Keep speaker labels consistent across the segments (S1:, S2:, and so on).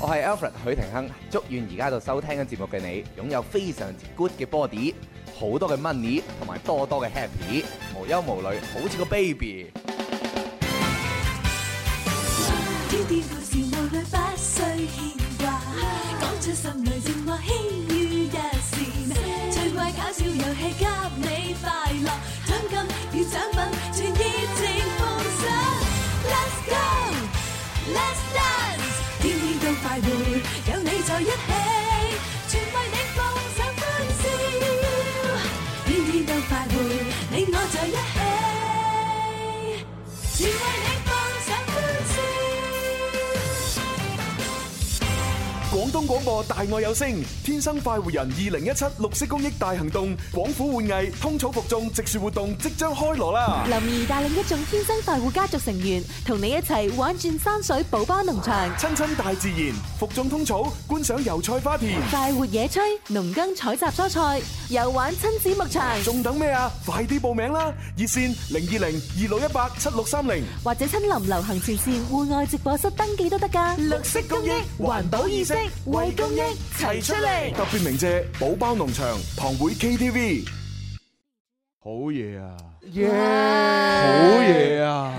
S1: 係 Alfred 許廷鏗，祝願而家喺度收聽緊節目嘅你，擁有非常之 good 嘅 body，好多嘅 money，同埋多多嘅 happy，無憂無慮，好似個 baby。
S2: 天天故事無慮不需牽掛，講出心裏情話輕於一線，趣怪搞笑遊戲給你快樂，獎金與獎品全熱情奉上。Let's go，Let's dance，天天都快活，有你在一起，全為你奉上歡笑，天天都快活，你我在一起。全為你放上歡笑。
S3: 廣東廣播大愛有聲，天生快活人二零一七綠色公益大行動，廣府玩藝通草服種植樹活動即將開鑼啦！
S4: 林兒帶領一眾天生快活家族成員，同你一齊玩轉山水寶巴農場，
S3: 親親大自然，服種通草，觀賞油菜花田，
S4: 快活野炊、農耕採集蔬菜，又玩親子牧場，
S3: 仲等咩啊？快啲報名啦！熱線零二零二六一八七六三零。
S4: 或者親臨流行前線戶外直播室登記都得㗎。
S3: 綠色公益，環保意識，為公益齊出嚟。特別鳴謝寶包農場堂會 KTV。好嘢啊！
S5: 好嘢啊！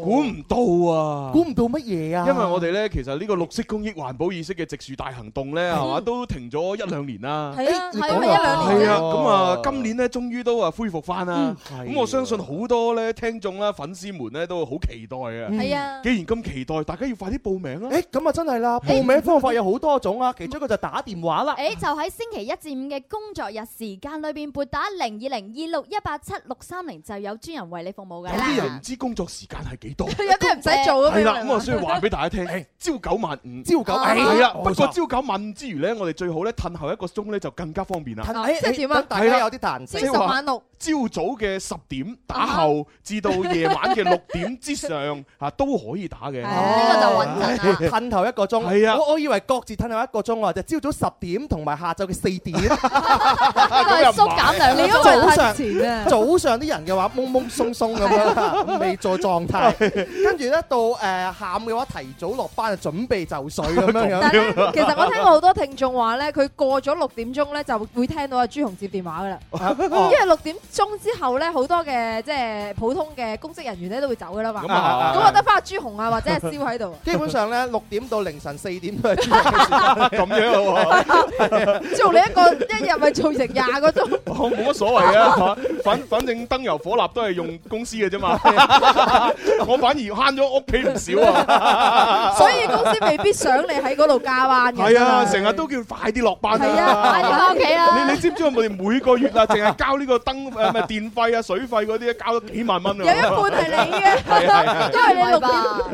S5: 估唔到啊！
S6: 估唔到乜嘢
S7: à?
S6: 啊！
S5: 因為我哋咧，其實呢個綠色公益環保意識嘅植樹大行動咧，係嘛，都停咗一兩年啦。
S8: 嗯係啊，
S6: 你
S8: 係啊，
S6: 講啊
S8: 咪一兩
S5: 係
S8: 年
S5: 啊，
S8: 啫。
S5: 咁啊，今年咧，終於都啊恢復翻啦。
S3: 嗯
S5: 咁我相信好多咧聽眾啦、粉絲們咧都好期待啊。
S8: 係啊，
S5: 既然咁期待，大家要快啲報名啦。
S6: 誒咁啊，真係啦！報名方法有好多種啊，其中一個就打電話啦。
S8: 誒就喺星期一至五嘅工作日時間裏邊撥打零二零二六一八七六三零就有專人為你服務㗎
S5: 有啲人
S8: 啦
S5: 唔。知工作時間係幾多。
S8: 有啲唔使做
S5: 係啦，咁我需要話俾大家聽，朝九晚五。
S6: 朝九
S8: 啊
S5: 係啦，不過
S6: 冇錯
S5: 朝九晚五之餘咧，我哋最好咧褪後一個鐘咧就更加方便啦。
S6: 騰
S8: 啊
S6: 誒
S8: 即係點啊
S6: 等大家有啲彈
S5: 即
S6: 性
S5: 係話朝早嘅十點打後，至到夜晚嘅六點之上，
S6: 啊
S5: 嚇都可以打
S9: 哦
S5: 嘅。
S8: 係呢個就穩陣啦。
S6: 褪後一個鐘，
S5: 係啊
S6: 我我以為各自褪後一個鐘啊，就朝早十點同埋下晝嘅四點，
S8: 呢個係縮減兩個
S6: 早
S8: 鐘。
S6: 上
S4: 前啊！
S6: 早上啲人嘅話懵懵鬆鬆 咁樣，未在狀態，跟住咧到誒下午嘅話提早落班就準備就緒咁樣樣
S9: 但。係咧，其實我聽過好多聽眾話咧，佢過咗六點鐘咧就會聽到阿朱紅接電話噶啦，因
S6: 哦
S9: 為六點鐘之後咧，好多嘅即係普通嘅公職人員咧都會走噶啦嘛
S5: 咁。
S6: 啊
S9: 咁
S5: 啊，
S9: 我得翻阿朱紅啊，或者阿蕭喺 度，
S6: 基本上咧六點到凌晨四點都係 專人嘅時間
S5: 咁樣咯 喎，
S9: 朱紅你一個一日咪做成廿個 鐘，
S5: 我哦冇乜所謂啊，反反正燈油火蠟都係用公司嘅啫嘛， 我反而慳咗屋企唔少啊。
S9: 所以公司未必想你喺嗰度加班嘅。
S5: 係啊，成日都叫快啲落班
S9: 係啊
S8: 快啲翻屋企啦！
S5: 你你知唔知我哋每個月啊，淨係交呢個燈誒咪電費啊、水費嗰啲，交咗幾萬蚊
S9: 有
S5: 啊！
S9: 一半係你
S5: 係係係啊
S9: 嘅，因為你六
S8: 唔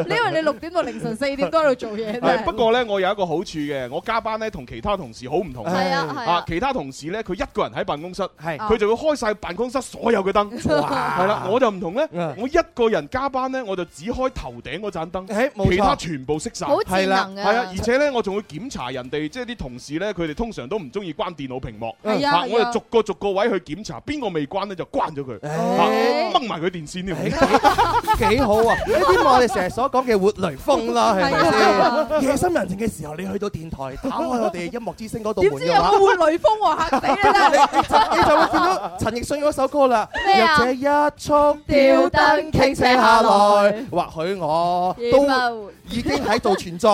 S9: 點，因為你六點到凌晨四點都喺度做 嘢。真
S5: 係
S9: 係
S5: 不過咧，我有一個好處嘅，我加班咧同其他同事好唔同。
S8: 係啊係
S5: 啊
S8: 啊！，哦
S5: 其他同事咧，佢一個人喺辦公室，
S6: 係
S5: 佢就會開晒辦公室所有嘅燈。係啦，我就唔同咧，
S6: 嗯
S5: 我一個人加班咧，我就只開頭頂嗰盞燈，
S6: 誒冇
S5: 其
S6: 錯，
S5: 他全部熄晒。
S8: 好智
S6: 係啦
S8: 能嘅。
S5: 係啊，而且咧，我仲會檢查人哋，即係啲同事咧，佢哋通常都唔中意關電腦屏幕。
S6: 嗯
S9: 係
S5: 啊
S9: 啊，
S5: 我哋逐個逐個位去檢查，邊個未關咧就關咗佢，啊
S6: 誒
S5: 掹埋佢電線添。
S6: 幾好啊！呢啲我哋成日所講嘅活雷鋒啦，係咪
S9: 係
S6: 先？夜深人靜嘅時候，你去到電台打開我哋音樂之聲嗰道門
S9: 點知有
S6: 嘅話
S9: 個，換雷鋒喎，嚇死你啦！
S6: 你就會見到陳奕迅嗰首歌啦。
S8: 咩啊
S6: 若這一束吊燈傾瀉下來，或許我都已經喺度存在。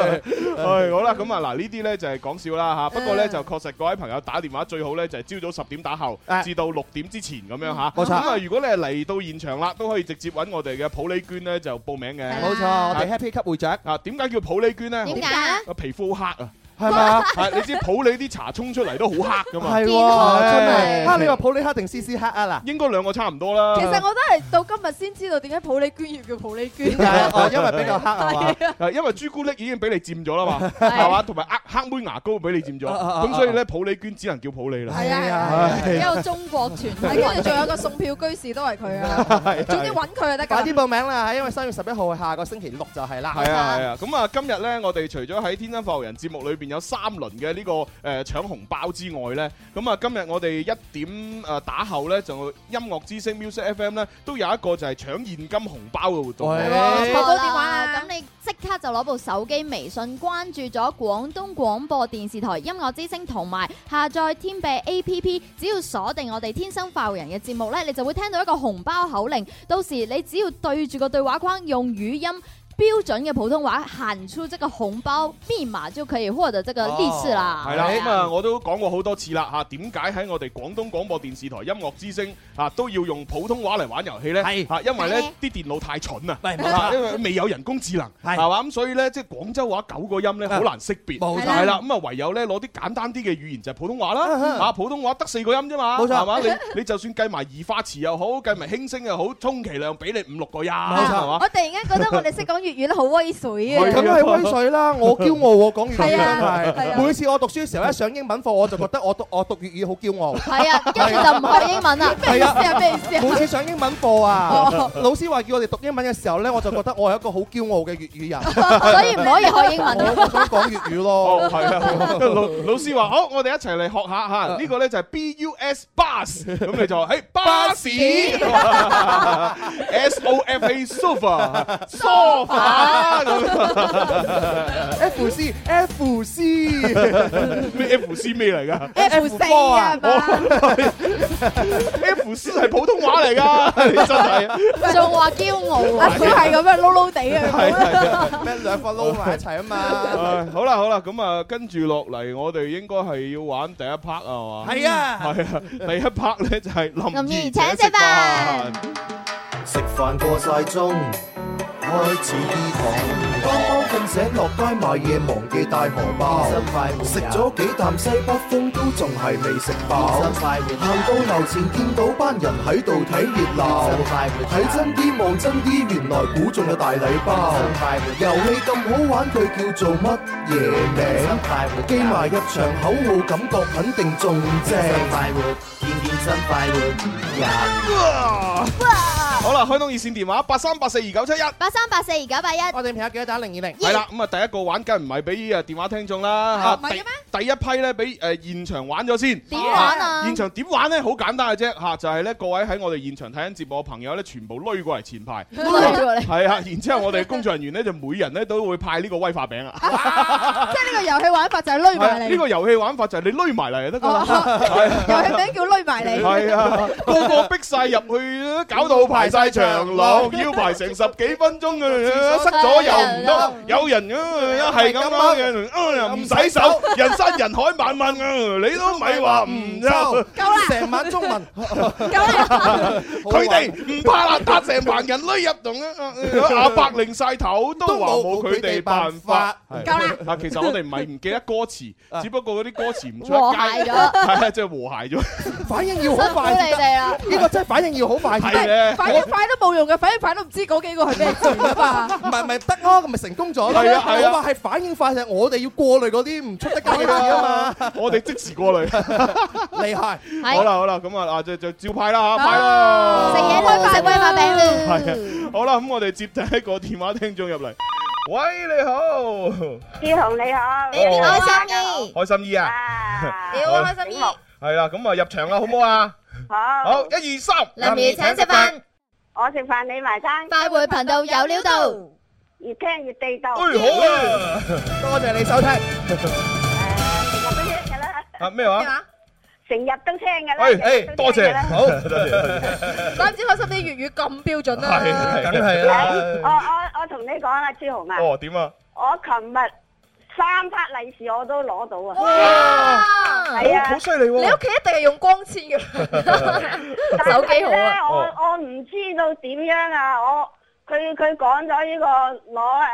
S5: 唉，好啦，咁啊，嗱呢啲咧就係講笑啦
S8: Ừ.
S5: 嚇。不過咧
S9: 嗯
S5: 就確實各位朋友打電話最好咧就係朝早十點打後
S6: 誒
S5: 至到六點之前咁樣嚇。
S6: À。冇錯
S5: 咁啊，如果你係嚟到現場啦，都可以直接揾我哋嘅普利娟咧就報名
S8: 係
S5: 嘅。
S8: 啦
S6: 冇錯，我哋 Happy 級會長
S5: 啊，點解叫普利娟咧？
S8: 點解？
S5: 啊皮膚好黑 啊！
S6: 係咪啊？
S5: 係你知普利啲茶沖出嚟都好黑噶 嘛？
S6: 係
S8: 健
S6: 喎，
S8: 康
S6: 真係。
S5: 係
S6: 啊，你話普利克定斯斯克啊嗱？
S5: 應該兩個差唔多啦。
S9: 其實我都係到今日先知道點解普利娟要叫普利娟。
S6: 點解？哦，因為比 較黑啊嘛。
S5: 啊，因為朱古力已經俾你佔咗啦嘛，係嘛，同埋黑黑妹牙膏俾你佔咗，
S6: 啊啊啊
S5: 咁所以咧普利娟只能叫普利啦。
S9: 係啊係啊，
S8: 一個中國傳統
S9: 係跟住仲有個送票居士都係佢 啊，總之揾佢就得㗎
S6: 快
S9: 啦。
S6: 啲報名啦，因為三月十一號係下個星期六就係啦。
S5: 係啊係啊，咁啊今日咧，我哋除咗喺《天生快活人》節目裏邊邊有三輪嘅呢個誒搶紅包之外呢，咁啊今日我哋一點誒打後呢，就音樂之聲 music FM 呢，都有一個就係搶現金紅包嘅活動。
S6: 喂
S8: 冇錯
S9: 報多啲玩
S8: 啦
S9: 啊
S8: 咁你即刻就攞部手機微信關注咗廣東廣播電視台音樂之聲，同埋下載天幣 A P P。只要鎖定我哋天生快活人嘅節目呢，你就會聽到一個紅包口令。到時你只要對住個對話框用語音。標準嘅普通話喊出這個紅包密碼就可以獲得這個利是呃啦。
S5: 係啦，咁啊，我都講過好多次啦嚇，點解喺我哋廣東廣播電視台音樂之聲啊都要用普通話嚟玩遊戲咧？
S10: 係
S5: 嚇，因為
S8: 係
S5: 咧啲電腦太蠢啊，
S10: 喂冇錯
S5: 啊因為未有人工智能，
S10: 係
S5: 係嘛咁，所以咧即係廣州話九個音咧好難識別，
S6: 冇
S8: 錯
S5: 係啦，咁啊唯有咧攞啲簡單啲嘅語言就係普通話啦，啊普通話得四個音啫嘛，
S6: 冇錯
S5: 係嘛？你你就算計埋移花詞又好，計埋輕聲又好，充其量俾你五六個音，係嘛？
S9: 我突然間覺得我哋識講粵語咧好威水
S5: 係
S9: 啊！
S6: 咁係威水啦！我驕傲喎，講粵語真
S9: 係啊係
S6: 係。
S9: 啊
S6: 每次我讀書嘅時候咧，上英文課我就覺得我讀我讀粵語好驕傲。
S8: 係啊，跟住就唔學英文啦。
S6: 係啊
S9: 咩咩意思啊？
S6: 每次上英文課啊，老師話叫我哋讀英文嘅時候咧，我就覺得我係一個好驕傲嘅粵語人。
S8: 所以唔可以學英文。
S6: 我想講粵語
S5: 哦，
S6: 咯。
S5: 係啊，老老師話好，我哋一齊嚟學下嚇，呢個咧就係 B U S bus，咁 你就話，誒巴士，S O F A sofa sofa 咁
S6: F C F C，
S5: 咩 F C 咩嚟 㗎
S9: F 四啊嘛，
S5: ？F C 係普通話嚟㗎，你真係
S8: 仲話驕傲
S9: 阿
S8: 啊！
S9: 超係咁樣撈撈地啊！
S5: 係係啊。
S6: 咩兩個撈埋一齊啊 嘛？
S5: 唉好啦好啦，咁啊跟住落嚟，我哋應該係要玩第一 part 啊嘛。
S10: 係啊，
S5: 係啊，第一 part 咧就係林
S8: 林
S5: 怡
S8: 怡
S5: 請
S8: 請
S5: 食
S8: 食
S5: 飯
S8: 飯。
S11: 食飯過晒鐘，開始醫肚。剛剛瞓醒落街買嘢，忘記帶荷包。食咗幾啖西北風，都仲係未食飽。行到樓前見到班人喺度睇熱鬧，睇真啲望真啲，原來估中個大禮包。遊戲咁好玩，佢叫做乜嘢名？記埋入場口號，感覺肯定仲正。
S5: 好啦，開通熱線電話八三八四二九七一。
S8: 八三八四二九八一，
S6: 我哋朋友記得打零二零。
S5: 系啦，咁啊第一個玩梗唔係俾呃诶电话听众啦
S9: 啊唔係嘅咩
S5: 嚇第第一批咧俾诶现场玩咗先。
S8: 點玩啊？
S5: 現場點玩咧？好簡單嘅啫嚇，就係咧各位喺我哋現場睇緊節目嘅朋友咧，全部攏過嚟前排，係啊，然之後我哋工作人員咧就每人咧都會派呢個威化餅啊。
S9: 即係呢個遊戲玩法就係攏
S5: 係
S9: 埋
S5: 呢
S9: 你。
S5: 個遊戲玩法就係你攏埋嚟就得噶
S9: 哦
S5: 啦，啊
S9: 哦遊戲名叫攏埋你。
S5: 係啊，個個逼晒入去，搞到排晒長龍，要排成十幾分鐘 嘅，塞咗又唔得， 有人啊係咁樣 嘅，啊唔洗手，人山人海萬萬啊，你都咪話唔收。
S6: 成晚 中文，
S5: 佢哋唔怕邋遢，成棚人匿入洞啊！ 阿伯擰晒頭，都話冇佢哋辦法。
S9: 夠啦！
S5: 啊，其實我哋唔係唔記得歌 詞，只不過嗰啲歌詞唔出
S8: 和
S5: 街，
S8: 諧咗，
S5: 係啊，即係和諧咗，
S6: 反應要好
S8: 辛苦
S6: 快
S8: 你
S6: 先得。
S8: 哋啦。
S6: 呢個真係反應要好快先得。
S5: 係咧。
S9: 反應快都冇用嘅，反應快都唔知嗰幾個係咩字㗎嘛。
S6: 唔係唔係得咯，咁咪成功咗咯。
S5: 係啊係啊
S6: 我話係反應快就係我哋要過濾嗰啲唔出得街嘅嘢啊
S5: 我哋即時過嚟，
S6: 嘛， 厲害！
S5: 好
S8: 係
S5: 啦好啦，咁啊啊就就照派啦嚇，派
S9: 啊
S8: 食
S5: 啦！啊
S8: 嘢啦，食威化餅啦。
S5: 好啦，咁我哋接第一個電話聽眾入嚟，喂，你好，
S12: 志雄你好，
S8: 你好，心意。
S5: 開心姨啊，
S12: 啊
S5: 你好開
S12: 心姨，好，
S5: 係啦，咁啊入場啦，好唔好啊？好，一二三，
S8: 林如請食飯，
S12: 我食飯你埋單，
S8: 快活頻道有料到。
S12: 越聽越地道，誒，
S5: 哎好啊！
S6: 多謝你收聽。
S12: 成日都聽㗎啦，
S10: Dạ.
S5: 啊咩話？
S12: 成日都聽㗎啦，
S5: 哎
S12: 成日都
S5: 哎
S12: 聽，
S5: 多謝
S12: 㗎，啦
S5: 好，多謝。
S9: 怪唔知開心啲粵語咁標準啦。
S5: 係係
S11: 梗係
S12: 誒我
S11: 啦，
S12: 我我同你講啦，志雄啊，
S5: 哦，點啊？
S12: 我琴日三 part 利是我都攞到啊，
S5: 哇，
S9: 啊
S12: 係
S5: 好
S12: 啊
S5: 好，犀利
S9: 你屋
S5: 喎！
S9: 企一定係用光纖嘅， 手機好啊。
S12: 我
S5: 哦
S12: 我唔知道點樣啊，我佢佢講咗呢個攞誒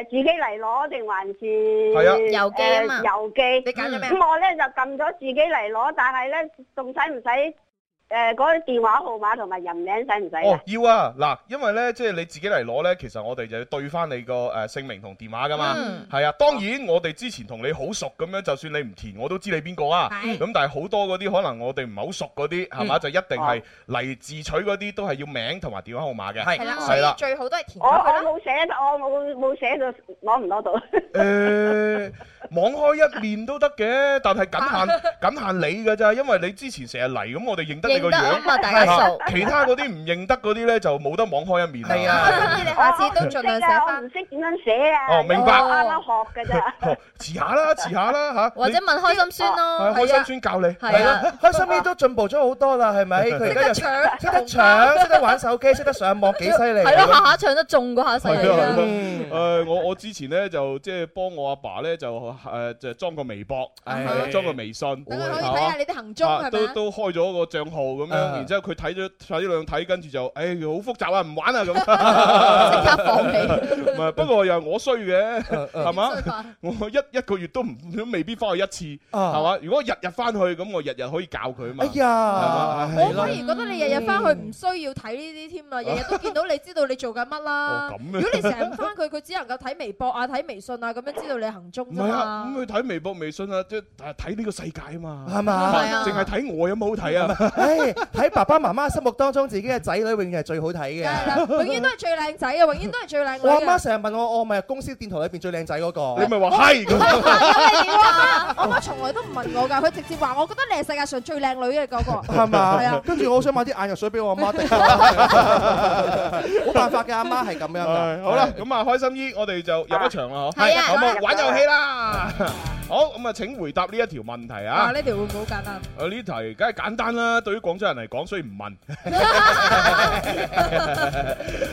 S12: 誒自己嚟攞定還是
S5: 係啊
S8: 郵寄啊嘛
S12: 誒郵寄。
S9: 你揀咗咩？
S12: 咁我咧就撳咗自己嚟攞，但係咧仲使唔使诶嗰啲電話號碼同埋人名使唔使
S5: 哦
S12: 啊？，
S5: 要啊，嗱，因為咧，即係你自己嚟攞咧，其實我哋就要對翻你個誒姓名同電話噶嘛
S12: 嗯。
S5: 係啊，當然我哋之前同你好熟咁樣，就算你唔填，我都知你邊個啊。
S12: 係
S5: 咁但係好多嗰啲可能我哋唔係好熟嗰啲，係嘛，
S12: 嗯
S5: 就一定係嚟自取嗰啲都係要名同埋電話號碼嘅。
S12: 係啦
S5: 係啦。
S12: 最好都係填我我冇寫到，我冇冇寫到，攞唔攞到？
S5: 誒，網開一面都得嘅，但係僅限僅限你㗎咋，因為你之前成日嚟，咁我哋認得你
S10: 認
S5: 個
S10: 得啊
S5: 樣。
S10: 嘛大家
S5: 係啊
S10: 熟
S5: 其他嗰啲唔認得嗰啲咧，就冇得網開一面啦。係
S12: 你下次
S9: 都盡量寫
S12: 翻。我唔識點樣寫啊！
S5: 哦明白
S12: 我啱啱學㗎咋。
S5: 哦，遲下啦，遲下啦 嚇。
S8: 或者
S5: 你
S8: 問開心酸咯，
S5: 係開
S8: 係啊
S5: 心酸教你。
S8: 係啊
S11: 開心啲都進步咗好多啦， 係咪？佢而家又
S8: 識得 搶
S11: 識得搶，識得玩手機，識得上網，幾犀
S6: 啊
S11: 利。
S8: 係咯，下下唱得中嗰
S11: 啊
S8: 下犀利啦。
S5: 啊
S9: 嗯
S5: 誒，我我之前咧就即係幫我阿爸咧就誒就裝個微博，
S11: 係
S5: 裝個微信，等佢
S9: 啊可以睇下你啲行蹤係咪啊
S5: 都都開咗個帳號咁樣，
S11: 啊
S5: 然之後佢睇咗睇咗兩睇，跟住就誒好複雜啊，唔玩啊咁，
S11: 即
S5: 即
S11: 刻放棄
S5: 唔係，不過又係我衰嘅，
S11: 啊
S5: 係
S11: 點衰法
S5: 嘛？我一一個月都唔都未必翻去一次，
S11: 啊
S5: 係嘛？如果日日翻去咁，我日日可以教佢啊嘛。
S11: 哎呀
S5: 係嘛
S9: 我反而覺得你日日翻去唔需要睇呢啲添啦，日日都見到你知道你做緊乜啦
S5: 哦。咁啊
S9: 如果你成日唔翻佢，佢只能夠睇微博啊、睇微信啊，咁樣知道你行蹤
S5: 唔
S9: 啫
S5: 係啊，
S9: 嘛。
S5: 咁佢睇微博、微信啊，即係睇呢個世界啊嘛，
S11: 係嘛係啊
S5: 淨係睇我有冇好睇啊？
S11: 唉，喺爸爸媽媽心目當中，自己嘅仔女永遠係最好睇嘅。
S9: 永遠都係最靚仔嘅，永遠都係最靚女
S11: 我
S9: 嘅。
S11: 阿媽成日問我，我咪係公司電台裏邊最靚仔嗰個。
S5: 你咪話係咁
S9: 我阿媽從來都唔問我㗎，佢直接話：我覺得你係世界上最靚女嘅嗰個。
S11: 係嘛？
S9: 係啊。
S11: 跟住我好想買啲眼藥水俾我阿媽滴。冇辦法嘅，阿媽係咁樣
S5: 唉
S11: 嘅。
S5: 好啦，咁啊，開心姨，我哋就入一場啦，嗬。
S11: 係啊係啊，
S5: 好啊玩遊戲啦。好，咁啊，請回答呢一條問題
S9: 啊！
S5: 啊。
S9: 呢條會唔會好簡單？
S5: 誒呢題梗係簡單啦，對於廣州人嚟講，所以唔問。
S9: 你衰啊
S5: 好，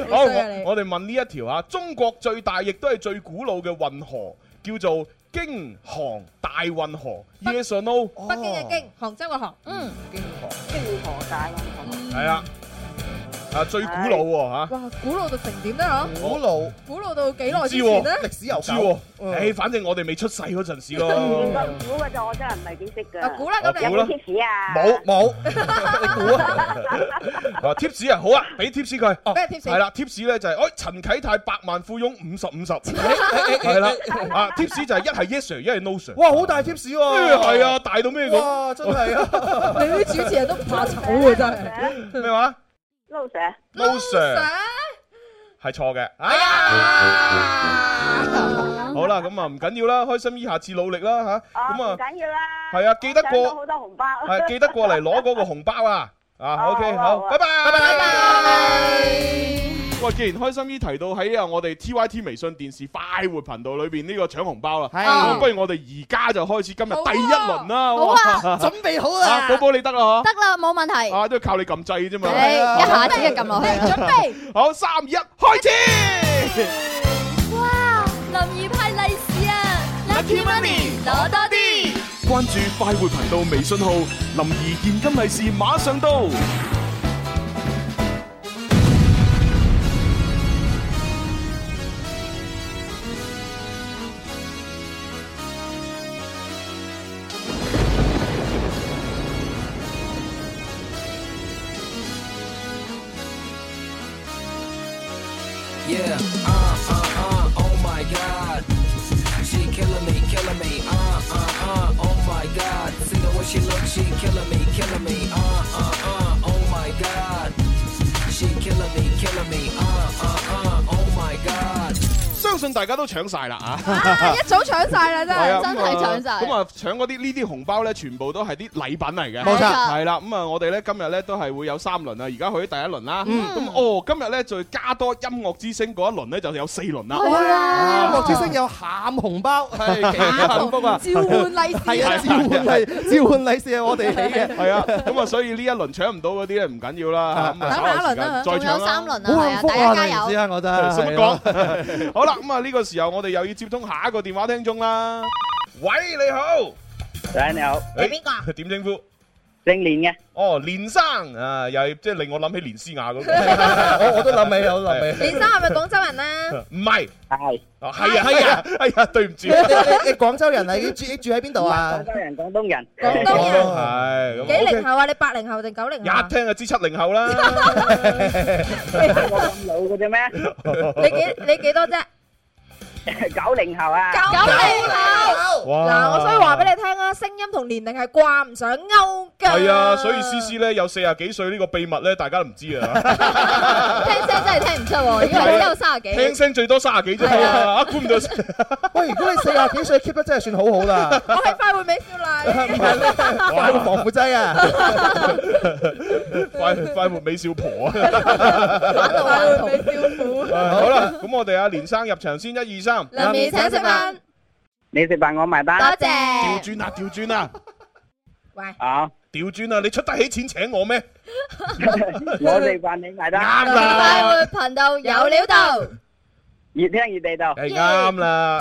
S5: 我
S9: 你
S5: 我哋問呢一條啊，中國最大亦都係最古老嘅運河，叫做京杭大運河。Yes or no？
S11: 哦
S9: 北京嘅京，杭州嘅杭。
S8: 嗯。
S5: 京杭
S12: 京河大運河。
S5: 係啊，啊最古老喎嚇。
S9: 哇！古老到成點咧？嗬？
S5: 古老
S9: 古老到幾耐
S5: 唔知
S9: 之前咧
S5: 喎？唔知喎，誒，反正我哋未出世嗰陣 時咯。
S12: 估嘅咋，我真係唔係幾識㗎。
S9: 估
S5: 啦咁你
S12: 有
S5: 我估啦
S12: 冇 tips 啊？
S5: 冇冇，你估啊？ 啊 tips 啊，好啊，俾 tips 佢。哦
S9: 咩 tips？
S5: 係啦，tips 咧就係，哎，陳啟泰百萬富翁五十五 十，
S11: 哎
S5: 係啦。啊，tips 就係一係 yes sir，一係 no sir。
S11: 哇，好大 tips 喎！
S5: 係啊，大到咩咁？
S11: 哇真係啊！
S9: 你啲主持人都唔怕醜喎，真係。
S5: 咩話
S12: 撈 Sir，
S5: ？no sir 係錯嘅。啊！好啦，咁啊唔緊要啦，開心姨下次努力啦吓。
S12: 哦，唔
S5: 咁啊，
S12: 緊要啦。
S5: 係啊，記得
S12: 搶到
S5: 過
S12: 好。多紅包。
S5: 係記得過嚟攞嗰個紅包啊！啊，OK，
S12: 好啊
S5: 好
S12: 好，啊
S5: 拜拜，
S12: 拜拜拜
S5: 喂，既然開心姨提到喺啊我哋 TYT 微信電視快活頻道裏邊呢個搶紅包啦，
S11: 係
S5: 咁啊不如我哋而家就開始今日第一輪啦，好
S8: 啊好 啊準備好啦
S5: 寶寶你得啦，
S8: 得啦，冇問題
S5: 嗬，。啊都要靠你撳掣啫嘛，
S8: 係一下子就撳落去啦。準備。
S5: 好，三二一，開始！
S2: 哇！林怡派利是
S8: à.
S2: 啊，Lucky Money 攞多啲。
S5: 關注快活頻道微信號，林兒現金利是馬上到。
S7: Yeah, uh, uh, uh, oh my god. She killing me, killing me, uh, uh, uh, oh my god. See the way she looks, she killing me, killing me, uh, uh, uh, oh my god. She killing me, killing me, uh, uh, uh, oh my god.
S5: 相信大家都搶晒啦啊！
S9: 一早搶晒啦，真
S5: 係啊
S9: 係
S5: 咁啊咁啊，搶嗰啲呢啲紅包咧，全部都係啲禮品嚟嘅。
S9: 冇錯
S5: 係啦，咁啊，我哋咧今日咧都係會有三輪啊，而家去咗第一輪啦。
S11: 嗯
S5: 咁哦，今日咧再加多音樂之星嗰一輪咧，就有四輪啦。
S11: 哇！莫之星有喊紅包， 係幾幸福啊！
S5: 召喚
S11: 利是係啊！召喚利召喚利是係我哋起嘅，
S5: 係啊，咁啊，所以呢一輪搶唔到嗰啲咧唔緊要啦，咁啊，
S11: 等
S5: 稍後
S11: 下
S5: 時
S11: 一輪啦
S5: 間再
S11: 仲有
S5: 搶啦。
S8: 三輪啊，
S11: 好
S8: 係啊，
S11: 幸福
S8: 大家
S11: 啊！
S8: 加
S11: 你唔
S8: 油
S11: 知。啊，我覺得
S5: 使乜
S11: 係咯
S5: 講？ 好啦，咁啊，呢個時候我哋又要接通下一個電話聽眾啦。喂，你好。
S13: 喂，你好。
S5: 你邊個？點稱呼？
S10: 姓連嘅。
S5: 哦，連生啊，又係即係令我諗起連詩雅 嗰個。
S6: 我我都諗起，我都 諗起。
S9: 連生係咪廣州人啊？
S5: 唔係，
S10: 係，
S5: 哦，係啊，係啊，哎呀，對 唔住，
S6: 你你你廣州人啊？你住你住喺邊度啊？
S10: 廣州人，廣東人。
S9: 廣東人
S5: 係咁
S9: 幾
S5: OK，
S9: 零後啊？你八零後定九零後啊
S5: 一？聽就知七零後啦。
S10: 我咁老嘅啫咩？
S9: 你幾你幾多啫？
S10: 九零後啊！
S9: 九零後。
S5: 哇
S9: 嗱，我所以話俾你聽啊，聲音同年齡係掛唔上勾㗎。
S5: 係啊，所以思思咧有四十幾歲呢個秘密咧，大家都唔知啊。
S8: 聽聲真係聽唔出
S9: 哦
S8: 喎，以為只有三十幾。
S5: 聽聲最多三十幾啫，啊估唔到。
S6: 喂，如果你四廿幾歲 keep 得真係算好好 啦，
S9: 我係快活美少
S6: 唔係
S9: 女。
S6: 咧，快活防腐劑啊！
S5: 快快活美少婆啊！
S9: 快 活美少婦。
S5: 好啦，咁我哋阿連生入場先，一二三，
S9: 林兒請食飯，
S10: 你食飯我埋單。
S9: 多
S5: 調
S9: 謝。
S5: 轉啊，調轉啊，
S9: 喂，
S10: 啊！
S5: 調轉啊！你出得起錢 請我咩？
S10: 我食飯你埋單。
S5: 啱
S8: 快
S5: 啦，
S8: 活頻道有料到，
S10: 越聽越地道。
S5: 係啱啦。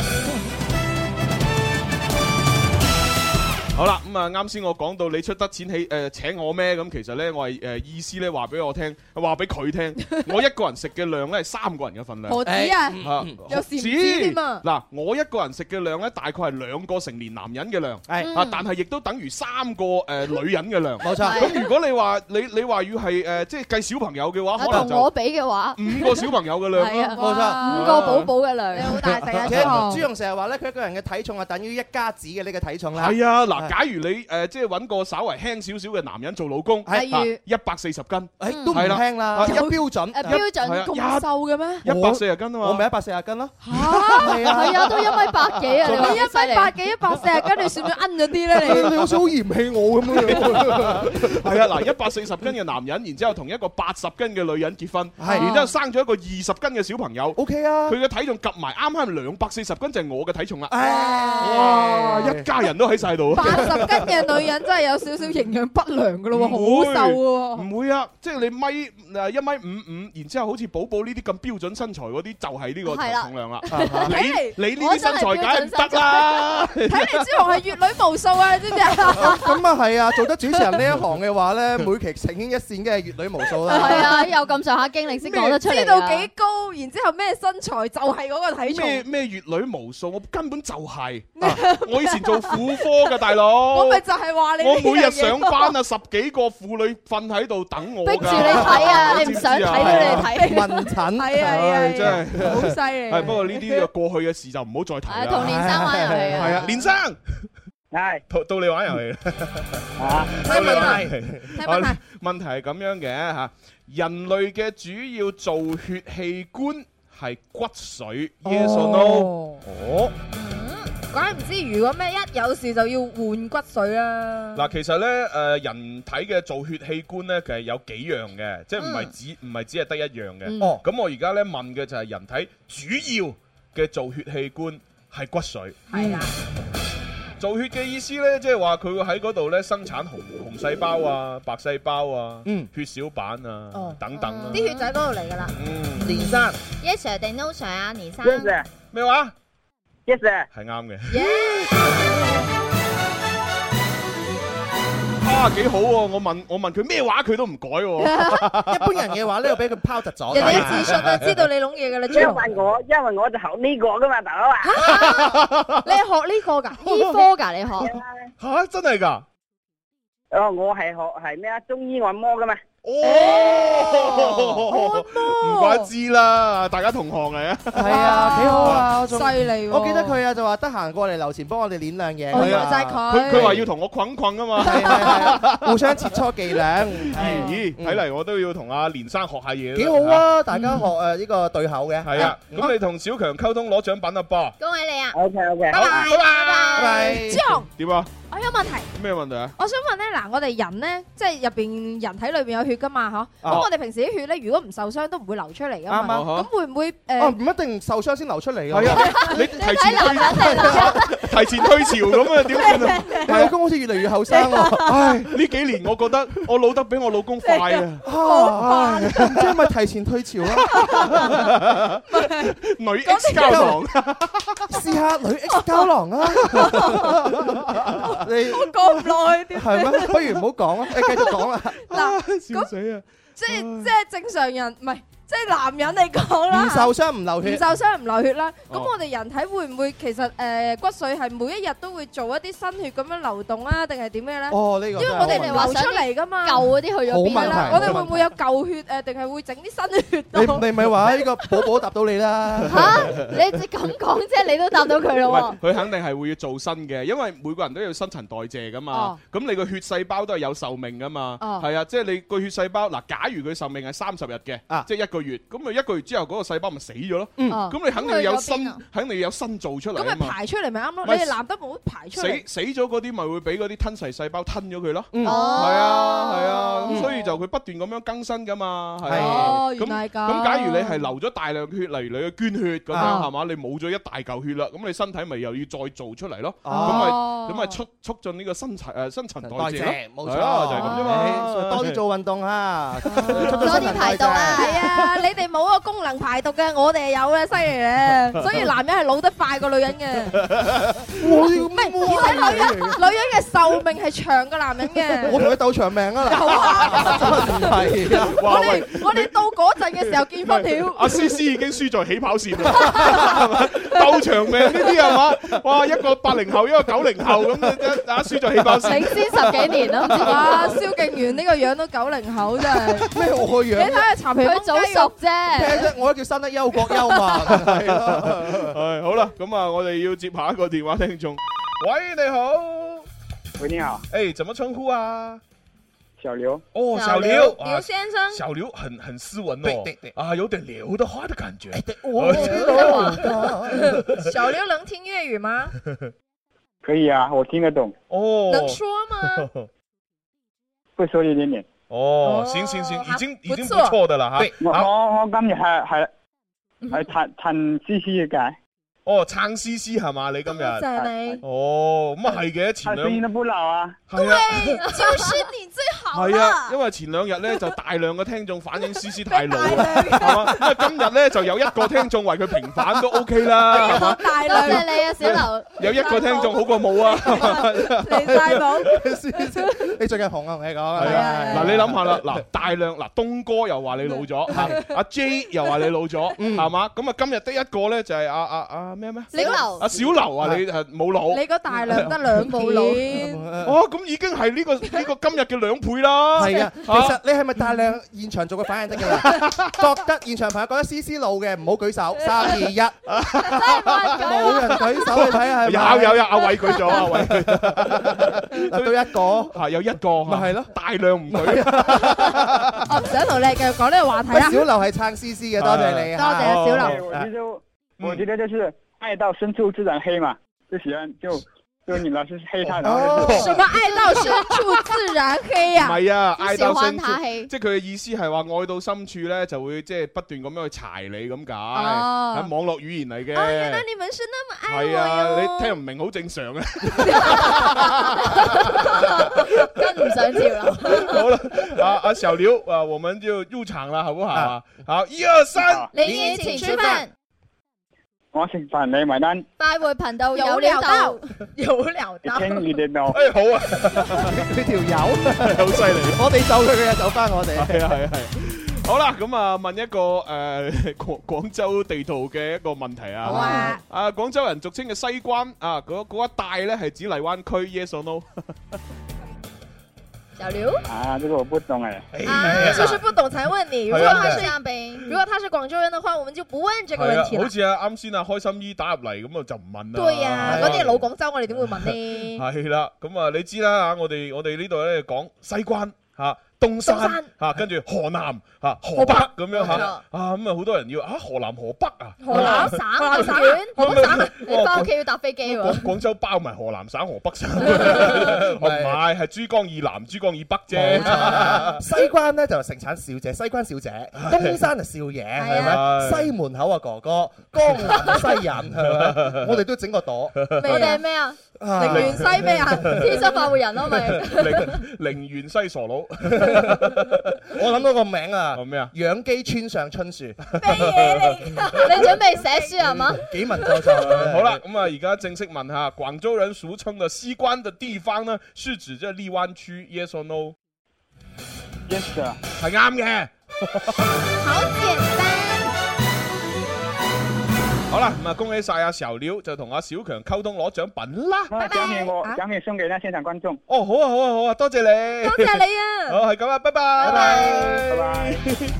S5: 好啦，咁啊，啱先我講到你出得錢起誒請我咩？咁其實咧，我係誒意思咧話俾我聽，話俾佢聽，我一個人食嘅量咧係三個人嘅份量。
S9: 何止啊？
S5: 啊
S9: 有
S5: 止
S9: 禪子添啊
S5: 嗱，我一個人食嘅量咧，大概係兩個成年男人嘅量，
S6: 係
S5: 啊，但係亦都等於三個誒女人嘅量。
S6: 冇錯
S5: 咁如果你話你你話要係誒，即係計小朋友嘅
S6: Ờ,
S5: 話，可能
S8: 同我
S5: 就
S8: 比嘅話，
S5: 五個小朋友嘅量
S8: 係
S5: 咯。
S8: 啊，
S6: 冇錯。
S5: Ờ.
S8: 五個寶寶嘅量
S9: 你。好大食啊，
S6: 其
S9: 朱
S6: 實
S9: 紅
S6: 朱。紅成日話咧，佢一個人嘅體重係等於一家子嘅呢個體重啦。
S5: 係啊，嗱，
S6: 係
S5: 假如你誒即係揾個稍為輕少少嘅男人做老公，啊
S6: 係
S5: 一百四十斤，
S6: 誒都唔
S5: 係啦啊
S6: 輕啦，
S5: 一
S6: 有標
S8: 誒
S9: Ờ,
S6: 準。
S8: 標
S5: 係啊
S8: 準
S5: 一
S8: 咁瘦嘅咩？
S5: 一百四十斤啊嘛。
S6: 我咪一百四十斤咯，係啊
S9: à,
S8: 係啊，都一米八幾啊！
S9: 你
S8: 話
S9: 一米八
S8: 好犀利
S9: 幾一百四啊，跟住算唔算奀咗啲咧？你
S6: 好似好嫌棄我咁樣。
S5: 係啊，嗱，一百四十斤嘅男人，然之後同一個八十斤嘅女人結婚，
S6: 係
S5: 然之後生咗一個二十斤嘅小朋友，
S6: O K 啊，
S5: 佢嘅體重夾埋啱啱兩百四十斤就係我嘅體重啦。哇！
S6: 哇
S5: 一家人都喺晒度
S9: 八，十斤嘅女人真係有少少營養不良噶咯喎，好瘦嘅喎。
S5: 唔會啊！即係你米誒一米五五，然之後好似寶寶呢啲咁標準身材嗰啲，就係呢個
S8: 係啦
S5: 重 量啦。
S9: 睇
S5: 你你呢啲身材梗係唔 得啦，
S9: 嚟睇嚟，朱紅係閱女無數啊，你知唔知
S6: Ờ,
S9: 啊？
S6: 咁啊係啊，做得主持人呢一行嘅話咧，每期呈現一線嘅閱女無數啦。
S9: à.
S8: 係啊，有咁上下經歷先講得出嚟。
S9: 知道幾？高，然之後咩身材就係嗰個體
S5: 咩
S9: 重，
S5: 咩越女無數，我根本就 係、啊我以前做婦科嘅大佬，
S9: 我咪就係話你呢
S5: 我
S9: 樣嘢咯。
S5: 每日上班啊，十幾個婦女瞓喺度等我㗎
S8: 逼住你睇 啊！你唔想睇都你睇。
S6: 問診
S9: 係啊，
S5: 唉
S9: 係啊
S5: 真
S9: 係啊，好犀利啊。
S5: 係不過呢啲就過去嘅事就唔好再
S8: 係
S5: 提
S8: 同
S5: 啦。
S8: 連哎生玩遊戲啊！
S5: 係啊，連生
S10: 係
S5: 到到你玩遊戲啦。
S10: 啊，
S9: 睇問題，睇問題
S5: 啊，問題係咁樣嘅嚇，人類嘅主要造血器官係骨髓，yes or no？
S9: 哦
S5: 哦，
S9: 怪唔知如果咩一有事就要換骨髓啦。
S5: 嗱，其實咧誒，人體嘅造血器官咧，其實有幾樣嘅，即係唔
S6: 嗯
S5: 係只唔係只係得一樣嘅。
S6: 哦，
S5: 咁我而家咧問嘅就係人體主要嘅造血器官係骨髓。
S9: 係
S6: 啊
S9: 啦，
S5: 造血嘅意思呢，即係話佢會喺嗰度呢生產紅紅細胞啊、白細胞啊、
S6: 嗯
S5: 血小板啊、
S6: 哦
S5: 等等啊。
S9: 啲血仔嗰度嚟㗎啦。
S5: 嗯，
S6: 連生
S8: Yes sir 定 No sir 啊，連生。
S10: Yes sir，Yes
S5: 咩話？
S10: sir，
S5: 係啱嘅。
S8: Yes
S5: 啊，幾好喎！我問我問佢咩話，佢都唔改喎。
S6: 一般人嘅話咧，俾佢拋窒咗。
S9: 人哋都自信
S5: À,
S9: 啊，知道你攏嘢㗎啦，朱
S10: 因
S9: 紅。
S10: 為我因為我就學呢個噶嘛，大佬啊，
S9: 你係學呢個㗎？
S8: 醫科㗎你學？
S5: 吓，真係㗎？
S10: 哦，我係學係咩啊？中醫按摩噶嘛，
S5: 哦，唔怪知啦，大家同行嚟啊。
S6: 係啊，幾好啊！我仲
S9: 犀利喎！
S6: 我記得佢啊，就話得閒過嚟樓前幫我哋攣兩嘢。
S9: 哦，
S5: 係
S9: 原
S5: 啊
S9: 來就係
S5: 佢
S9: 佢。
S5: 佢話要同我捆捆啊嘛。
S6: 係係係互相切磋伎倆，
S5: 咦咦，
S6: 嗯
S5: 睇嚟我都要同阿連生學下嘢。
S6: 幾好！啊！大家學誒呢個對口嘅。
S5: 係啊，咁你同小強溝通攞獎品啊噃。
S8: 恭喜你啊！
S10: OK OK，
S5: 好，拜
S6: 拜
S5: 拜。
S6: 拜
S9: 朱。紅，
S5: 點啊？
S9: 我有問題，
S5: 咩問題啊？
S9: 我想問咧，嗱，我哋人咧，即係入邊人體裏邊有血噶嘛，嗬？
S5: 啊
S9: 咁我哋平時啲血咧，如果唔受傷都唔會流出嚟噶
S6: 啱啊
S9: 嘛。咁會唔會誒？
S6: 哦，唔一定受傷先流出嚟㗎。
S5: 係啊，你提前
S8: 睇男人嚟啦，
S5: 提前退潮咁啊，點算啊？
S6: 你老公好似越嚟越後生喎。
S5: 唉，呢幾年我覺得我老得比我老公快啊，
S6: 啊，唉唔知係咪提前退潮啦？
S5: 女 X 膠囊，
S6: 試下女 X 膠囊啊！你
S9: 我講唔耐啲咩
S6: 係咩？不如唔好 講啦，你繼續講啦。
S9: 嗱，
S5: 笑死啊！
S9: 即係即係正常人，唔係即係男人嚟講啦，
S6: 唔受傷唔流血
S9: 唔受傷唔流血啦。咁
S6: 哦
S9: 我哋人體會唔會其實誒骨髓係每一日都會做一啲新血咁樣流動啊，定係點嘅咧？
S6: 哦呢個真係
S9: 因為我哋流出嚟噶嘛，
S8: 舊嗰啲去咗邊
S6: 好問
S9: 係
S6: 題
S9: 啦，我哋會唔會有舊血誒，定係會整啲新血？
S6: 你你咪話呢個寶寶答到你啦。
S8: 嚇 你只咁講啫，你都答到佢咯
S5: 喂佢肯定係會要做新嘅，因為每個人都要新陳代謝噶嘛
S8: 哦。
S5: 咁你個血細胞都係有壽命噶嘛。
S8: 哦
S5: 係啊，即係你個血細胞嗱，假如佢壽命係三十日嘅，即係一個月，咁咪一個月之後嗰個細胞咪死咗咯。
S9: 嗯哦
S5: 咁你肯定要有
S9: 咁佢
S5: 新
S9: 有邊啊，
S5: 肯定要有新做出嚟
S9: 咁咪
S5: 啊嘛。
S9: 排出嚟咪啱咯？你
S5: 咪
S9: 哋男得冇排出
S5: 死
S9: 嚟，
S5: 死咗嗰啲咪會俾嗰啲吞噬細胞吞咗佢咯，
S9: 嗯
S5: 係
S9: 哦
S5: 啊係啊，咁所以就佢不斷咁樣更新噶嘛，係啊
S9: 哦原來係咁
S5: 咁假如你係流咗大量血，例如你去捐血咁樣
S9: 啊
S5: 係嘛，你冇咗一大嚿血啦，咁你身體咪又要再做出嚟咯，咁咪
S6: 哦
S5: 咁咪促促進呢個新陳誒新陳代
S6: 代謝
S5: 謝
S6: 冇
S5: 咯，
S6: 錯
S5: 係啊就係咁啫嘛，
S6: 多啲做運動啊，
S9: 多啲排毒啊！係啊，你哋冇個功能排毒嘅，我哋有咧，犀利咧。所以男人係老得快過女人嘅。
S6: 我
S9: 唔係，而且女人女人嘅壽命係長過男人嘅。
S6: 我同佢鬥 長命啊！
S9: 有啊
S6: 係啊，
S5: 哇喂！
S9: 我哋到嗰陣嘅時候見分曉。
S5: 阿思思已經輸在起跑線啦， 係嘛鬥長命呢啲係嘛？哇，一個八零後，一個九零後咁，大家輸在起跑線。
S9: 領先十幾年咯唔知點解哇！蕭敬元呢個樣都九零後真係。
S6: 咩我個樣
S9: 你睇下查皮
S8: 佢早熟
S6: 咩
S9: 啫。
S6: 啫？我都叫生得憂國憂民。
S5: 系好啦，咁啊，我哋要接下一个电话听众。喂，你好，
S13: 喂，你好，
S5: 哎，怎么称呼啊？
S13: 小刘。
S5: 哦，
S13: 小
S5: 小
S13: 刘
S5: 刘，
S13: 刘
S5: 啊
S13: 先生
S5: 小刘很很斯文
S13: 对
S5: 哦，
S13: 对哎对
S5: 啊，有点刘德华的感觉。
S13: 我
S9: 小劉能聽粵語嗎？
S13: 可以啊，我听得懂，
S5: 哦，
S9: 能說嗎？
S13: 会说一点点。
S5: 哦，行行行，已经已经不
S13: 不错
S5: 错的啦
S13: 对
S5: 吓。
S13: 我
S5: 好，
S13: 我我今日系系系陈陈思思嘅，
S5: 哦，撑思思系嘛？你今日
S13: 多謝你
S5: 哦，咁啊系嘅，前
S13: 声音都
S5: 两。
S13: 不老啊。
S5: 係啊
S9: 就是你最好
S5: 系
S9: 啦
S5: 啊，。因為前兩日咧就大量嘅聽眾反映 C C 太老啊，係嘛？咁啊今日咧就有一個聽眾為佢平反都 O K 啦，係嘛？
S9: 大
S8: 量多謝你啊小劉
S5: 有一個聽眾好過冇啊，
S9: 你晒冇，
S6: 你最近紅啊，同你講啊
S5: 係啊，嗱你諗下啦，嗱大量嗱東哥又話你老咗，嚇阿 J 又話你老咗，係嘛？咁啊今日得一個咧就係阿阿阿咩咩？
S9: 你個劉
S5: 阿小劉啊，你係冇老，
S9: 你嗰大量得兩 件。
S5: 哦咁已經係呢個呢個今日嘅兩倍啦，
S6: 係啊，其
S5: 嚇
S6: 實你係咪大量 現場做個反應得㗎啦？ 覺得現場朋友覺得思思老嘅，唔好舉 手，三二一，冇人舉手，你睇下係咪
S5: 有有有，阿偉 舉咗，阿 偉舉咗，
S6: 到一 個
S5: 嚇有一個，咪係咯，大量唔舉。
S9: 我哦唔想同你繼續講呢個話題啊
S6: 喂
S9: 啦。
S6: 小劉係撐思思嘅，多謝你啊！
S9: 多謝啊小
S13: 对
S9: 劉
S13: 我觉得我觉得就是爱到深處自然黑嘛，就喜歡就就你老是黑他，然后就
S9: 什麼愛到深處自然黑
S5: 唔
S9: 呀？
S5: 係啊，愛到深處
S9: 下氣，
S5: 即係佢嘅意思係話愛到深處咧，就會即係不斷咁樣去柴你咁解，
S9: 哦
S5: 係網絡語言嚟
S9: 哦，原來
S5: 嘅。
S9: 你們是那麼愛
S5: 係
S9: 我
S5: 啊，
S9: 喲！
S5: 你聽唔明好正常啊。
S8: 跟唔上潮流。
S5: 好了，啊啊，小劉啊，我們就入場啦，好不好啊？好，一二三，
S8: 你請吃飯，
S13: 我食飯你埋單，
S8: 快活頻道有
S9: 有
S8: 料
S9: 料
S8: 到
S9: 到，，有料
S13: 你
S9: 到。
S13: 聽你哋到。
S5: 哎，好啊，
S6: 佢條 友
S5: 好犀利。
S6: 我哋走佢，佢又走翻我哋。
S5: 係啊係啊係。好啦，咁啊問一個 誒廣廣州地圖嘅一個問題啊。
S9: 好啊。
S5: 啊廣州人俗稱嘅西關啊，嗰嗰一帶咧係指荔灣區，yes or no？
S9: 小劉，
S13: 啊，這個我不懂哎。
S9: 啊，
S5: à.
S9: 就是不懂才問
S5: 啊
S9: 你。如果他是
S8: 啊冰
S9: 如果他是廣州人的話，我們就不問這個
S5: 係
S9: 問
S5: 啊
S9: 題，
S5: 好
S9: 了。
S5: 似啊啱先啊開心姨打入嚟咁啊就唔問啦。
S9: 對呀，
S5: 係啊
S9: 嗰啲係老廣州，我哋點會問呢？
S5: 係啦，咁啊你知啦嚇，我哋我哋呢度咧講西關嚇。東山嚇，跟住河南嚇，河北咁樣嚇，
S8: 冇錯
S5: 啊咁啊好多人要啊河南河北啊，
S8: 河南 省咁遠，河南省，你翻屋企要啊搭飛機
S5: 廣
S8: 喎。
S5: 廣州包埋河南省、河北 省， 哦唔係係珠江以南、珠江以北啫。
S6: 西關咧就係盛產小姐，西關小姐；東山就少爺，係
S5: 啊
S6: 咪？西門口啊哥哥，江南啊西人，係 咪？我哋都整個朵。
S8: 我哋係咩啊？
S6: 啊
S8: à? 陵園西咩啊？天生快活人咯，咪
S5: 陵陵園西傻佬，
S6: 我諗到個名啊，
S5: 咩啊？
S6: 養雞村上春樹，
S8: 你準備寫書啊係嘛？
S6: 啊幾文绉绉。
S5: 好啦，咁啊，而家正式問下，廣州人俗稱的西關的地方呢，是指這荔灣區？Yes or no？Yes
S13: sir，
S5: 係啱嘅。好啦，咁啊，恭喜晒阿小料，就同阿小強溝通攞獎品啦。
S13: 獎品我
S8: 啊
S13: 獎品送給那現場觀眾。
S5: 哦，好啊，好啊，好啊，多謝你，
S8: 多謝你啊
S5: 好，係咁啊，拜拜，拜拜，拜拜。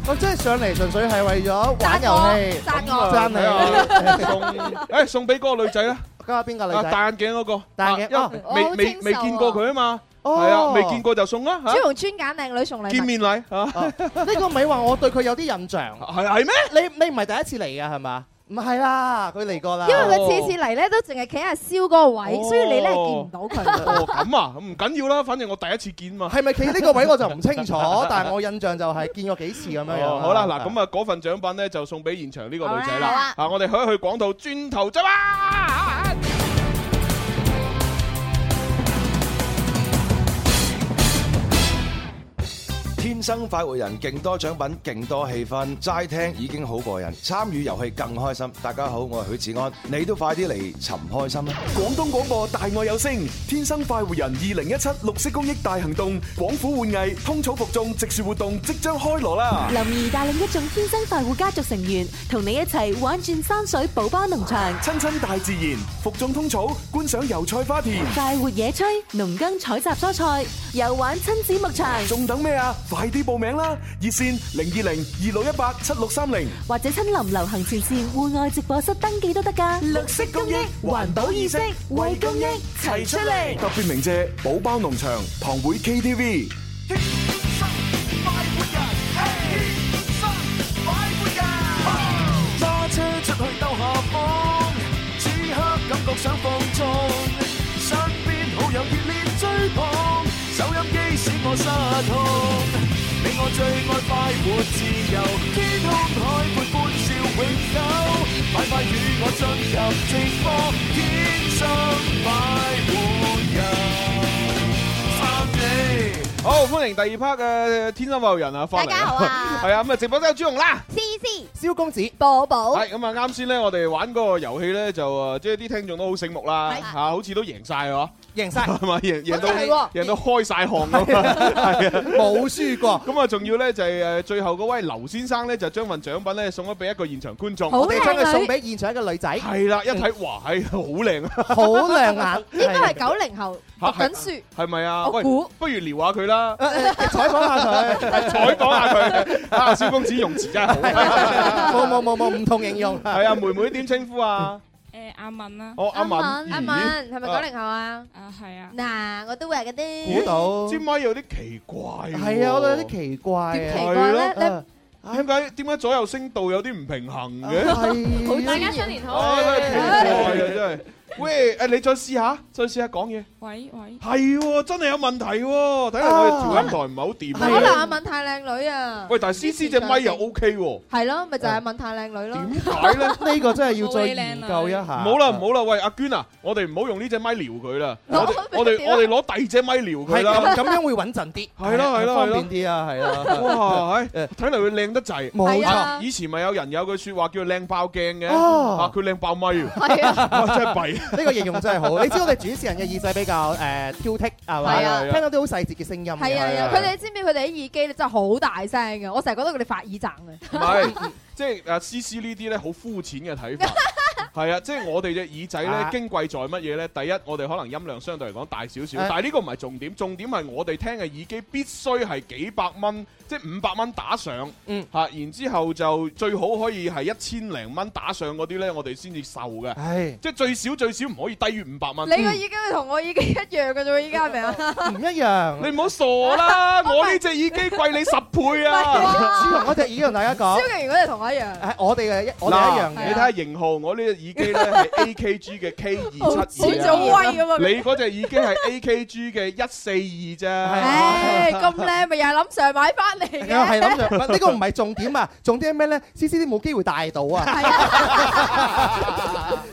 S6: 我真係上嚟純粹係為咗玩遊戲，
S8: 贊我
S6: 贊
S5: 哎咁
S6: 你。
S5: 送，誒，送俾嗰個女仔啦。
S6: 今日邊個女
S5: 啊，
S6: 仔？
S5: 戴眼鏡嗰個，
S6: 戴眼鏡
S5: 啊
S6: 哦
S5: 因為
S6: 我好
S5: 未未
S6: 清秀
S5: 未見過佢啊嘛，
S6: 哦
S5: 係啊，未見過就送啦
S9: 朱
S5: 嚇，
S9: 紅專揀靚女送禮物。
S5: 見面禮嚇，
S6: 呢個咪話我對佢有啲印象。
S5: 係係咩？
S6: 你你唔係第一次嚟㗎係嘛？ 唔係啦，佢嚟過啦。哦
S9: 因為佢次次嚟咧都淨係企阿蕭嗰個位，所以你咧見唔到 佢。
S5: 哦咁啊，唔緊要啦，反正我第一次見嘛。
S6: 係咪企呢個位我就唔 清楚，但係我印象就係見過幾次咁樣樣。
S5: 哦，好啦，嗱，咁啊，嗰份獎品咧就送俾現場呢個女仔
S6: 好
S5: 啦
S6: 啊。
S5: 啊，我哋去一去廣告，轉頭啫嘛。
S11: 天生快活人，勁多獎品，勁多氣氛，齋聽已經好過癮，參與遊戲更開心。大家好，我係許志安，你都快啲嚟尋開心啦！
S3: 廣東廣播大愛有聲，天生快活人二零一七綠色公益大行動，廣府換藝通草服種植樹活動即將開鑼啦！
S4: 林兒帶領一眾天生快活家族成員，同你一齊玩轉山水寶巴農場，
S3: 親親大自然，服種通草，觀賞油菜花田，
S4: 快活野炊、農耕採集蔬菜，又玩親子牧場，
S3: 仲等咩啊？快啲報名啦！熱線零二零二六一八七六三零。
S4: 或者親臨流行前線戶外直播室登記都得㗎。綠色公益，環保意識，為公益齊出力。
S3: 特別鳴謝寶包農場堂會 KTV。
S14: 揸車出去兜下風，此刻感覺想放縱，身邊好友熱烈追捧，收音機使我失控。你我最愛快活自由，天空海闊歡笑永久，快快與我進入直播，天生快活人，翻你。
S5: 好，歡迎第二 part 嘅天生快活人啊，翻嚟
S8: 大家好 啊
S5: 係啊，咁啊，直播都有朱紅啦。
S8: 思思、
S6: 蕭公子、
S8: 寶寶，
S5: 係咁啊！啱先咧，我哋玩嗰個遊戲咧，就誒，即係啲聽眾都好醒目啦，嚇，好似都贏晒喎，
S6: 贏 晒
S5: 係嘛？贏贏
S6: 好似係喎
S5: 到贏到開晒汗 咁，係啊，
S6: 冇輸過。
S5: 咁啊，仲要咧就係誒，最後嗰位劉先生咧，就將份獎品咧送咗俾一個現場觀眾，
S6: 我哋將佢送俾現場一個女仔。
S5: 係啦，一睇哇，係好靚啊，
S6: 好亮 眼，
S9: 應該係九零後讀
S5: 嚇
S9: 緊書。
S5: 係咪啊？
S9: 我
S5: 喂
S9: 估，
S5: 不如撩下佢啦，
S6: 採訪下佢。
S5: 採訪下佢。啊，蕭公子用詞真係好。
S6: 冇冇 冇冇，唔同形容。
S5: 係啊，妹妹點稱呼啊？
S15: 誒阿敏啦，
S5: 哦阿敏
S9: 阿敏係咪
S5: 啊
S9: 九零後啊？
S15: 啊係啊，
S9: 嗱，我都係嗰啲。
S6: 估到
S5: 尖咪有啲奇怪喎。
S6: 係啊，我覺得有啲奇怪啊。
S5: 奇怪咧
S6: 係咯
S5: 點解點解左右聲道有啲唔平衡嘅？
S6: 係
S15: 大家新年好。
S5: 啊，真係奇怪啊，真係。喂，誒你再試下，再試下講嘢。
S15: 喂喂，
S5: 係喎，真係有問題喎。睇嚟我哋調音台唔係好掂啊。
S9: 可能阿敏太靚女啊。
S5: 喂，但係 C C 隻咪又 O K 喎。
S9: 係咯，咪就係阿敏太靚女咯。啊
S5: 點解 咧？
S6: 呢個真係要再研究一下。
S5: 唔好啦，唔好啦，喂，阿娟啊，我哋唔好用呢隻咪撩佢啦，
S6: 攞
S5: 我哋我哋我哋攞第二隻咪撩佢
S6: 係
S5: 啦
S6: 咁，咁樣會穩陣啲。
S5: 係啦係啦係
S6: 方
S5: 啦
S6: 便啲啊，係啦。
S5: 哇，唉睇嚟佢靚得滯，
S6: 冇錯
S5: 啊以前咪有人有句説話叫靚爆鏡嘅，
S6: 哦
S5: 啊，佢靚爆咪喎，
S6: 係啊
S5: 哇真係弊。
S6: 呢個形容真係好，你 知我哋主持人嘅耳仔比較誒挑剔係
S9: 係啊
S6: 咪？聽到啲好細節嘅聲音嘅。
S9: 係啊係啊，佢哋知唔知佢哋啲耳機咧真係好大聲嘅，我成日覺得佢哋發耳掙
S5: 唔
S9: 嘅。
S5: 係，即係誒 C C 呢啲咧好膚淺嘅睇法。係啊，即係我哋隻耳仔咧
S6: 啊
S5: 矜貴在乜嘢咧？第一，我哋可能音量相對嚟講大少少
S6: 啊，
S5: 但係呢個唔係重點，重點係我哋聽嘅耳機必須係幾百蚊，即係五百蚊打上，
S6: 嗯
S5: 嚇，然之後就最好可以係一千零蚊打上嗰啲咧，我哋先至受嘅，
S6: 唉，
S5: 即係最少最少唔可以低於五百蚊。
S9: 你個耳機同我耳機一樣嘅啫喎，依家係咪啊？
S6: 唔一樣。
S5: 你唔好傻 啦，我呢隻耳機貴你十倍啊！
S6: 朱紅嗰隻耳同大家講
S9: 蕭，敬如嗰啲同我一樣。
S6: 係我哋嘅一我哋一
S5: 嗱，
S6: 樣嘅。
S5: 你睇下型號，我呢隻耳機 咧係 AKG 嘅 K 二七二
S9: 好似好威咁啊
S5: 你嗰隻耳機係 AKG 嘅一四二
S9: 唉，
S5: 啫。
S9: 咁靚咪又係林 Sir 買翻嚟嘅。
S6: 係諗住，呢個唔係重點啊，重點係咩咧？C C 啲冇機會帶到啊，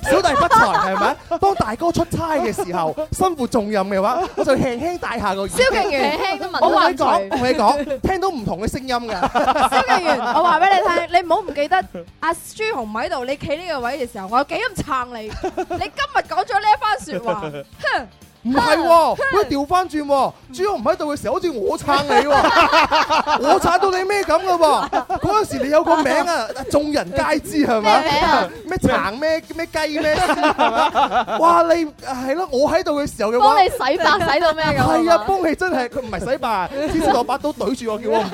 S6: 小弟不才係咪？當大哥出差嘅時候，身負重任嘅話，我就輕輕戴下個耳機。
S8: 蕭敬元輕輕都聞到
S6: 我同
S8: 陣
S6: 你講，
S8: 味
S6: 同你講，聽到唔同嘅聲 音㗎。
S9: 蕭敬元，我話俾你聽，你唔好唔記得阿朱紅喺度，你企呢個位嘅時候，我有幾咁撐你。你今日講咗呢一番説話，哼
S6: 唔係喎，喂，調翻轉喎，朱紅唔喺度嘅時候，好似我撐你喎， 我撐到你咩咁嘅喎？嗰陣時你有個名啊，眾人皆知係咪？
S14: 咩名啊
S6: 咩橙咩咩雞咩絲係咪？哇！你係咯，我喺度嘅時候嘅話，
S8: 幫你洗白洗到咩咁
S6: 係啊，幫你真係佢唔係洗白，只係攞把刀懟住我，叫我唔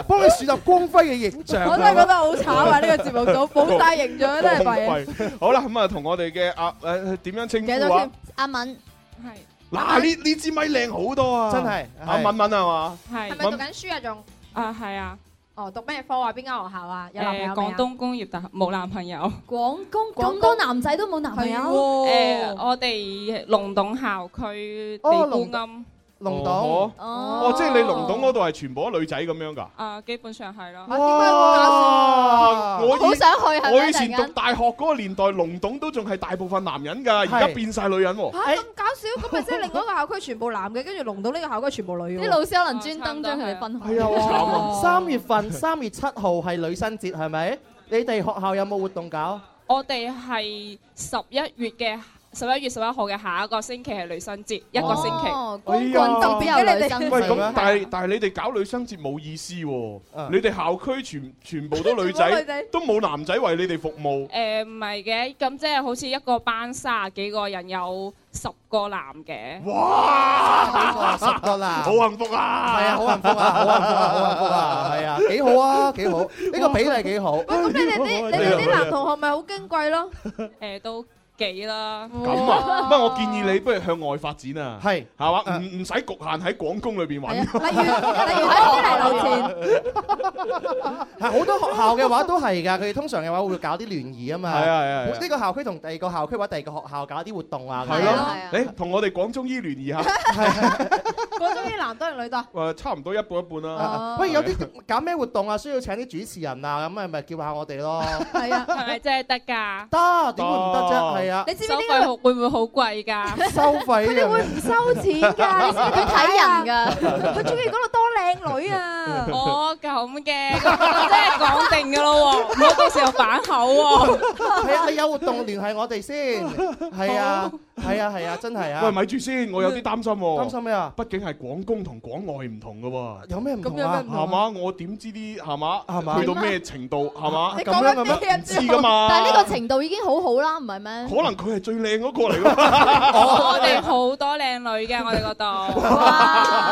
S6: 好，幫你樹立光輝嘅形象。
S9: 我真係覺得好慘啊！呢個節目組保晒形象啊 真係弊。
S5: 喂好啦，咁啊，同我哋嘅阿誒點樣稱
S8: 幾
S5: 呼
S8: 多添？？
S5: 啊
S8: 阿敏係
S5: 嗱，呢呢支咪靚好多啊！
S6: 真係
S5: 阿
S6: 係
S5: 敏敏係嘛？
S15: 係
S9: 係咪讀緊書啊？仲
S15: 啊，係啊，
S9: 哦，讀咩科啊？邊間學校啊？有男朋
S15: 誒
S9: 友未
S15: 廣
S9: 啊？
S15: 東工業大學冇男朋友。
S8: 廣工，啊哦廣多男仔都冇男朋友。
S15: 誒，我哋龍洞校區
S8: 哦
S15: 地
S8: 龍
S15: 姑庵。
S6: 龍
S5: 哦
S6: 洞，
S5: 哦，即係你龍洞嗰度係全部都女仔咁樣㗎？
S15: 啊，基本上係咯。
S9: 哦
S5: 哇！啊我以
S15: 好想去係咪
S5: 我以前
S15: 突然
S5: 讀
S15: 間
S5: 大學嗰個年代，龍洞都仲係大部分男人㗎，而
S6: 係
S5: 家變晒女人
S15: 哦
S5: 喎。
S15: 哎
S9: 嚇咁搞笑，咁咪即係另外一個校區全部男嘅，跟住龍到呢個校區全部女嘅喎。
S8: 啲老師可能專登將佢哋分開。
S6: 三月份三月七號係女生節係咪？你哋學校有冇活動搞？
S15: 啊我哋係十一月嘅十一月十一號嘅下一個星期係女生節，一
S8: 哦
S15: 個星期。
S8: 哎
S5: 喂，咁但係但係你哋搞女生節冇意思喎，你哋校區全全部都
S15: 全
S5: 女
S15: 部
S5: 仔
S15: 女仔，
S5: 都冇男仔為你哋服務。
S15: 誒唔係嘅，咁即係好似一個班卅幾個人有十個男嘅。
S6: 哇！十個啦，
S5: 好幸福啊！
S6: 係啊，好幸福啊，好幸福啊，好幸福啊，係啊，幾好啊，幾好，呢個比例幾好。
S9: 咁你
S5: 啊
S9: 哋啲你哋 啲男同學咪好矜貴咯？
S15: 誒都幾啦。
S5: 咁啊，唔係我建議你不如向外發展啊，
S6: 係
S5: 係嘛，唔唔使局限喺廣工裏邊揾。
S6: 係好多學校嘅話都係㗎，佢哋通常嘅話會搞啲聯誼啊嘛。
S5: 係啊係啊係啊
S6: 呢個校區同第二個校區或者第二個學校搞啲活動啊。
S5: 係咯，誒，同我哋廣中醫聯誼下，
S9: 嗰種啲男多定女多？
S5: 誒，差唔多一半一啊半啦。
S6: 喂，啊有啲搞咩活動啊？需要請啲主持人啊，咁咪咪叫下我哋咯。
S15: 係啊，係咪真係得㗎？
S6: 得，點會唔得啫？係啊，
S15: 你知唔知呢個會唔會好貴㗎？
S6: 收費呢樣嘢佢哋會唔
S9: 收錢 㗎你知唔知佢
S15: 睇
S9: 睇
S15: 人㗎。
S9: 佢中意嗰度多靚女啊！
S15: 我咁嘅，咁即係講定㗎咯喎，唔好到時候反口喎。
S6: 係啊，你有活動聯繫我哋先。係啊，係啊，係啊，真係啊。
S5: 喂，咪住先，我有啲擔心喎。
S6: 擔心咩啊？
S5: 畢竟係廣工同廣外唔同嘅喎。
S6: 有咩唔同啊？
S5: 係嘛？我點知啲係嘛？係
S6: 嘛
S5: 去到咩程度係嘛？
S6: 你講緊咩
S5: 啊咁樣唔知㗎嘛？
S8: 但係呢個程度已經好好啦，唔係
S5: 可
S8: 咩？
S5: 能佢係最靚嗰個嚟㗎。
S15: 我哋好多靚女嘅，我哋嗰度。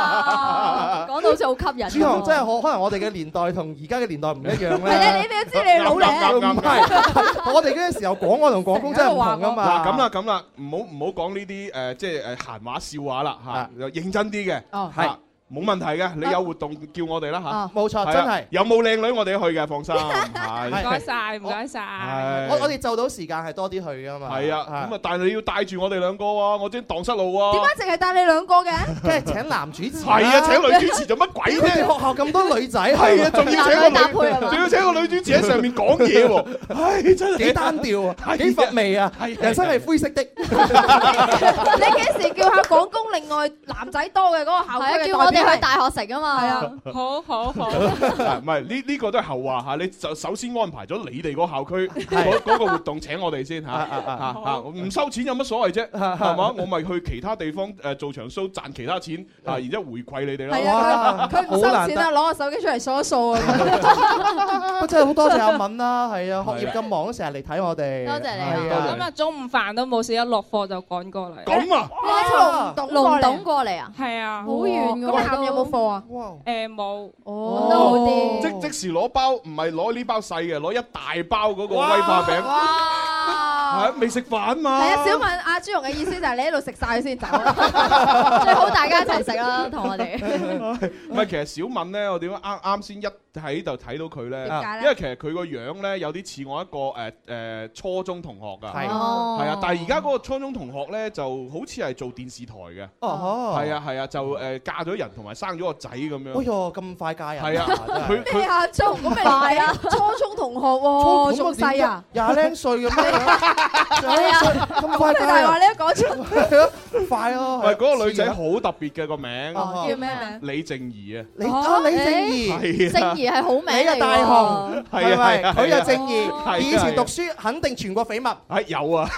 S8: 講到好似好吸引。
S6: 朱紅真係可可能我哋嘅年代同而家嘅年代唔一樣咧。
S8: 係啊你哋都知你老嚟
S5: 啱啱
S6: 唔係，係我哋嗰陣時候廣我同廣工真係唔同噶嘛。
S5: 嗱咁啦，咁啦，唔好唔好講呢啲誒，即係誒閒話笑話啦
S6: 啊
S5: 嚇，就認真啲嘅。
S6: 哦
S5: 嚇
S6: 係
S5: 冇問題嘅，你有活動叫我哋啦
S6: 啊
S5: 嚇。
S6: 冇錯
S5: 啊
S6: 真係
S5: 有冇靚女我哋去 嘅，放心。
S15: 唔
S5: 係
S15: 該晒，唔該晒。
S5: 係
S6: 我我哋就到時間係多啲去噶嘛。
S5: 係啊，咁啊，但係你要帶住我哋兩個喎，我真蕩失路喎。
S9: 點解淨係帶你兩個嘅？
S6: 梗係請男主持啦。
S5: 係啊，請女主持做乜鬼
S6: 佢
S5: 啫
S6: 哋？學校咁多女仔，
S5: 係啊，仲要請
S6: 男
S5: 個
S6: 女搭配
S5: 女
S6: 係，嘛
S5: 仲要請個女主持喺上面講嘢喎。唉，真係
S6: 幾單調啊，幾乏味啊，人生 係灰色 的。
S9: 你幾時叫下廣工另外男仔多嘅嗰個校區
S8: 係啊，
S9: 嘅
S8: 叫我
S9: 代表
S8: 哋去
S9: 係
S8: 大學食啊嘛。
S9: 係啊
S15: 好好好。
S5: 啊嗱唔係呢呢個都係後話嚇，你就首先安排咗你哋嗰校區嗰嗰個活動請我哋先嚇
S6: 啊啊
S5: 嚇嚇，唔收錢有乜所謂啫？
S9: 啊
S5: 係嘛？我咪去其他地方誒做場 show 賺其他錢啊，然之後回饋你哋啦。
S9: 係啊，佢佢唔
S5: 好
S9: 收
S5: 難
S9: 錢
S5: 得
S9: 啊，攞個手機出嚟掃一掃啊！
S6: 不過真係好多謝阿敏啦，係啊，學業咁忙都成日嚟睇我哋。
S15: 多謝你
S6: 係
S15: 啊！今日中午飯都冇食，一落課就趕過嚟。
S5: 咁啊！
S8: 你喺龍洞洞過嚟啊？
S15: 係啊，
S8: 好遠㗎喎
S9: 咁你下午有冇課啊？
S15: 誒冇，
S9: 哦
S8: 都好啲。
S5: 即即時攞包，唔係攞呢包細嘅，攞一大包嗰個威化餅，係啊未食飯嘛？
S9: 係啊，小敏阿朱容嘅意思就係你喺度食晒佢先走，啊
S8: 最好大家一齊食啦，同我哋。
S5: 唔係，其實小敏咧，我點解啱啱先一喺度睇到佢咧
S16: 點解，
S5: 因
S16: 咧
S5: 為其實佢個樣咧有啲似我一個誒誒初中同學㗎，
S16: 係哦
S5: 係啊，但係而家嗰個初中同學咧就好似係做電視台嘅，
S6: 哦
S5: 係啊係啊，就誒嫁咗人同埋生咗個仔咁樣。
S6: 哎呦，咁快嫁人
S5: 係啊
S6: 真係
S5: 佢
S9: 咩
S15: 哎
S9: 啊？初咁咪 係啊？初中同學喎，仲細啊？哎
S6: 廿零歲咁 樣，廿零歲咁快
S9: 咁
S6: 嫁
S9: 大話
S6: 人，
S9: 你都講出，
S6: 快啊咯！
S5: 喂，嗰個女仔好特別嘅個名，
S9: 哦叫咩名？
S5: 李靜怡啊，
S6: 你啊，李正
S5: 係
S6: 義，
S5: 啊正義係好名嚟喎
S6: 你啊大雄，
S5: 係啊
S6: 係咪
S5: 係啊
S6: 佢
S5: 係啊
S6: 又正
S5: 係啊
S6: 義，以前讀書肯定全國緋聞，
S5: 係有啊，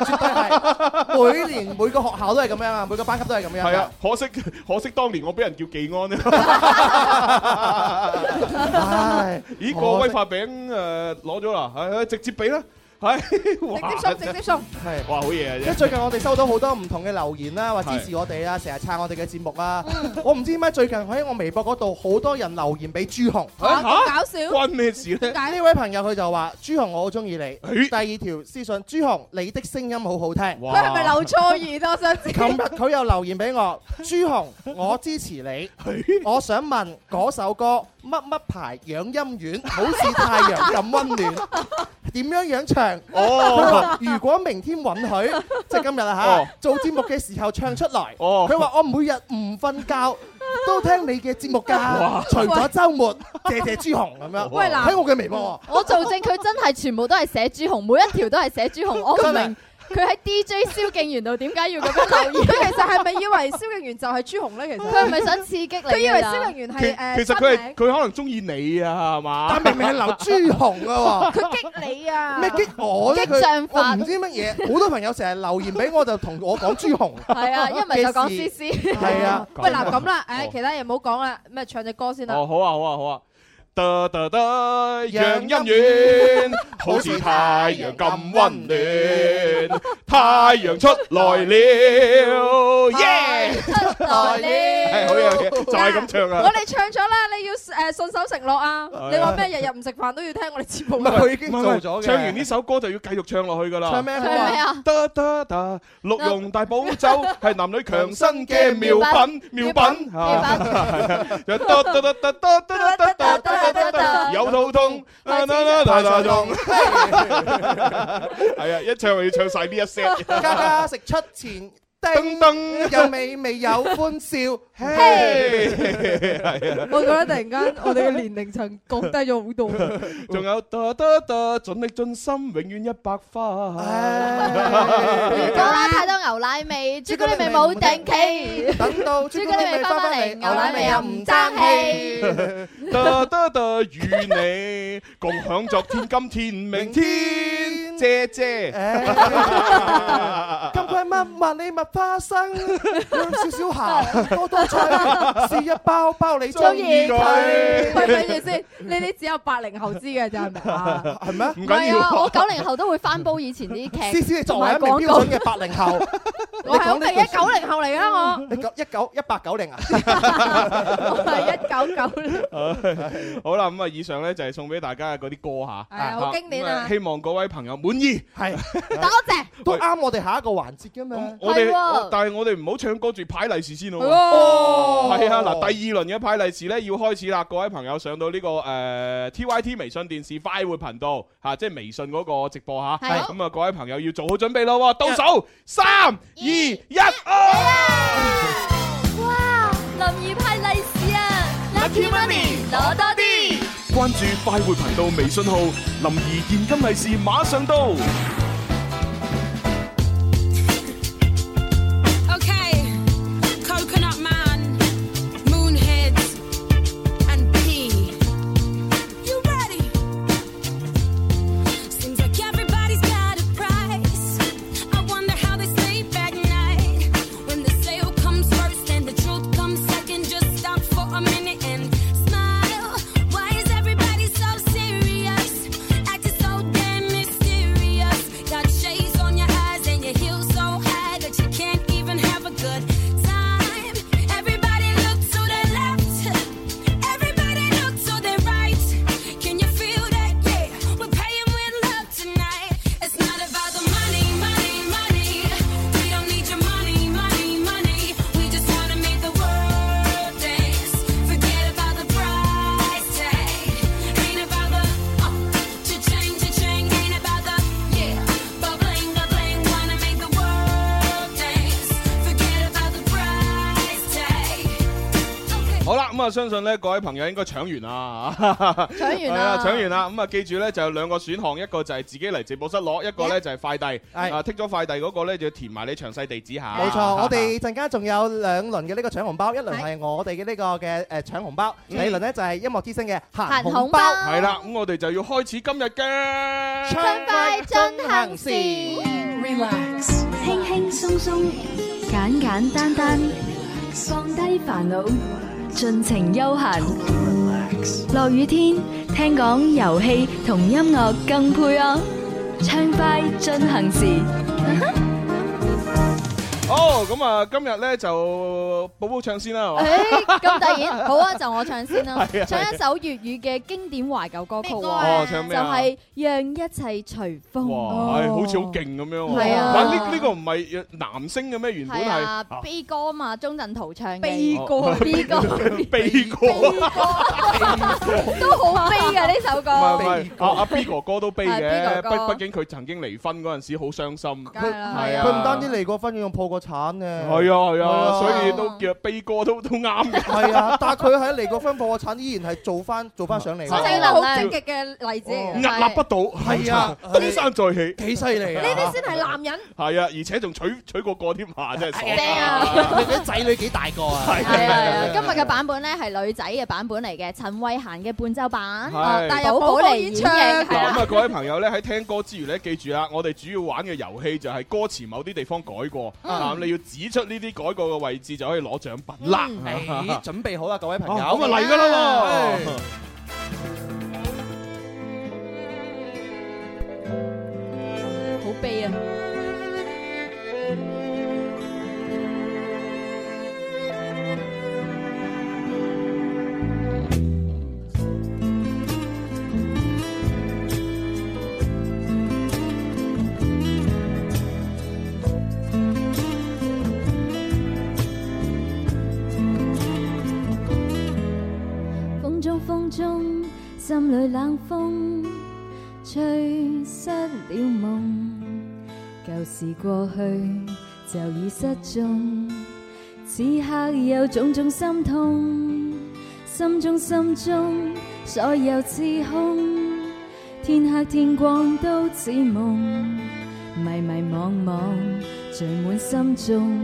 S6: 每年每個學校都係咁樣啊，每個班級都係咁樣。
S5: 係啊，，可惜 可惜當年我俾人叫技安啊。 咦，個威化餅誒攞咗啦，係係直接俾啦，係直
S6: 接送直接送係
S5: 哇好嘢啊！
S6: 因
S5: 真
S6: 為
S5: 係
S6: 最近我哋收到好多唔同嘅留言啦，話支持我哋啊，成日撐我哋嘅節目啦。我唔知點解最近喺我微博嗰度好多人留言俾朱紅，
S5: 嚇搞笑關咩事咧？哎
S6: 呢位朋友佢就話：朱紅我好中意你。第二條私信：朱紅你的聲音好好聽。佢
S9: 佢係咪留錯言啊？我想知。
S6: 琴日佢又留言俾我，朱紅，我支持你。
S5: 哎
S6: 我想問嗰首歌乜乜牌養陰丸，好似太陽咁温 暖，點樣樣唱？
S5: 哦
S6: 佢話如果明天允 許，即係今日啦
S5: 哦
S6: 嚇，做節目嘅時候唱出來。
S5: 哦
S6: 佢話我每日唔瞓覺。都聽你嘅節目 㗎
S8: 哇，
S6: 除咗週末，謝謝朱紅咁樣。
S8: 喂嗱
S6: 睇我嘅微博啊喎，
S8: 我做證佢真係全部都係寫朱紅，每一條都係寫朱紅，我唔
S6: 真係
S8: 明佢喺 DJ 蕭敬元度點解要咁樣留
S9: 佢
S8: 言？
S9: 其實係咪以為蕭敬元就係朱紅咧？其實
S8: 佢係咪想刺激你㗎
S9: 佢以為蕭敬元係呃誒
S5: 其實佢係佢可能中意你啊，係嘛？
S6: 但明明係留朱紅啊 喎。
S9: 佢激你啊！
S6: 咩激我咧？佢
S8: 激將法
S6: 我唔知乜嘢，好多朋友成日留言俾我，就同我講朱紅。
S9: 係啊一唔係就講
S6: 嘅事
S9: CC
S6: 係啊，
S9: 喂嗱咁啦，誒其他嘢唔好講啦，咁啊唱只歌先啦。
S5: 哦，好啊，好啊，好啊。得得得，養 陰丸，好似太陽咁温暖。太陽出來 了，耶！啊係哎好嘢，好嘢，就係咁唱啊
S9: 我！哋唱咗啦，你要誒信守承諾啊！你話咩日日唔食飯都要聽我哋節目
S5: 唔
S9: 啊。
S5: 係
S6: 經
S5: 哎唔係
S6: 做咗嘅
S5: 唱完呢首歌就要繼續唱落去㗎啦。
S6: 唱咩好啊
S9: 唱咩啊？
S5: 得得得，鹿茸大補酒係男女強身嘅妙品，妙品啊！有得得得得得得得得得得，有肚痛，啦啦啦啦啦痛。係啊，一唱就要唱晒呢一 set。
S6: 家家食出前叮
S5: 噔，
S6: 有美味有歡笑，嘿。
S5: 係啊
S9: 我覺得突然間我哋嘅年齡層降低咗好多。
S5: 仲有得得得，盡力盡心，永遠一百
S8: 如果
S5: 花。
S8: 啦太多牛奶味，朱古力味冇定期，
S6: 等到朱
S8: 古力味翻返嚟，牛奶味又唔爭氣。
S5: 得得得，與你共享昨天、今天、明天，姐姐。
S6: 咁貴乜物你咪花生，少少鹹，多多菜，是一包包你中意
S9: 喂，咪
S6: 佢。
S9: 住先，呢啲只有八零後知嘅咋，係咪 啊？
S6: 係咩？
S5: 唔
S8: 唔係啊，我九零後都會翻煲以前啲劇。
S6: 思思，你作為一名標準嘅八零後，
S9: 我係我係一九零後嚟㗎啦，我
S6: 你九一九一八九零啊？
S9: 我係一九九零。
S5: 好啦，咁啊，以上咧就係送俾大家嘅嗰啲歌吓，
S9: 係啊好經典啊
S5: 咁希望各位朋友滿意。
S6: 係，
S5: 多
S6: 都
S5: 謝。
S6: 啱我哋下一個環節㗎嘛。
S5: 我哋
S6: 係喎
S5: 我但係我哋唔好唱歌住派利是先咯
S6: 係喎
S5: 喎。係啊，嗱，第二輪嘅派利是咧要開始啦，各位朋友上到呢個誒 T Y T 微信電視快活頻道嚇，即係微信嗰個直播嚇。
S16: 係
S5: 咁啊，各位朋友要做好準備咯喎，倒數三二一，哦
S16: 哇！林怡派利是啊，Lucky Money 攞多啲。
S5: 關注快活頻道微信號，林兒現金利是馬上到。
S17: Okay, Coconut Man, Moonheads, and B. You ready? Seems like everybody's got a price. I wonder how they sleep at night when the sale comes first and the truth comes second. Just stop for a minute and smile. Why is everybody so serious? Acting so damn mysterious. uh,
S5: 咁啊，相信咧各位朋友應該搶完啦，
S9: 搶
S5: 係
S9: 完
S5: 啊
S9: 啦
S5: 搶完啦。咁啊，記住咧就有兩個選項，一個就係自己嚟直播室攞，一個咧就係快遞。啊，剔咗快遞嗰個咧就要填埋你詳細地址下。
S6: 冇錯，我哋陣間仲有兩輪嘅呢個搶紅包，一輪係我哋嘅呢個嘅誒搶紅包，第
S5: 嗯
S6: 二輪呢就係音樂之星嘅 Ừ。行紅包。
S5: 係啦，咁我哋就要開始今日嘅
S6: 快進行時
S18: ，relax，輕輕鬆鬆，簡簡單單，放低煩惱，盡情休閒。落雨天，聽講遊戲同音樂更配哦。暢快進行時。
S5: 哦，咁啊，今日咧就寶寶唱先啦，係嘛？
S8: 誒咁突然，好啊，就我唱先啦
S5: 係啊，
S8: 唱一首粵語嘅經典懷舊歌曲喎，
S5: 啊哦唱
S8: 就
S5: 咩啊
S8: 係《讓一切隨風》。
S5: 哇，係好似好勁咁樣喎。
S8: 係啊
S5: 但呢呢個唔係呃男星嘅咩？原本
S8: 係
S5: 係
S8: 啊
S5: 啊
S8: ，B 哥嘛，鍾鎮濤唱嘅。
S5: 悲歌
S8: B 歌，
S5: 悲 歌。
S8: 都好悲嘅呢首歌。
S5: 唔係唔係，阿阿 B 哥哥都悲嘅，
S8: 係，B 哥哥
S5: 畢畢竟佢曾經離婚嗰陣時好傷心，
S6: 佢
S5: 係啊，
S6: 佢唔單止離過婚，仲破過產嘅。
S5: 係啊係
S6: 係
S5: 啊，所以都叫悲歌都都啱嘅。
S6: 係啊， 但係佢喺離過婚破過產，依然係做翻做翻上嚟。
S9: 真係一個好積 極嘅例子嚟
S5: 屹立
S9: 嘅。
S5: 不倒，
S6: 係啊
S5: 東山再起，
S6: 幾犀利
S9: 呢啲先係男人。
S5: 係啊，而且仲娶娶過個添下，真係
S8: 正啊
S5: 佢
S6: 啲仔女幾大個啊
S5: 係
S8: 係啊係啊
S5: 啊，
S8: 今日嘅版本咧係女仔嘅版本嚟嘅，陳慧嫻嘅伴奏版，
S5: 係
S8: 啊但由寶
S9: 寶寶
S8: 寶嚟
S9: 演
S8: 演
S9: 唱
S8: 繹，係
S5: 嗱咁
S8: 啦
S5: 啊，各位朋友咧喺聽歌之餘咧，記住啊啦，我哋主要玩嘅遊戲就係歌詞某啲地方改過，
S6: 嗯
S5: 啊咁你要指出呢啲改過嘅位置就可以攞獎品啦。
S6: 嗯 誒準備好啦，各位朋友，
S5: 哦咁啊嚟㗎啦喎
S6: 係
S8: 好悲啊！
S19: 風中風中，心裏冷風，吹失了夢。舊事過去，就已失蹤。此刻有種種心痛，心中心中，所有似空。天黑天光都似夢，迷迷惘惘，聚滿心中。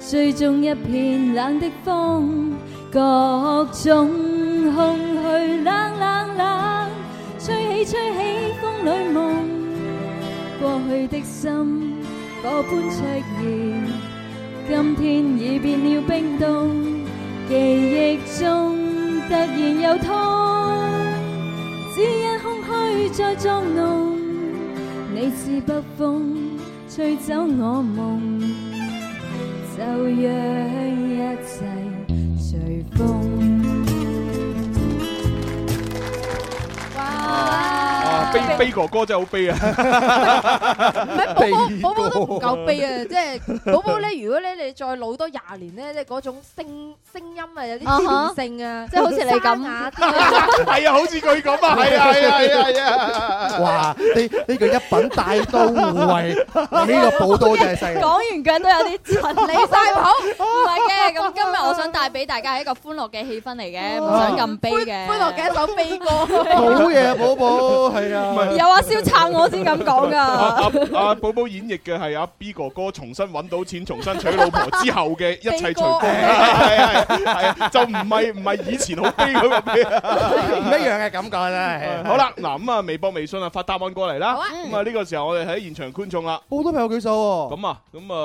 S19: 追蹤一片冷的風，各種空虛冷冷冷，吹起吹起風裏夢，過去的心火般灼熱，今天已變了冰凍，記憶中突然又痛，只因空虛在作弄，你似北風吹走我夢。就讓一切隨風。
S5: 哦
S6: 哎
S5: 啊，悲悲哥哥真係好悲啊！
S9: 寶寶都唔夠悲 啊！即係寶寶咧，如果咧你再老多廿年咧，即係嗰種聲聲音啊，有啲天性啊，
S8: 即係好似你咁
S9: 沙啞啲
S5: 係啊，好似佢咁 啊，係啊，係啊，係啊，係啊！
S6: 哇！呢呢個一品大刀護 衛，呢個寶刀真係犀 啊利。
S8: 講完腳都有啲震，
S9: 你晒譜
S8: 唔係嘅，咁今日我想帶俾大家係一個歡樂嘅氣氛嚟嘅，唔想咁悲嘅。
S9: 歡樂嘅一首悲歌。
S6: 好嘢啊，寶寶，係啊，
S8: 有阿蕭撐我先咁講
S9: 啊
S8: 㗎。
S5: 阿阿啊寶寶演繹嘅係阿 B 哥哥重新揾到錢、重新娶老婆之後嘅一切隨 風，係係係啊，就唔係唔係以前好悲嗰個悲啊，
S6: 唔一樣嘅感覺真係。
S5: 好啦，嗱咁啊，微博、微信啊，發答案過嚟啦。
S6: 好啊
S5: 咁啊，呢個時候我哋喺現場觀眾啦。
S6: 好多朋友舉手喎。
S5: 咁啊，咁啊，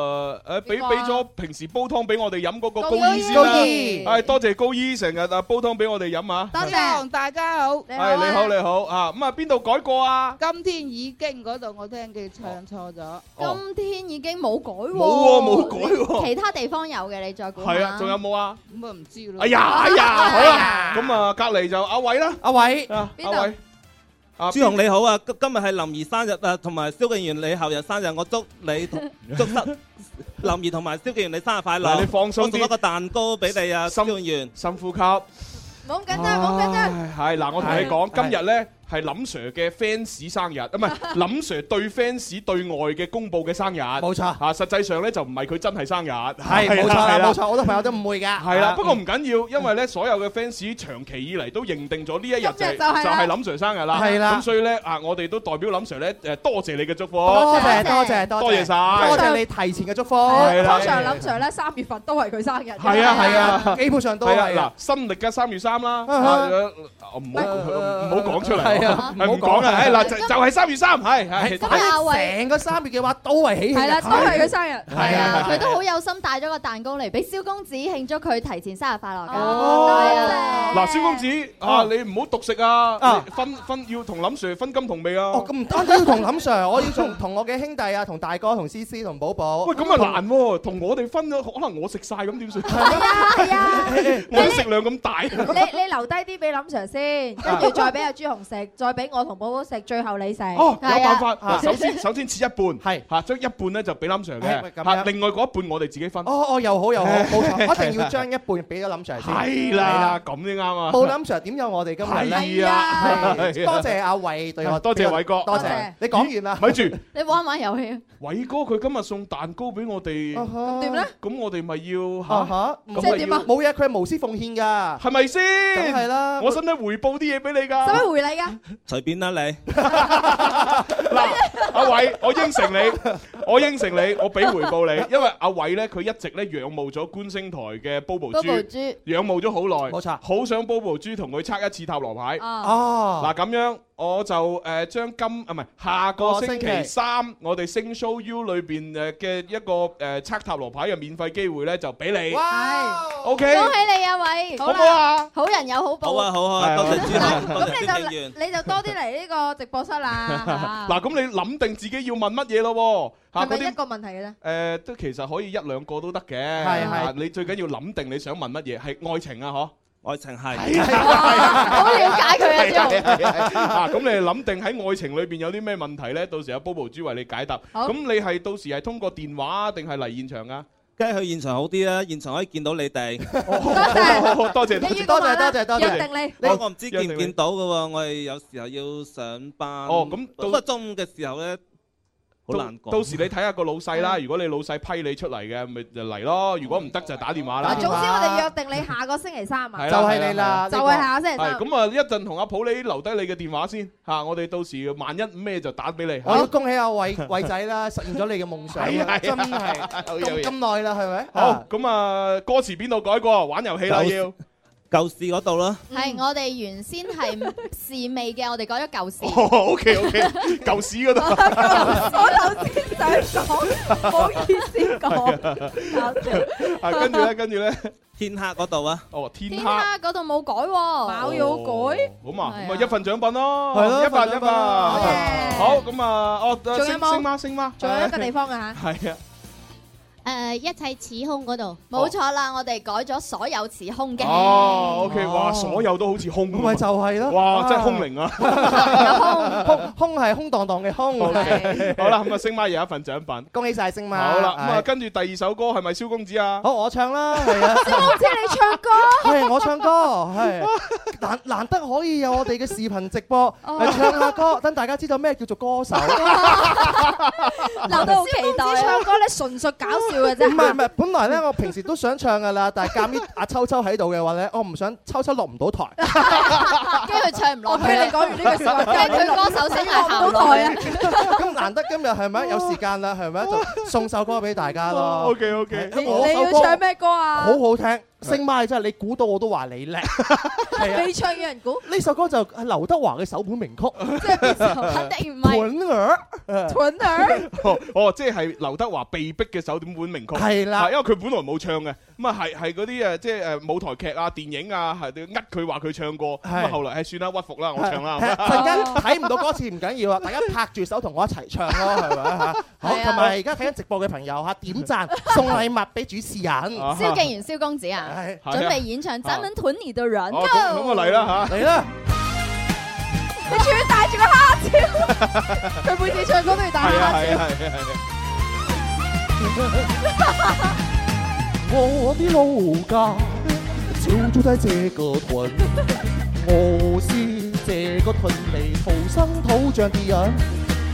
S5: 誒俾
S6: 邊個啊
S5: 俾咗平時煲湯俾我哋飲嗰個
S6: 高
S5: 高醫先
S6: 高
S5: 啦。
S6: 醫
S5: 係多謝高醫成日啊煲湯俾我哋飲啊。
S20: 多謝大家好，你
S5: 係哎你好你好啊，咁啊邊度改過啊？
S20: 今天已經嗰度我聽佢唱錯咗，
S8: 今天已經冇改喎，
S5: 冇喎冇改喎
S8: 其他地方有嘅，你再估下
S5: 係啊，仲有？冇啊？
S20: 咁啊唔知咯。
S5: 哎呀哎 呀，好啦，咁啊隔離就阿偉啦，
S6: 阿偉
S5: 啊
S20: 邊
S5: 阿
S20: 度
S5: 偉。
S21: 朱紅你好啊，今今日係林兒生日啊，同埋蕭敬元你後日生日，我祝你 同祝得林兒同埋蕭敬元你生日快樂。
S5: 嗱你放鬆啲
S21: 我送一個蛋糕俾你啊，蕭敬元。
S5: 深呼
S9: 唔
S5: 吸。
S9: 好咁緊張，唔好咁緊張。
S5: 係嗱，我同你講，今日咧係林 Sir 嘅 fans 生日，啊唔係林 Sir 對 fans 對外嘅公佈嘅生日。冇錯。啊，實際上咧就唔係佢真係生日。係
S6: 係冇錯
S5: 係
S6: 啦，冇錯，好多朋友都誤會㗎。
S5: 係啦，不過唔緊要，因為咧所有嘅 fans 長期以嚟都認定咗呢一日就係
S6: 就係啦
S5: 就係林 Sir 生日啦。
S6: 係啦
S5: 咁所以咧啊，我哋都代表林 Sir 咧誒，多謝你嘅祝福。
S6: 多謝多謝
S5: 多謝晒，
S6: 多謝你提前嘅祝福。
S5: 係啦
S9: 通常林 Sir 咧三月份都係佢生日嘅。
S5: 係啊係啊，
S6: 基本上都係
S5: 係啦。嗱，新歷嘅三月三啦，
S6: 啊
S5: 啊唔好唔好講出嚟，
S6: Uh-huh。係啊
S5: 係
S6: 唔好
S5: 唔講
S6: 講
S5: 啦，
S6: 啊
S5: 係嗱就就係三月三，係係
S6: 咁啊，成個三月嘅話都係 喜慶
S8: 係
S6: 日子。
S8: 啦都係佢生
S5: 日
S8: 係啊，
S5: 係
S8: 佢都好有心帶咗個蛋糕嚟俾蕭公子慶祝佢提前生日快樂㗎。
S5: 嗱，蕭公子
S6: Uh-huh。
S5: 啊，你唔好獨食啊，你分分要同林 Sir 分金同味啊。
S6: 哦，咁唔單止要同林 Sir，我要同同我嘅兄弟啊，同大哥、同思思、同寶寶。
S5: 喂，咁啊難喎，同我哋分咗，可能我食晒咁點算？
S9: 係啊，
S5: 我啲食量 咁 大。
S9: 你你留低啲俾林 Sir 先，跟住再俾阿朱紅食，再俾我同寶寶食，最後你食。
S5: 哦，有
S9: 係啊
S5: 辦法。嗱，首先首先切一半，係嚇，將一半咧就俾林 Sir
S6: 係喂
S5: 嘅，
S6: 咁
S5: 嚇，
S6: 樣
S5: 另外嗰一半我哋自己分。
S6: 哦哦，又好 又好，冇錯，我一定要
S5: 係
S6: 將一半俾咗林 Sir 先。
S5: 係啦，，咁先啱啊。
S6: 冇林 Sir 點有我哋今日咧？
S5: 係啊
S6: 係多謝阿偉對我，
S5: 多謝偉哥，
S6: 多謝你講完啦。
S5: 咪住，
S8: 你玩唔玩遊戲啊？
S5: 偉哥佢今日送蛋糕俾我哋，
S6: 咁
S8: 點咧？
S5: 咁我哋咪要
S6: 啊
S5: 嚇
S6: 哈，，
S5: 咁咪要
S6: 冇嘢，佢係無私奉獻㗎。
S5: 係咪先？
S6: 梗係啦
S5: 我使唔使回報啲嘢俾你㗎？
S9: 使唔使回禮㗎？
S21: 隨便 啦你。
S5: 阿偉，我應承你，我應承你，我俾回報 你，因為阿偉咧，佢一直咧仰慕咗觀星台嘅 Bobo 豬
S6: Bobo 豬
S5: 仰慕咗好耐，冇錯，好想 Bobo 豬同佢測一次塔羅牌。
S6: 啊哦
S5: 嗱咁樣，我就誒將今啊唔係下個星期三我哋星 show U 裏邊誒嘅一個誒測塔羅牌嘅免費機會咧，就俾你。O K，
S8: 恭喜你啊，
S9: 哎
S8: 偉！
S5: 好唔好啊？
S8: 好人有好報。
S5: 好啊，多謝朱紅，多謝
S9: 咁你就你就多啲嚟呢個直播室 啦。
S5: 嗱，咁你諗定自己要問乜嘢咯喎？嚇
S9: 係咪
S5: 嗰
S9: 一
S5: 啲
S9: 個問題嘅啫？
S5: 誒都其實可以一兩個都得嘅，
S6: 係係
S5: 啊你最緊要諗定你想問乜嘢，係愛情啊，嗬。愛情係，
S8: 好了解佢啊
S5: 係
S8: 朱紅
S5: 係係係啊！咁你係諗定喺愛情裏邊有啲咩問題咧？到時阿 Bobo 豬為你解答。
S21: 好
S5: 咁你係到時係通過電話啊定係嚟現場啊？
S21: 梗係去現場好啲啦，現場可以見到你哋。
S5: 謝 多謝
S21: 你要過
S5: 多謝
S21: 埋啦
S5: 多謝多謝
S21: 約
S5: 定你
S21: 我我唔知
S5: 約定
S21: 見
S5: 你
S21: 唔見到嘅喎，我哋有時候要上班。
S5: 哦咁到
S21: 不過中午嘅時候咧，好
S5: 到
S21: 難講。
S5: 到時你睇下個老細啦，如果你老細批你出嚟嘅，咪就嚟咯；如果唔得就打電話啦。
S9: 嗱，總之我哋約定你下個星期三啊，
S5: 係啦係
S9: 就係下個星期
S5: 係
S9: 三。
S5: 咁啊！一陣同阿普你留低你嘅電話先嚇，我哋到時萬一咩就打俾你。
S6: 我要恭喜阿偉 偉仔啦，實現咗你嘅夢想
S5: 係啊
S6: 啊，真
S5: 係啊
S6: 係
S5: 好有
S6: 咁
S5: 嘢
S6: 咁耐啦，係咪？
S5: 好，咁啊，歌詞邊度改過？玩遊戲啦
S21: 舊
S5: 要。
S21: 舊市嗰度啦。
S8: 係我哋原先係試味嘅，我哋改咗舊事。
S5: O K O K，舊市嗰度。
S8: 我頭 先想講，
S5: 好
S8: 意思
S5: 講。啊，跟住咧，跟住咧，
S21: 天黑嗰度啊。
S5: 哦，天
S8: 天
S5: 黑。
S8: 蝦嗰度冇改喎，
S5: 冇
S8: 改。
S5: 咁啊，咁啊，一份獎品咯，
S6: 係咯
S5: 一份
S6: 一
S5: 一
S6: 份
S5: 份。
S6: 獎
S5: 好，咁啊，哦，
S9: 仲有
S5: 星
S9: 冇
S5: 星媽，星媽，
S9: 仲有一個地方
S8: à?
S9: 啊，
S5: 係啊。
S8: 誒，一切似空嗰度，冇錯啦，我哋改咗所有似空嘅。
S5: 哦，OK，Ờ,
S8: Ờ.
S6: 哦
S5: 哇，所有都好似空。
S6: 咪就係咯
S5: 哇，
S6: 啊
S5: 真係空靈啊。
S6: 空空係空蕩蕩嘅空。
S5: O K，好啦，咁啊，星媽有一份獎品。
S6: 恭喜晒星媽。
S5: 好啦，咁啊，
S6: 係，
S5: 跟住第二首歌係咪蕭公子啊？
S6: 好，我唱啦，係啊。
S9: 蕭公子你唱歌，
S6: 係我唱歌，係難難得可以有我哋嘅視頻直播
S9: 哦
S6: 嚟唱下歌，等大家知道咩叫做歌手。
S9: 留到好期待。唱歌咧純屬搞笑嘅啫，
S6: 唔係唔係，本來咧我平時都想唱噶啦，但係鑑於阿秋秋喺度嘅話咧，我唔想秋秋落唔到台。
S8: 跟佢唱唔落去。
S9: 我俾你講完呢句説話
S8: 跟佢歌手生涯行唔落 去。
S6: 咁難得今日係咪有時間啦？係咪就送首歌俾大家咯
S5: ？OK OK，
S9: 你你要唱咩歌啊？
S6: 好好聽，星媽真係你估到我都話你 叻。係啊
S9: 你唱嘅人估，
S6: 呢首歌就係劉德華嘅首本名曲，
S9: 即係邊首肯定唔係
S6: 滾兒。
S9: 蠢女。
S5: 哦哦，即係劉德華被逼嘅首點本名曲，
S6: 係啦
S5: 啊因為佢本來冇唱嘅，咁啊係係嗰啲誒即係誒舞台劇啊、電影啊，係都呃佢話佢唱過，咁啊後來係算啦，屈服啦，我唱
S6: 陣
S5: 啦。
S6: 間睇唔到歌詞唔緊要啊，大家拍住手同我一齊唱咯，係 咪啊？好，同埋而家睇緊直播嘅朋友嚇點讚送禮物俾主持人，
S5: 啊
S8: 蕭敬元、蕭公子啊，
S6: 係
S8: 準備演唱《咱們屯你的人》。
S5: 哦，咁咁啊嚟啦嚇，
S6: 嚟啦！
S9: 你仲要戴住個蝦超，佢每次唱歌都要戴
S5: 係啊係
S9: 蝦
S5: 啊係啊係啊，
S6: 我的老家就住在這個屯，我是整个屯里土生土长的人，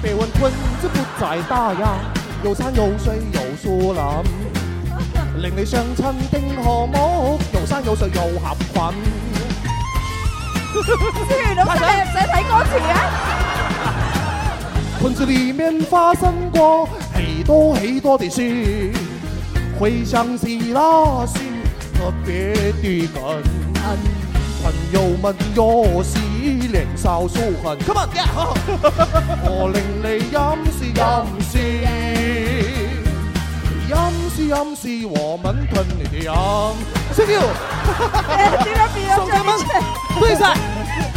S6: 被问困这不在大呀，有山有水有树林，令你相親經何木，有山有水有合群。屯子里面发生过很多很多的事，回想起那些特别的感恩。朋友们有时年少疏恨，Come on，我 令你飲是飲是，飲是飲是我們屯里的人。Thank you，送他们對晒，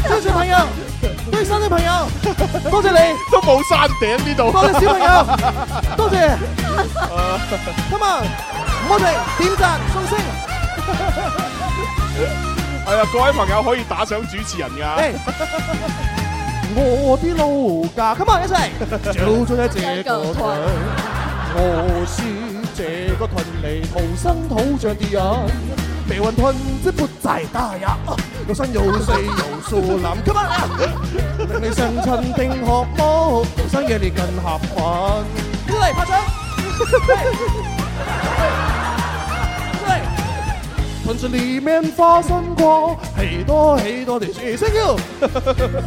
S6: 對晒朋友，對晒的朋友，多謝你。
S5: 都冇山頂呢度，
S6: 多謝小 朋友，多謝。Come on，我哋點贊送星。
S5: 係啊，各位朋友可以打賞主持人㗎。
S6: 我的老家，Come on 一齊。就住喺這個屯，我是這個屯裏土生土長的人。被雲吞即不在大呀，有山有水有樹林，Come on，令你相親定學魔，無生嘅你更合群。嚟拍掌。屯子里面发生过很多很多的事，thank you。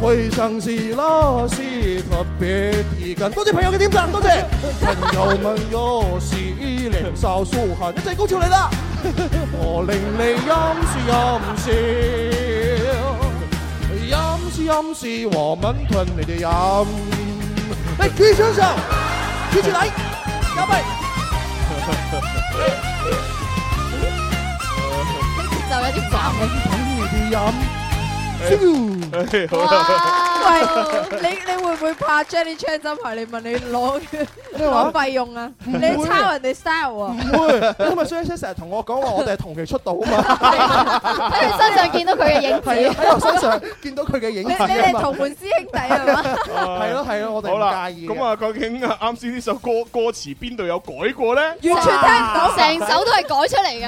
S6: 回想起那些特别的感，多谢朋友嘅点赞，多谢朋友们有时年少疏寒，一齊高潮嚟啦！我令你陰是陰是，陰是陰是，我們吞你的陰。嚟舉雙手，舉起嚟，加倍。
S22: 就有啲
S6: 我
S22: 慘。
S6: 吞你的陰。
S5: 好
S9: 啦，喂，你你会唔會怕 Jenny Chan 真係你問你攞
S6: 咩話
S9: 攞費用啊？
S6: 唔會
S9: 你抄人哋 style 啊？
S6: 會，因為 s h a n 成日同我講話，我哋係同期出道啊嘛。
S22: 喺佢身上見到佢嘅影
S6: 係啊
S22: 子。
S6: 喺我身上見到佢嘅影
S9: 你
S6: 子
S9: 你
S6: 啊嘛
S9: 哋同門師兄弟係嘛？
S6: 係咯係咯，我
S5: 好啦，
S6: 哋唔介意嘅。
S5: 咁啊，究竟啊啱先呢首歌歌詞邊度有改過咧？完
S22: 全聽唔到成首都係改出嚟 㗎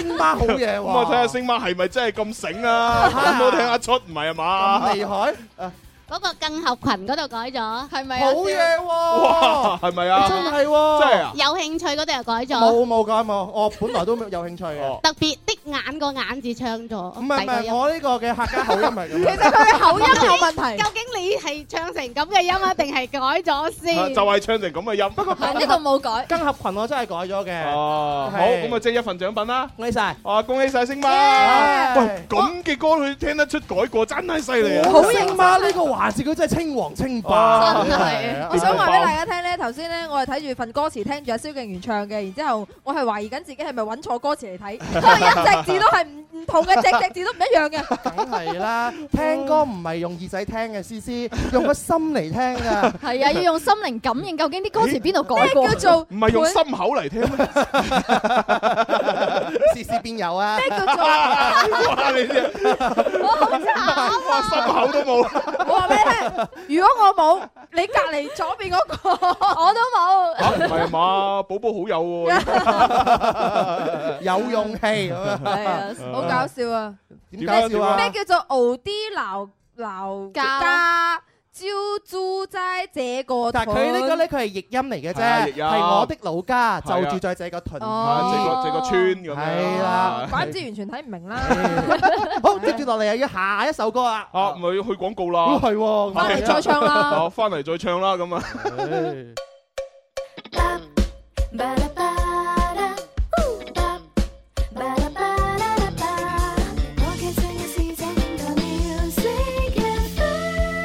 S6: 星媽好嘢喎
S5: 咁啊，睇下星媽係咪真係咁醒啊？咁都聽得出，唔係啊嘛？
S6: 咁厲害！
S8: 嗰個更合群嗰度改咗，係咪
S6: 啊好嘢喎
S5: 哇，係咪啊？
S6: 真係喎，
S5: 真係啊！
S8: 有興趣嗰度又改咗，
S6: 冇冇㗎冇，我本來都有興趣嘅。
S8: 特別的眼個眼字唱咗，
S6: 唔
S8: 第
S6: 係唔
S8: 二個音
S6: 係，我呢個嘅客家口音係咁樣。
S8: 究竟究竟你係唱成咁嘅音啊，定係改咗先？
S5: 啊就係唱成咁嘅音。不過
S8: 冇改。
S6: 更合群我真係改咗嘅。
S5: 哦，好，
S6: 係
S5: 咁啊，即係一份獎品啦！
S6: 恭喜晒！
S5: 啊，恭喜晒星媽！
S6: Dạ.
S5: 喂，咁嘅歌佢聽得出改過，真係犀利啊！
S6: 好型嘛！呢個環節佢真係稱王稱霸，
S5: 真
S6: 係啊
S9: 我想話俾大家聽咧，頭先咧我係睇住份歌詞聽住阿蕭敬元唱嘅，然之後我係懷疑緊自己係咪揾錯歌詞嚟睇， 因為一隻字都係唔唔同嘅，隻隻字都唔一樣嘅。
S6: 梗係啦，聽歌唔係用耳仔聽嘅，思思用個心嚟聽㗎。
S22: 係 啊，要用心靈感應，究竟啲歌詞邊度改過？
S5: 唔係用心口嚟聽咩？
S6: 思思邊有啊？
S9: 咩叫做
S5: 哇！你啊真係哇，心口都冇。
S9: 如果我冇，你隔離左邊嗰個我都冇。
S5: 嚇唔係啊嘛，寶寶好有 喎，
S6: 有勇氣咁 樣
S9: 係啊，好搞笑啊！
S6: 點搞笑啊
S9: 咩叫做熬啲鬧鬧
S8: 交
S9: 家朝租齋這個
S6: 但係佢呢個咧，佢係譯音嚟嘅
S5: 啊
S6: 啫，係我的老家，就住在這個屯。
S5: 哦這個這個村咁樣
S6: 係啦，
S9: 怪唔之完全睇唔明啦。
S6: 好，接住落嚟又要下一首歌啦。
S5: 啊，咪去廣告啦，
S6: 係喎
S9: 返嚟再 唱啦
S5: 哦，翻嚟再唱啦，咁啊，
S7: 我嘅真嘅是整個 music cafe。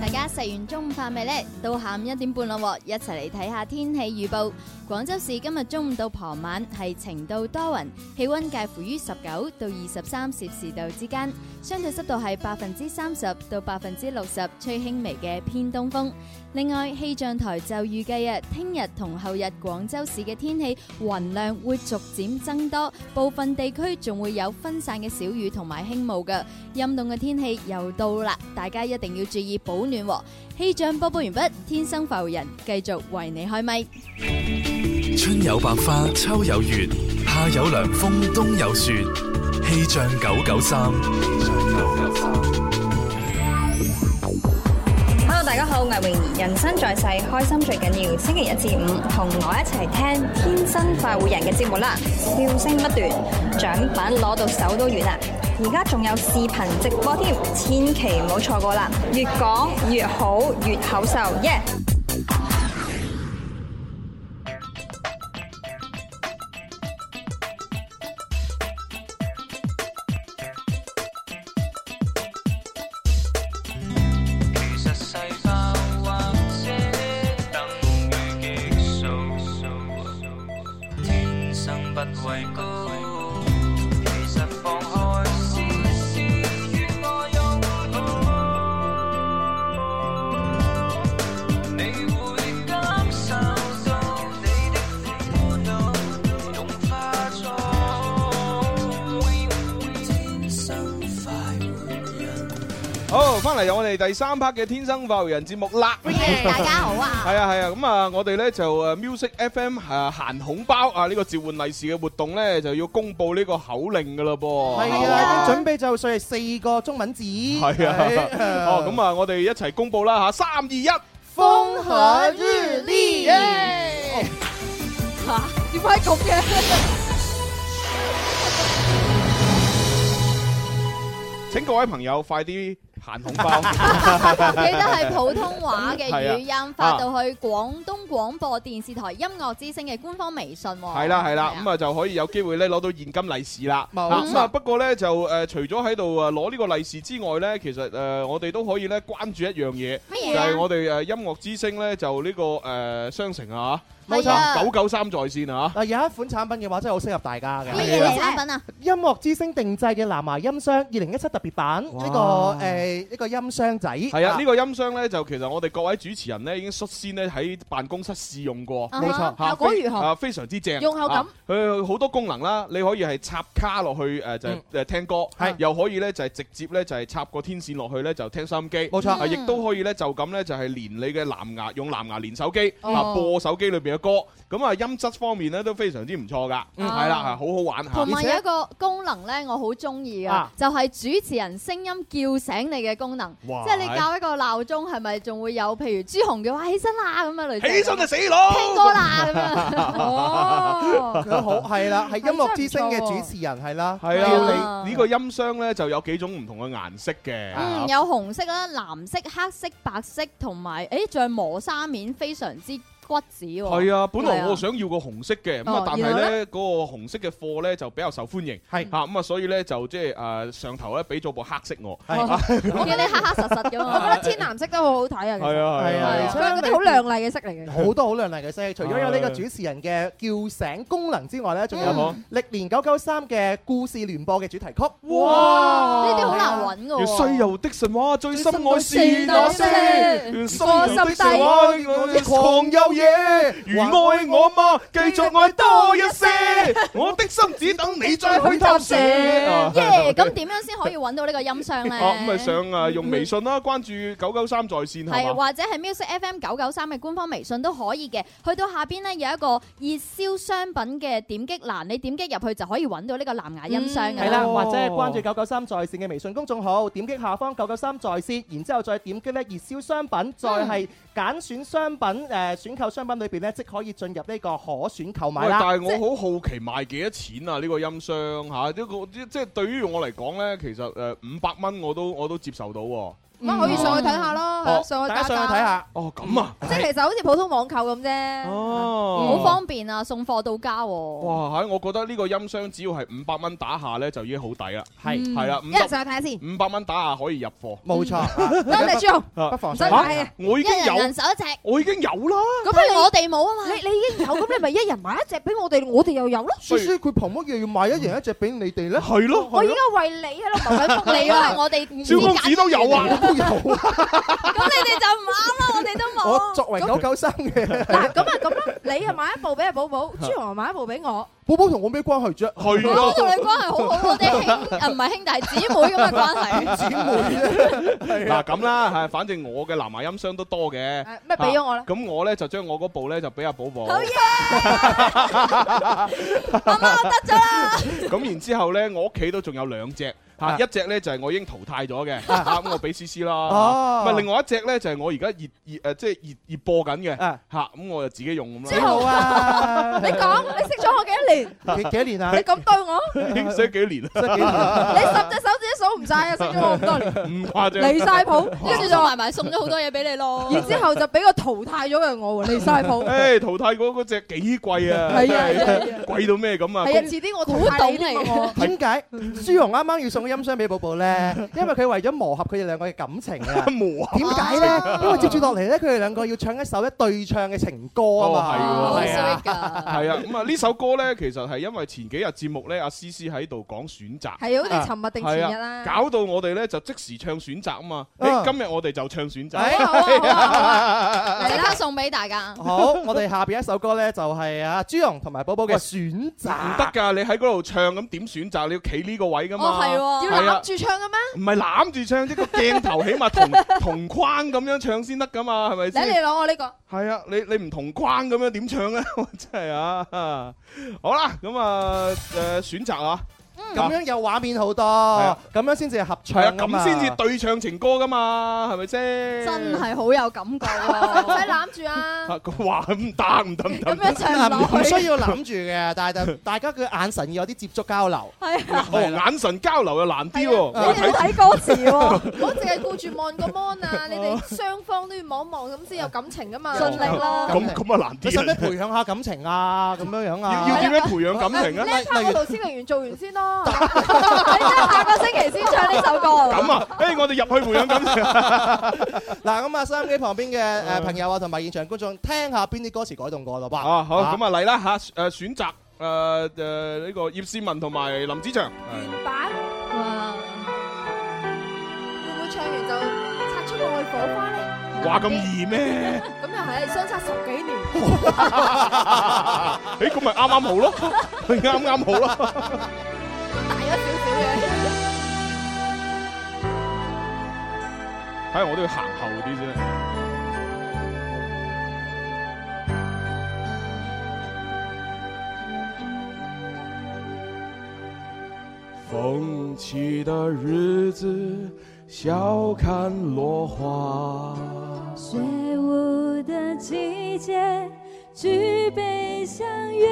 S8: 大家食食完中午飯未呢？到下午一點半啦喎，一齊嚟睇下天氣預報。廣州市今日中午到傍晚係晴到多雲，氣温介乎於十九到二十三攝氏度之間，相對濕度係百分之三十到百分之六十，吹輕微嘅偏東風。另外，氣象台就預計啊，聽日同後日廣州市嘅天氣雲量會逐漸增多，部分地區仲會有分散嘅小雨同埋輕霧嘅。陰凍嘅天氣又到啦，大家一定要注意保暖喎。氣象播報完畢，天生浮人繼續為你開咪。
S2: 春有百花，秋有月，夏有涼風，冬有雪。氣象九九三。
S12: Hello，大家好，魏榮兒，人生在世，開心最緊要。星期一至五，同我一齊聽《天生快活人》嘅節目啦，笑聲不斷，獎品攞到手都軟啦。而家仲有視頻直播添，千祈唔好錯過啦！越講越好，越口秀，耶、
S7: 實世化或者等於極數，天生不畏高。其實放開試試，越我擁抱，你會感受到你的苦惱，融化咗天生快活人。
S5: 好，翻嚟有我哋第三 part 嘅天生快活人節目啦。
S23: 大家好啊！
S5: 係啊係啊，咁啊，我哋咧就誒 Music FM 誒閒孔包啊呢個召喚利是嘅活動咧，就要公布呢個口令噶啦噃。
S6: 係啊，準備就緒係四個中文字。
S5: 係啊
S6: 係，
S5: 哦咁啊，我哋一齊公布啦嚇，三二一，
S6: 風和日麗。
S9: 吓，點解咁嘅？
S5: 請各位朋友快啲閒孔包，
S8: 記
S5: 記
S8: 得係普通話 嘅
S5: 啊
S8: 語音發到去廣東廣播電視台音樂之聲嘅官方微信喎。
S5: 係啦係啦，咁啊就可以有機會咧攞到現金利是啦。
S6: 冇
S5: 啊
S6: 錯
S5: 咁啊不過咧就誒除咗喺度誒攞呢個利是之外咧，其實誒我哋都可以咧關注一樣嘢，
S6: 乜嘢
S5: 就
S6: 啊
S5: 係我哋誒音樂之聲咧就呢個誒商城啊嚇，
S6: 冇錯
S5: 九九三在線啊
S6: 嗱，有一款產品嘅話真係好適合大家嘅。
S5: 乜嘢嚟
S8: 產品啊？
S6: 音樂之星定製嘅藍牙音箱，二零一七特別版呢個誒呢個音箱仔。
S5: 嚇。係啊，呢個音箱咧就其實我哋各位主持人咧已經率先咧喺辦公室試用過，
S6: 冇錯
S5: 嚇
S6: 啊效果
S5: 非
S6: 如何
S5: 啊，非常之正，
S6: 用後感
S5: 啊。佢好多功能啦，你可以係插卡落去呃誒就
S6: 嗯
S5: 係誒聽歌，又可以咧就係直接咧就係插個天線落去咧就聽收音機，冇
S6: 錯
S5: 亦都可以咧就咁咧就係連你嘅藍牙用藍牙連手機
S6: 哦
S5: 啊播手機裏邊嘅歌，咁啊音質方面咧都非常之唔錯噶，
S8: 嗯
S5: 係
S6: 哦
S5: 啦，係好好玩嚇。
S8: 同埋有一個功能咧，我好中意
S5: 啊
S8: 啊，就係主持人聲音叫醒你嘅功能，即
S5: 哇
S8: 係你校一個鬧鐘，係咪仲會有譬如朱紅嘅話起身啦咁樣類似
S5: 起身就死啊佬，
S8: 聽歌 啦咁樣。
S6: 哦，佢好係啦，係音樂之星嘅
S8: 真係唔錯喎
S6: 主持人係啦，
S5: 係
S6: 叫你
S5: 啊，你呢個音箱咧就有幾種唔同嘅顏色嘅。啊
S8: 嗯，有紅色啦、藍色、黑色、白色，同埋誒仲有磨砂面，非常之骨子喎。
S5: 係啊，本來
S8: 係
S5: 我想要個紅色嘅，咁啊
S8: 哦，
S5: 但係
S8: 然後
S5: 咧
S8: 呢
S5: 嗰個紅色嘅貨咧就比較受歡迎，係嚇咁啊，所以咧就即係誒上頭咧俾咗部黑色我，啊
S9: 我
S8: 見你黑黑實實咁
S9: 我覺得天藍色都好好睇啊，其實
S5: 係啊係啊
S9: 佢係嗰啲好亮麗嘅色嚟嘅。
S6: 好多好亮麗嘅聲，除咗有呢個
S5: 係
S6: 主持人嘅叫醒功能之外咧，仲有
S5: 嗯
S6: 歷年九九三嘅故事聯播嘅主題曲。
S5: 哇呢啲好
S8: 難揾㗎喎
S5: 要雖有的神話最深愛是那些，願心
S6: 我
S5: 有的神
S6: 心
S5: 話
S6: 底
S5: 狂有野，如愛我嗎？繼續愛多一些，我的心只等你再去投射。啊
S8: 耶！咁點樣先可以揾到呢個音箱咧？
S5: 哦，咁咪上啊用微信啦，關注九九三在線
S8: 係啊
S5: 係嘛？
S8: 或者係 music FM 九九三嘅官方微信都可以嘅。去到下邊呢，有一個熱銷商品嘅點擊欄，你點擊入去就可以揾到呢個藍牙音箱
S9: 嗯
S8: 㗎
S6: 係啦，
S5: 哦
S6: 或者係關注九九三在線嘅微信公眾號，點擊下方九九三在線，然之後再點擊咧熱銷商品，再係
S5: 嗯
S6: 揀選商品誒選購商品裏邊咧，即可以進入呢個可選購買
S5: 喂，
S6: 啦。
S5: 但係我好好奇賣幾多錢啊？呢個音呃箱嚇，呢個即即係對於我嚟講咧，其實誒五百蚊我都我都接受到喎。
S9: 咁可以上去睇下咯，係嗯啊
S6: 哦
S9: 上去
S6: 大家
S9: 打
S6: 上去睇
S9: 價
S6: 下。
S5: 哦，咁啊，
S9: 即係其實好似普通網購咁啫。
S5: 哦
S8: 好方便啊，送貨到家喎。
S5: 哇！喺我覺得呢個音箱只要係五百蚊打下咧，就已經好抵啦。
S6: 係
S5: 係啦，
S9: 嗯一人上去睇下先。
S5: 五百蚊打下可以入貨。
S6: 冇錯
S9: 多謝朱
S5: 啊
S9: 紅，唔使買啊
S5: 嚇！我已經有
S8: 一人人手一隻，
S5: 我已經有啦。
S9: 咁
S8: 係我哋冇啊嘛。
S9: 你你已經有，咁你咪一人買一隻俾我哋，我哋又有咯。
S6: 所以佢憑乜嘢要買一人一隻俾你哋咧？
S5: 係咯
S9: 我依家為你喺度謀緊福利
S8: 因
S9: 啊！
S8: 為我哋
S9: 唔知
S6: 蕭公子都有啊
S9: 揀啲嘢嚟
S8: 啊
S6: 我作為九九三嘅，
S9: 嗱咁啊咁啦，你又買一部俾阿寶寶，朱紅又買一部俾我。
S6: 寶寶同我咩關係啫？
S5: 係
S8: 咯我同你關係好好我哋兄啊唔係兄弟姊妹咁嘅 關係
S6: 姊妹
S5: 嗱咁啦，係反正我嘅藍牙音箱都多嘅。
S9: 咩俾咗我啦
S5: 啊咁我咧就將我嗰部咧就俾阿寶寶。好嘢！ 得咗啦。咁然之後咧，我屋企都仲有兩隻。嚇
S6: 啊
S5: 一隻咧就係我已經淘汰咗嘅，
S6: 啊
S5: 嚇咁我俾 C C 啦。
S6: 哦
S5: 唔係另外一隻咧就係我而家熱熱誒呃即係熱熱播緊嘅，
S6: 啊
S5: 嚇咁我就自己用咁啦。
S6: 好啊！
S9: 你講，你識咗我幾多年？
S6: 幾幾多年啊
S9: 你？咁對我，
S5: 已識幾年啦？
S6: 識幾
S9: 你十隻手指都數唔晒啊！識咗我咁多年，
S5: 唔誇張，
S9: 離晒譜，跟住就
S8: 埋埋送咗好多嘢俾你咯。
S9: 然之後就俾個淘汰咗嘅我喎，離晒譜。
S5: 誒淘汰嗰嗰只幾貴啊！
S6: 係啊係啊
S5: 真係貴到咩咁啊！
S9: 係啊，遲啲我淘汰你添啊我。
S6: 點解朱紅啱啱要送個音箱俾寶寶咧？因為佢為咗磨合佢哋兩個嘅感情啊！
S5: 磨
S6: 合點解咧？ 因為接住落嚟咧，佢哋兩個要唱一首咧對唱嘅情歌啊
S5: 哦
S6: 嘛，
S5: 係喎
S6: 啊
S5: 係啊，咁啊呢首歌咧，其實係因為前幾日節目咧，阿思思喺度講選擇，
S9: 係啊好似尋日定前日
S5: 係啊
S9: 啦
S5: 搞到我哋咧就即時唱選擇啊嘛。
S6: 啊
S5: 誒，今日我哋就唱選擇，
S9: 啊
S6: 哎好
S8: 啊即刻送俾大家。
S6: 好，我哋下邊一首歌咧就係啊朱紅同埋寶寶嘅選
S5: 唔
S6: 擇。
S5: 得㗎，你喺嗰度唱咁點選擇？你要企呢個位㗎嘛。
S9: 哦，係喎，
S5: 係
S9: 要
S5: 啊
S9: 攬住唱嘅咩？
S5: 唔係攬住唱，即個鏡頭起碼同 同框咁樣唱先得㗎嘛，係咪
S9: 嚟
S5: 先？
S9: 你攞我呢個。
S5: 係啊，你你唔同框咁樣點唱咧？ 我真係啊！好啦，咁啊誒選擇啊，
S6: 嗯咁樣有畫面好
S5: 啊
S6: 多，咁樣先至係合
S5: 係啊，
S6: 唱㗎嘛
S5: 咁先至對唱情歌噶嘛，係咪先？
S8: 真係好有感覺喎，
S9: 唔使攬住啊！
S5: 啊！佢話咁唔打唔得唔得，
S6: 唔需要諗住嘅，但 係就大家嘅眼神要有啲接觸交流。
S9: 啊
S5: 哦，眼神交流又難啲喎，我
S9: 你哋啊
S5: 睇
S9: 睇歌詞 喎， 唔好淨係顧住望個 mon à. 啊！你哋雙方都要望一望咁先有感情噶嘛，盡力啦。
S5: 咁咁啊難
S6: 你使唔使培養下感情啊？咁樣樣啊？
S5: 要要點樣 培養 感情
S9: 呢
S5: 啊
S9: 一？part 我度消防員做完先咯，你真係下個星期先唱呢首歌啊
S5: 咁啊，誒我哋入去培養感情，
S6: 嗱，咁啊，收音機旁邊嘅誒朋友啊，同埋現場觀眾，聽下邊啲歌詞改動過咯噃。
S5: 啊好，咁啊嚟啦嚇，誒選擇誒誒呢個葉倩文同埋林子祥，係
S9: 版哇，會唔會唱完就擦出愛火花咧？
S5: 話咁易咩？
S9: 咁又係相差十幾年，
S5: 誒咁咪啱啱好咯， 啱啱好咯。
S9: 大咗少
S5: 睇下我都要行後啲先。
S10: 风起的日子，笑看落花。
S19: 雪舞的季节，举杯相约，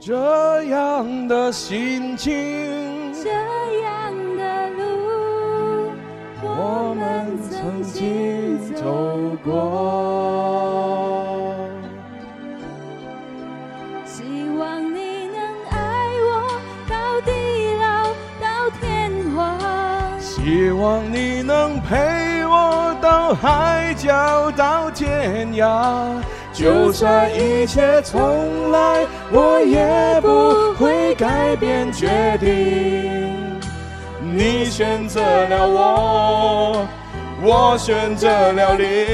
S10: 这样的心情，
S19: 这样的路，
S10: 我们曾经走过。
S19: 希望你能爱我到地老到天荒。
S10: 希望你能陪我到海角到天涯，就算一切重来，我也不会改变决定。你选择了我，我选择了你。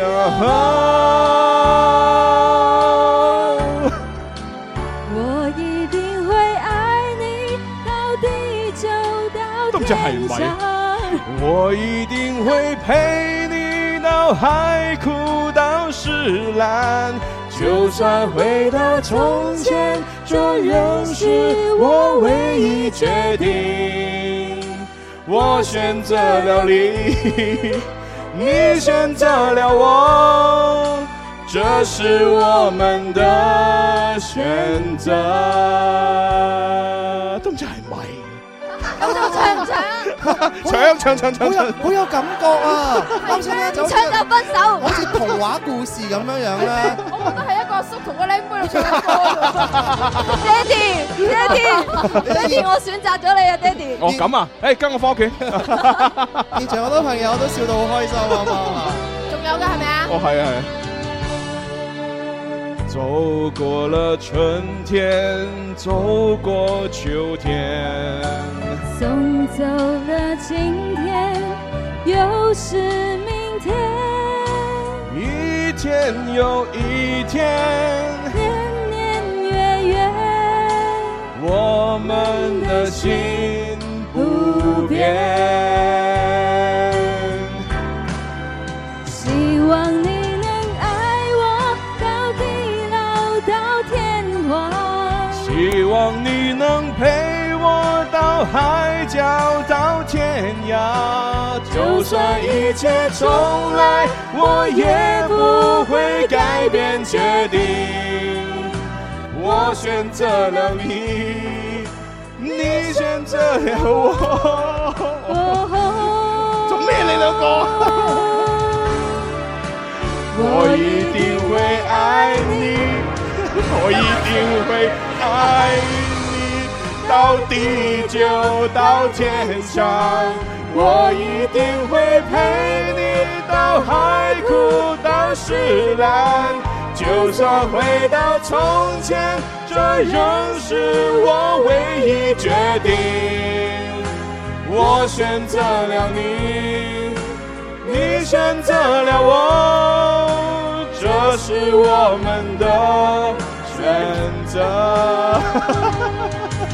S10: 啊
S19: 我一定会爱你到地久到
S10: 都唔知係
S19: 天
S10: 咪
S19: 长。
S10: 我一定会陪你到海枯到石烂，就算回到从前，这仍是我唯一决定。我选择了你， 你选择了我，这是我们的选择。都唔知系咪？
S5: Hãy subscribe cho kênh Ghiền Mì Gõ Để không bỏ lỡ
S1: 咁就唱唔啊
S5: 唱唱唱
S1: 唱，好有好有感覺啊！啱先咧就好似
S9: 唱就分手
S1: 好似童話故事咁樣樣咧。
S9: 我覺得係一個阿叔同個僆妹度唱緊歌。爹哋， 爹哋，爹哋，我選擇咗你啊，爹哋。
S5: 哦咁啊，誒跟我翻屋企。
S1: 現場好 多朋友都笑到好開心啊嘛！
S23: 仲有嘅係咪啊？
S5: 哦係啊係啊。
S10: 走过了春天，走过秋天，
S19: 送走了今天，又是明天，
S10: 一天又一天，
S19: 年年月月，
S10: 我们的心不变。
S19: 希望你能爱我到地老到天荒。
S10: 希望你能陪我到海角到天涯，就算一切重来，我也不会改变决定。我选择了你，你选择了 我。做咩你两个？我一定会爱你，我一定会爱你，到地久到天长，我一定会陪你到海枯到石烂，就算回到从前，这仍是我唯一决定。我选择了你，你选择了我，这是我们的
S5: Oh
S10: 选择。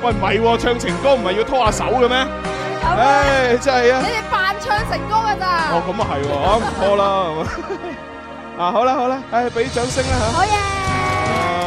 S5: 喂唔係喎，唱情歌唔係要拖下手嘅咩？
S9: 啊
S5: 唉真係啊
S9: 你！哋扮唱成歌㗎咋？
S5: 哦咁啊係喎，啊唔拖啦係嘛。啊好啦好啦，唉俾掌聲啦嚇。
S9: 好嘢！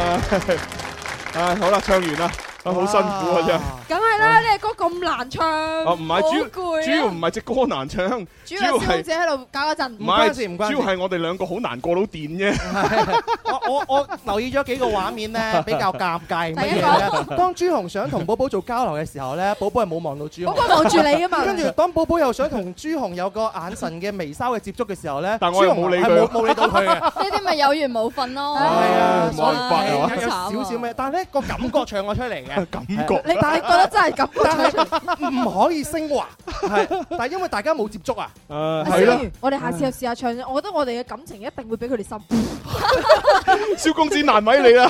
S5: 啊啊好啦，唱完啦，啊好辛苦啊真係。
S9: 梗係啦，呢個歌咁難唱，
S5: 啊唔係主要
S9: 好攰啊
S5: 主要唔係只歌難唱，
S9: 主要係蕭
S5: 係
S9: 姐喺度搞嗰陣，
S5: 唔係主要係我哋兩個好難過到電 啫。
S6: 我我留意咗幾個畫面 咧，比較尷尬乜嘢
S1: 第一
S6: 咧？當朱紅想同寶寶做交流嘅時候咧，寶寶係冇望到朱紅，
S1: 寶寶望住你㗎嘛
S6: 跟住當寶寶又想同朱紅有個眼神嘅微梢嘅接觸嘅時候咧，
S5: 但我又 冇理佢
S6: 朱紅係冇冇理到佢嘅。
S8: 呢啲咪有緣冇份 咯。
S6: 係啊，
S5: 冇辦法
S6: 有
S5: 啊
S6: 有少少咩，但係咧個感覺唱我出嚟嘅，
S5: 感覺
S9: 你但係覺得真係感覺唱出嚟
S6: 唔可以升華，係，但係因為大家冇接觸啊，
S5: 誒
S9: 係咯，我哋下次又試下唱，我覺得我哋嘅感情一定會俾佢哋深。
S5: 蕭公子難為你啦，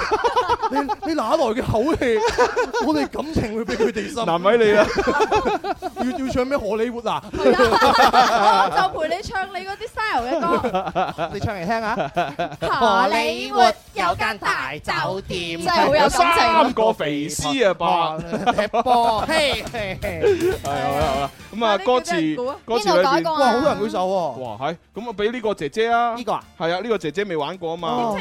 S6: 你你哪來嘅口氣？我哋感情會俾佢哋心，
S5: 難為你啦。
S6: 要要唱咩荷 里活啊？
S9: 我就陪你唱你嗰啲 style 嘅歌。
S6: 你唱嚟聽啊下。
S9: 荷里活
S6: 有間大酒店
S9: 真係好有感情啊
S5: 三個肥屍啊，爸！
S6: 踢波，嘿嘿嘿
S5: 係好啦好啦，咁啊歌詞歌詞裏
S9: 啊
S5: 邊，
S6: 哇，好多人舉手喎。
S5: 哇係，咁啊俾呢個姐姐啊，呢
S6: 個啊，哦
S5: 係啊呢個姐姐未玩過啊嘛，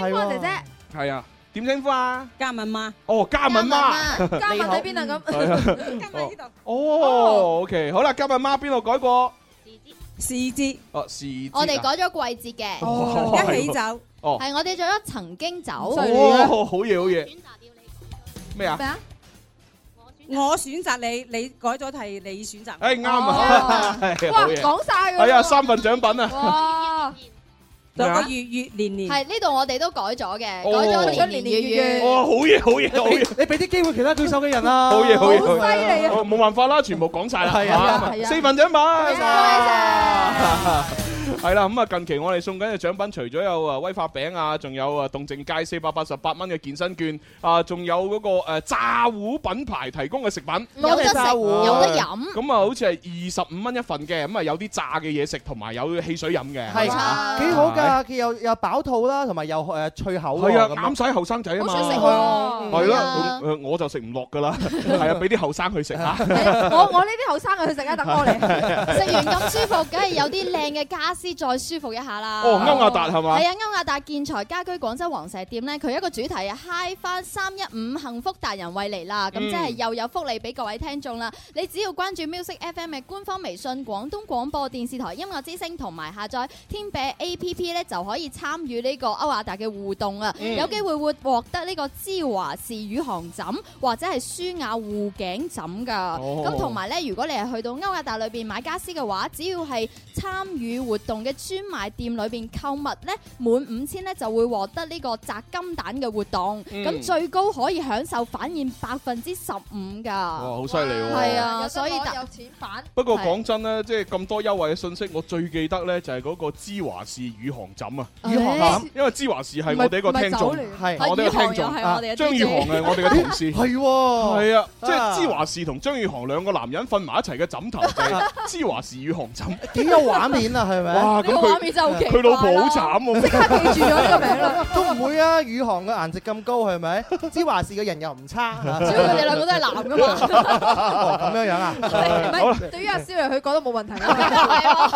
S5: 係啊，點稱呼啊？
S4: 嘉敏媽，
S5: 哦嘉敏
S4: 嘉
S5: 媽，
S4: 嘉敏喺邊啊咁
S5: 係啊
S4: 喺呢
S5: 哦，OK，好啦，嘉敏媽邊度改過？
S4: 時節，
S5: 哦時節啊，
S8: 我哋改咗季節嘅，
S5: 哦係喎一起走哦
S8: 係我哋做咗曾經走，
S9: 啊
S5: 哦，好嘢好嘢，咩啊？
S4: 啊？我選擇你，你改咗係你選擇我。
S5: 誒啱 啊，係好嘢，
S4: 講晒㗎
S5: 係啊，三份獎品啊，
S8: 哇！
S5: 咩啊
S4: 月月年年
S8: 係呢度我哋都改咗嘅，改
S5: 哦
S8: 咗年年月月。
S4: 哦
S5: 哇，好嘢好嘢好嘢。
S6: 你俾啲機會其他舉手嘅人啦。
S5: 好嘢，好嘢，好
S6: 好犀利啊
S5: 哦冇辦法啦，全部講晒啦，
S6: 係啊
S5: 嚇
S6: 係啊
S5: 四份獎品，
S6: 啊
S5: 係啦，咁啊，近期我哋送緊嘅獎品，除咗有啊威化餅啊，仲有啊動靜街四百八十八蚊嘅健身券啊，仲有嗰個誒炸糊品牌提供嘅食品，
S8: 有得食炸糊有得飲
S5: 咁啊，好似係二十五蚊一份嘅，咁啊有啲炸嘅嘢食，同埋有汽水飲嘅，
S6: 係
S5: À.
S8: 啊
S6: 幾好㗎，佢又又飽肚啦，同埋又誒脆口喎。
S5: 啊係啊
S6: 咁樣
S5: 啱晒後生仔啊嘛
S6: 好想食喎
S5: 係啊係
S6: 係
S5: 啦
S6: 啊，
S5: 咁誒我就食唔落㗎啦，係啊，俾啲後生去食嚇。
S9: 我我呢啲後生嘅去食啊，等我嚟。
S8: 食完咁舒服，梗係有啲靚嘅家私斯再舒服一下啦。
S5: 哦歐亞達係嘛
S8: 係啊，歐亞達建材家居廣州黃石店咧，佢有一個主題啊，high 翻三一五幸福達人惠嚟啦，咁
S5: 嗯
S8: 即係又有福利俾各位聽眾啦。你只要關注 Music FM 嘅官方微信廣東廣播電視台音樂之聲，同埋下載天餅 A P P 咧，就可以參與呢個歐亞達嘅互動啊，
S3: 嗯
S8: 有機會會獲得呢個芝華士宇航枕或者係舒雅護頸枕㗎。
S3: 哦
S8: 咁同埋咧，如果你係去到歐亞達裏邊買家私嘅話，只要係參與活動嘅專賣店裏邊購物咧，滿五千咧就會獲得呢個摘金蛋嘅活動，咁、
S5: 嗯
S8: 最高可以享受返現百分之十五㗎。
S5: 哇，好犀利喎！
S8: 係啊，所以
S9: 有錢版。
S5: 不過講真咧，即係咁多優惠嘅信息，我最記得咧就係嗰個芝華士宇航枕啊，
S6: 宇航
S5: 因為芝華士係我哋一個聽
S6: 唔
S5: 眾，
S6: 係唔係酒嚟嘅
S5: 我哋一個聽
S6: 係宇航又係我哋嘅
S5: 眾，
S6: DJ
S5: 啊張宇航係我哋嘅同事，
S6: 係喎
S5: 係啊，即
S6: 啊
S5: 係芝華士同張宇航兩個男人瞓埋一齊嘅枕頭就係 芝華士宇航枕，
S6: 幾有畫 面啊，係咪？
S5: 哇！咁佢佢老婆好慘喎，
S6: 都唔會啊！宇航嘅顏值咁高係咪？芝華士嘅人又唔差，
S9: 主要佢哋兩個都係男㗎嘛
S6: 哦咁樣樣啊？
S9: 唔
S6: 好啦
S9: 係，對於阿蕭嚟，佢覺得冇問題啊。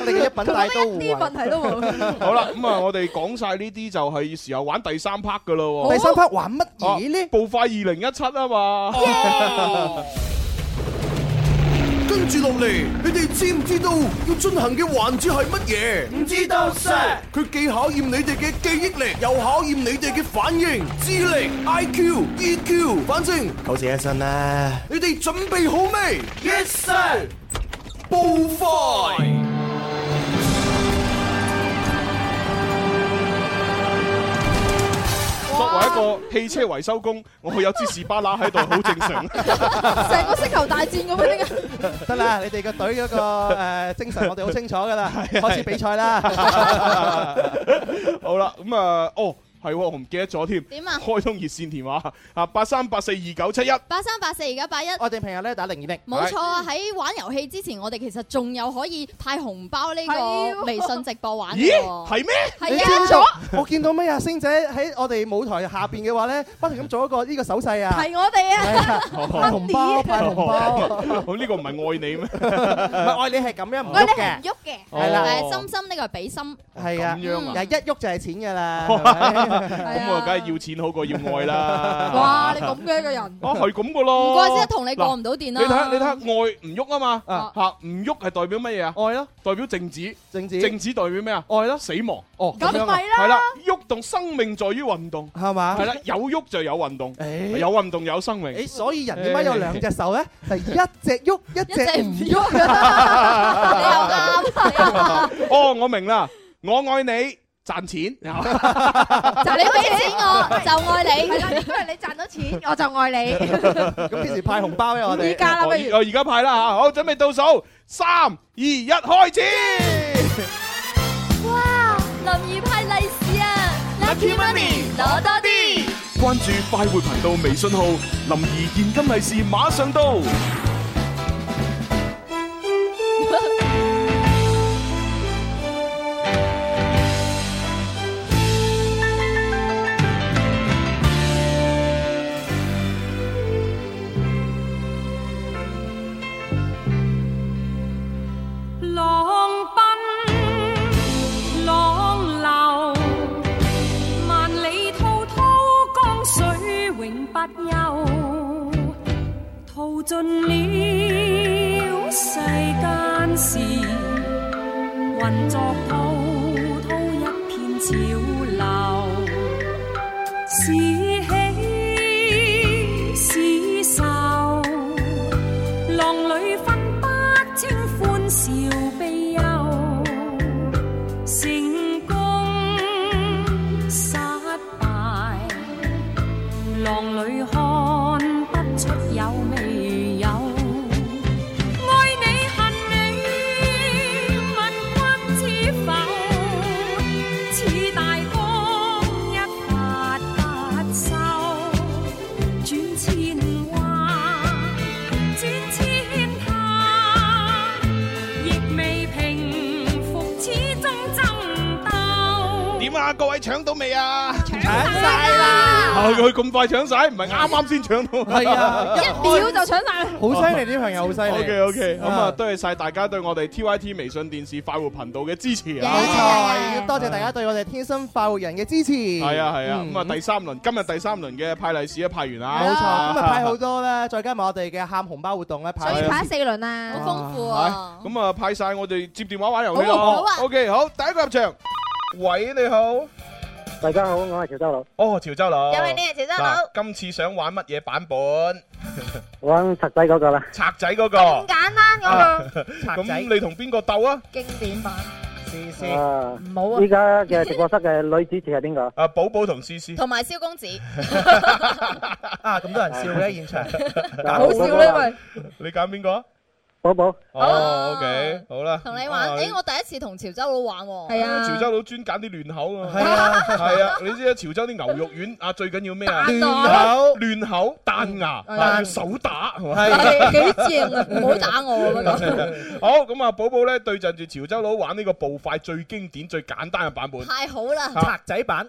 S6: 我哋嘅一品大都
S9: 一啲問題都冇。
S5: 好啦，咁啊，我哋講晒呢啲就係時候玩第三 part 噶啦喎。
S6: 第三 part 玩乜
S7: Ờ.
S6: 嘢
S5: 呢？暴快二零一七啊嘛。
S7: 跟住落嚟，你哋知唔知道要進行嘅環節係乜嘢？唔知道 Sir。佢既考驗你哋嘅記憶力，又考驗你哋嘅反應、智力、IQ、EQ，反正
S6: 好似一身啦。
S7: 你哋準備好未？Yes Sir。暴快！
S5: 作為一個汽車維修工，我有支士巴拿喺度，好正常。
S9: 成個星球大戰咁樣點解
S6: 得啦，你哋個隊嗰個誒精神我哋好清楚噶 啦，開始比賽啦。
S5: 好啦，咁啊，哦，係喎，我唔記得咗添。
S8: 點啊
S5: 開通熱線電話啊，八三八四二九七一。
S8: 八三八四而家八一，
S6: 我哋平日咧打零二零，
S8: 冇錯啊！喺玩遊戲之前，我哋其實仲有可以派紅包呢個微信直播玩嘅
S6: 咦
S8: 喎。
S5: 係咩？
S6: 你
S8: 係
S6: 知唔知
S8: 啊！
S6: 我見到咩啊？星姐喺我哋舞台下邊嘅話咧，不停咁做一個呢個手勢啊！
S9: 係我哋 啊？
S6: 派 紅包，派紅包。
S5: 咁呢個唔係愛你咩？
S6: 唔係愛你係咁樣唔
S8: 我
S6: 喐
S8: 哋係
S6: 嘅
S8: 唔，喐嘅，
S6: 係啦
S8: 誒心心呢個係比心，
S6: 係啊，
S5: 咁樣啊
S6: 又係一喐就係 錢㗎 啦。
S5: 咁啊，梗係要錢好過要愛啦。
S9: 哇！你咁嘅一個人，
S5: 啊，係咁噶咯。
S8: 唔怪之得同你過唔到電啦
S5: 嗱你睇下，你睇下愛唔喐啊嘛，嚇唔喐係代表乜嘢啊？
S6: 愛咯，
S5: 代表靜止，
S6: 靜止，
S5: 靜止代表咩啊？
S6: 愛咯，
S5: 死亡。
S6: 哦
S5: 咁
S6: 樣啊
S5: 咪啦係啦，喐動生命在於運動，
S6: 係嘛？
S5: 係啦，有喐就有運動，
S6: 誒
S5: 有運動有生命。
S6: 誒，所以人點解有兩 隻手咧？係一隻喐，一隻唔
S8: 喐。
S5: 哦，我明啦，我愛你，賺錢。
S8: 就你俾錢 我就愛你，
S9: 係啦，因為你賺到錢，我就愛 你。
S6: 咁幾時派紅包咧？我哋
S9: 依家啦不如
S5: 我而哦家派啦嚇，好，準備倒數，三二一，開始。
S24: 哇！林怡派利是啊，Lucky Money 攞多啲。
S25: 关注快活频道微信号，林儿现金利是马上到。
S3: 浪奔浪流，萬里滔滔江水永不休，淘盡了世間事，混作滔滔一片潮流，是喜是愁。浪里分不清歡笑悲憂，成功失敗，浪裏看不出有未有。愛你恨你，問君知否？
S5: 搶到未啊？搶
S9: 晒
S5: 啦！哎佢咁快搶晒，唔係啱啱先搶到。
S6: 係 啊
S9: 一
S7: Ờ.
S9: 秒就搶晒。
S6: 好犀利，呢啲朋友好犀利。
S5: OK OK，咁啊，多謝晒大家對我哋 TYT 微信電視快活頻道嘅支持啊！
S6: 冇錯，要多謝大家對我哋天生快活人嘅支持。
S5: 係啊係啊，咁啊第三輪今日第三輪嘅派利是啊派完啦，
S6: 冇錯，今日派好多咧，再加埋我哋嘅喊紅包活動咧，派
S5: 所以派咗
S9: 四輪啊，
S6: 好豐富
S9: Ờ.
S5: 啊！咁啊派晒我哋接電話玩遊戲
S6: 好啊好
S5: 咯
S6: 啊。
S5: OK，好，第一個入場，喂你好，
S13: 大家好，我係潮州佬。
S5: 哦潮州佬，
S13: 又係你啊潮州佬
S5: 嗱，今次想玩乜嘢版本？
S13: 玩賊仔嗰個啦。
S5: 賊仔嗰個。
S13: 簡單
S5: 啊 咁你同邊個鬥啊？
S13: 經典版。試
S5: 試
S13: 唔好啊！依家嘅直播室嘅女主持係邊個？
S7: À,
S5: 啊，寶寶同思思。
S14: 同埋蕭公子，
S5: À,
S6: 啊，咁多人笑嘅現場，
S13: 好笑呢
S5: 喂！你揀邊個？
S13: 寶寶。
S5: 哦，OK，好啦。
S14: 同你玩，
S5: 啊
S14: 誒，我第一次同潮州佬玩喎。
S5: 潮州佬專揀啲亂口啊！係啊，係啊，你知啊，潮州啲牛肉丸啊，最緊要咩啊？
S14: 彈牙
S5: 口、亂口、彈牙，
S14: 嗯係
S5: 啊要手打係嘛？
S14: 係幾正啊！唔好打我啊嗰 個，
S5: 好咁啊，寶寶咧對陣住潮州佬玩呢個步快最經典、最簡單嘅版本，
S14: 太好啦！
S5: 賊仔版。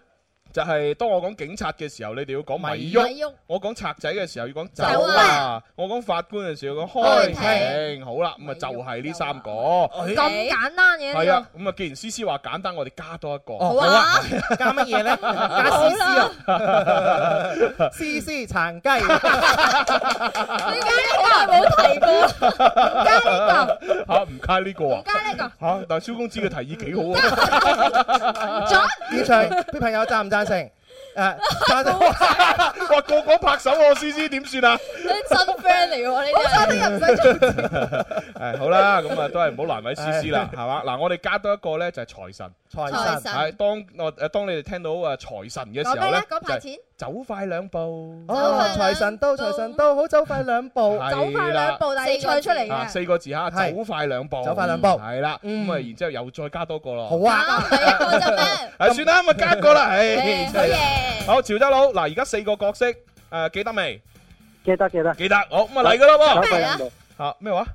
S5: 就係當我講警察嘅時候，你哋要講咪
S14: 咪
S5: 喐
S14: 喐；
S5: 我講賊仔嘅時候要講走
S14: 走
S5: 啊
S14: 啊；
S5: 我講法官嘅時候要講
S13: 開
S5: 開庭。好啦，咁啊就係呢三個。咁
S13: 簡單嘅
S5: 哎係啊，咁啊，既然思思話簡單，我哋加多一個。
S6: 哦好啊好啊加乜嘢咧加好啦
S5: 啊
S6: C C 殘雞，
S14: 好耐冇提過。
S5: 嚇唔加呢個啊？
S14: 加呢個
S5: 嚇！但係蕭公子嘅提議幾好啊！
S6: 啊現場啲朋友贊唔贊成？ 誒，贊成。
S5: 哇，個個拍手喎，思思點算啊？
S14: 你真 friend 嚟喎，你真係。
S5: 誒好啦，咁啊都係唔好難為思思啦，係嘛？嗱，我哋加多一個咧就係財神，
S6: 財
S14: 神財神
S5: 係當我誒當你哋聽到誒財神嘅時
S6: 講
S5: 候
S6: 咩
S5: 咧
S6: 咧，講
S5: 就係
S6: 派錢
S5: 走快兩步，
S6: 哦，財神到，財神到，好走快兩步，
S5: 係啦走快兩步但
S9: 係要賽出嚟嘅
S5: 啊四個字嚇，
S6: 係
S5: 走快兩步，
S6: 走快兩步
S5: 係啦，咁啊然之後又再加多個咯，
S6: 好啊，
S5: 誒算啦，咁啊加一個啦，唉，
S13: 誒
S5: 真係好潮州佬，嗱而家四個角色誒記得未？
S13: 記得記得。
S5: 記得，好咁啊嚟噶啦
S13: 走快
S5: 喎
S13: 兩，步。
S5: 嚇咩話？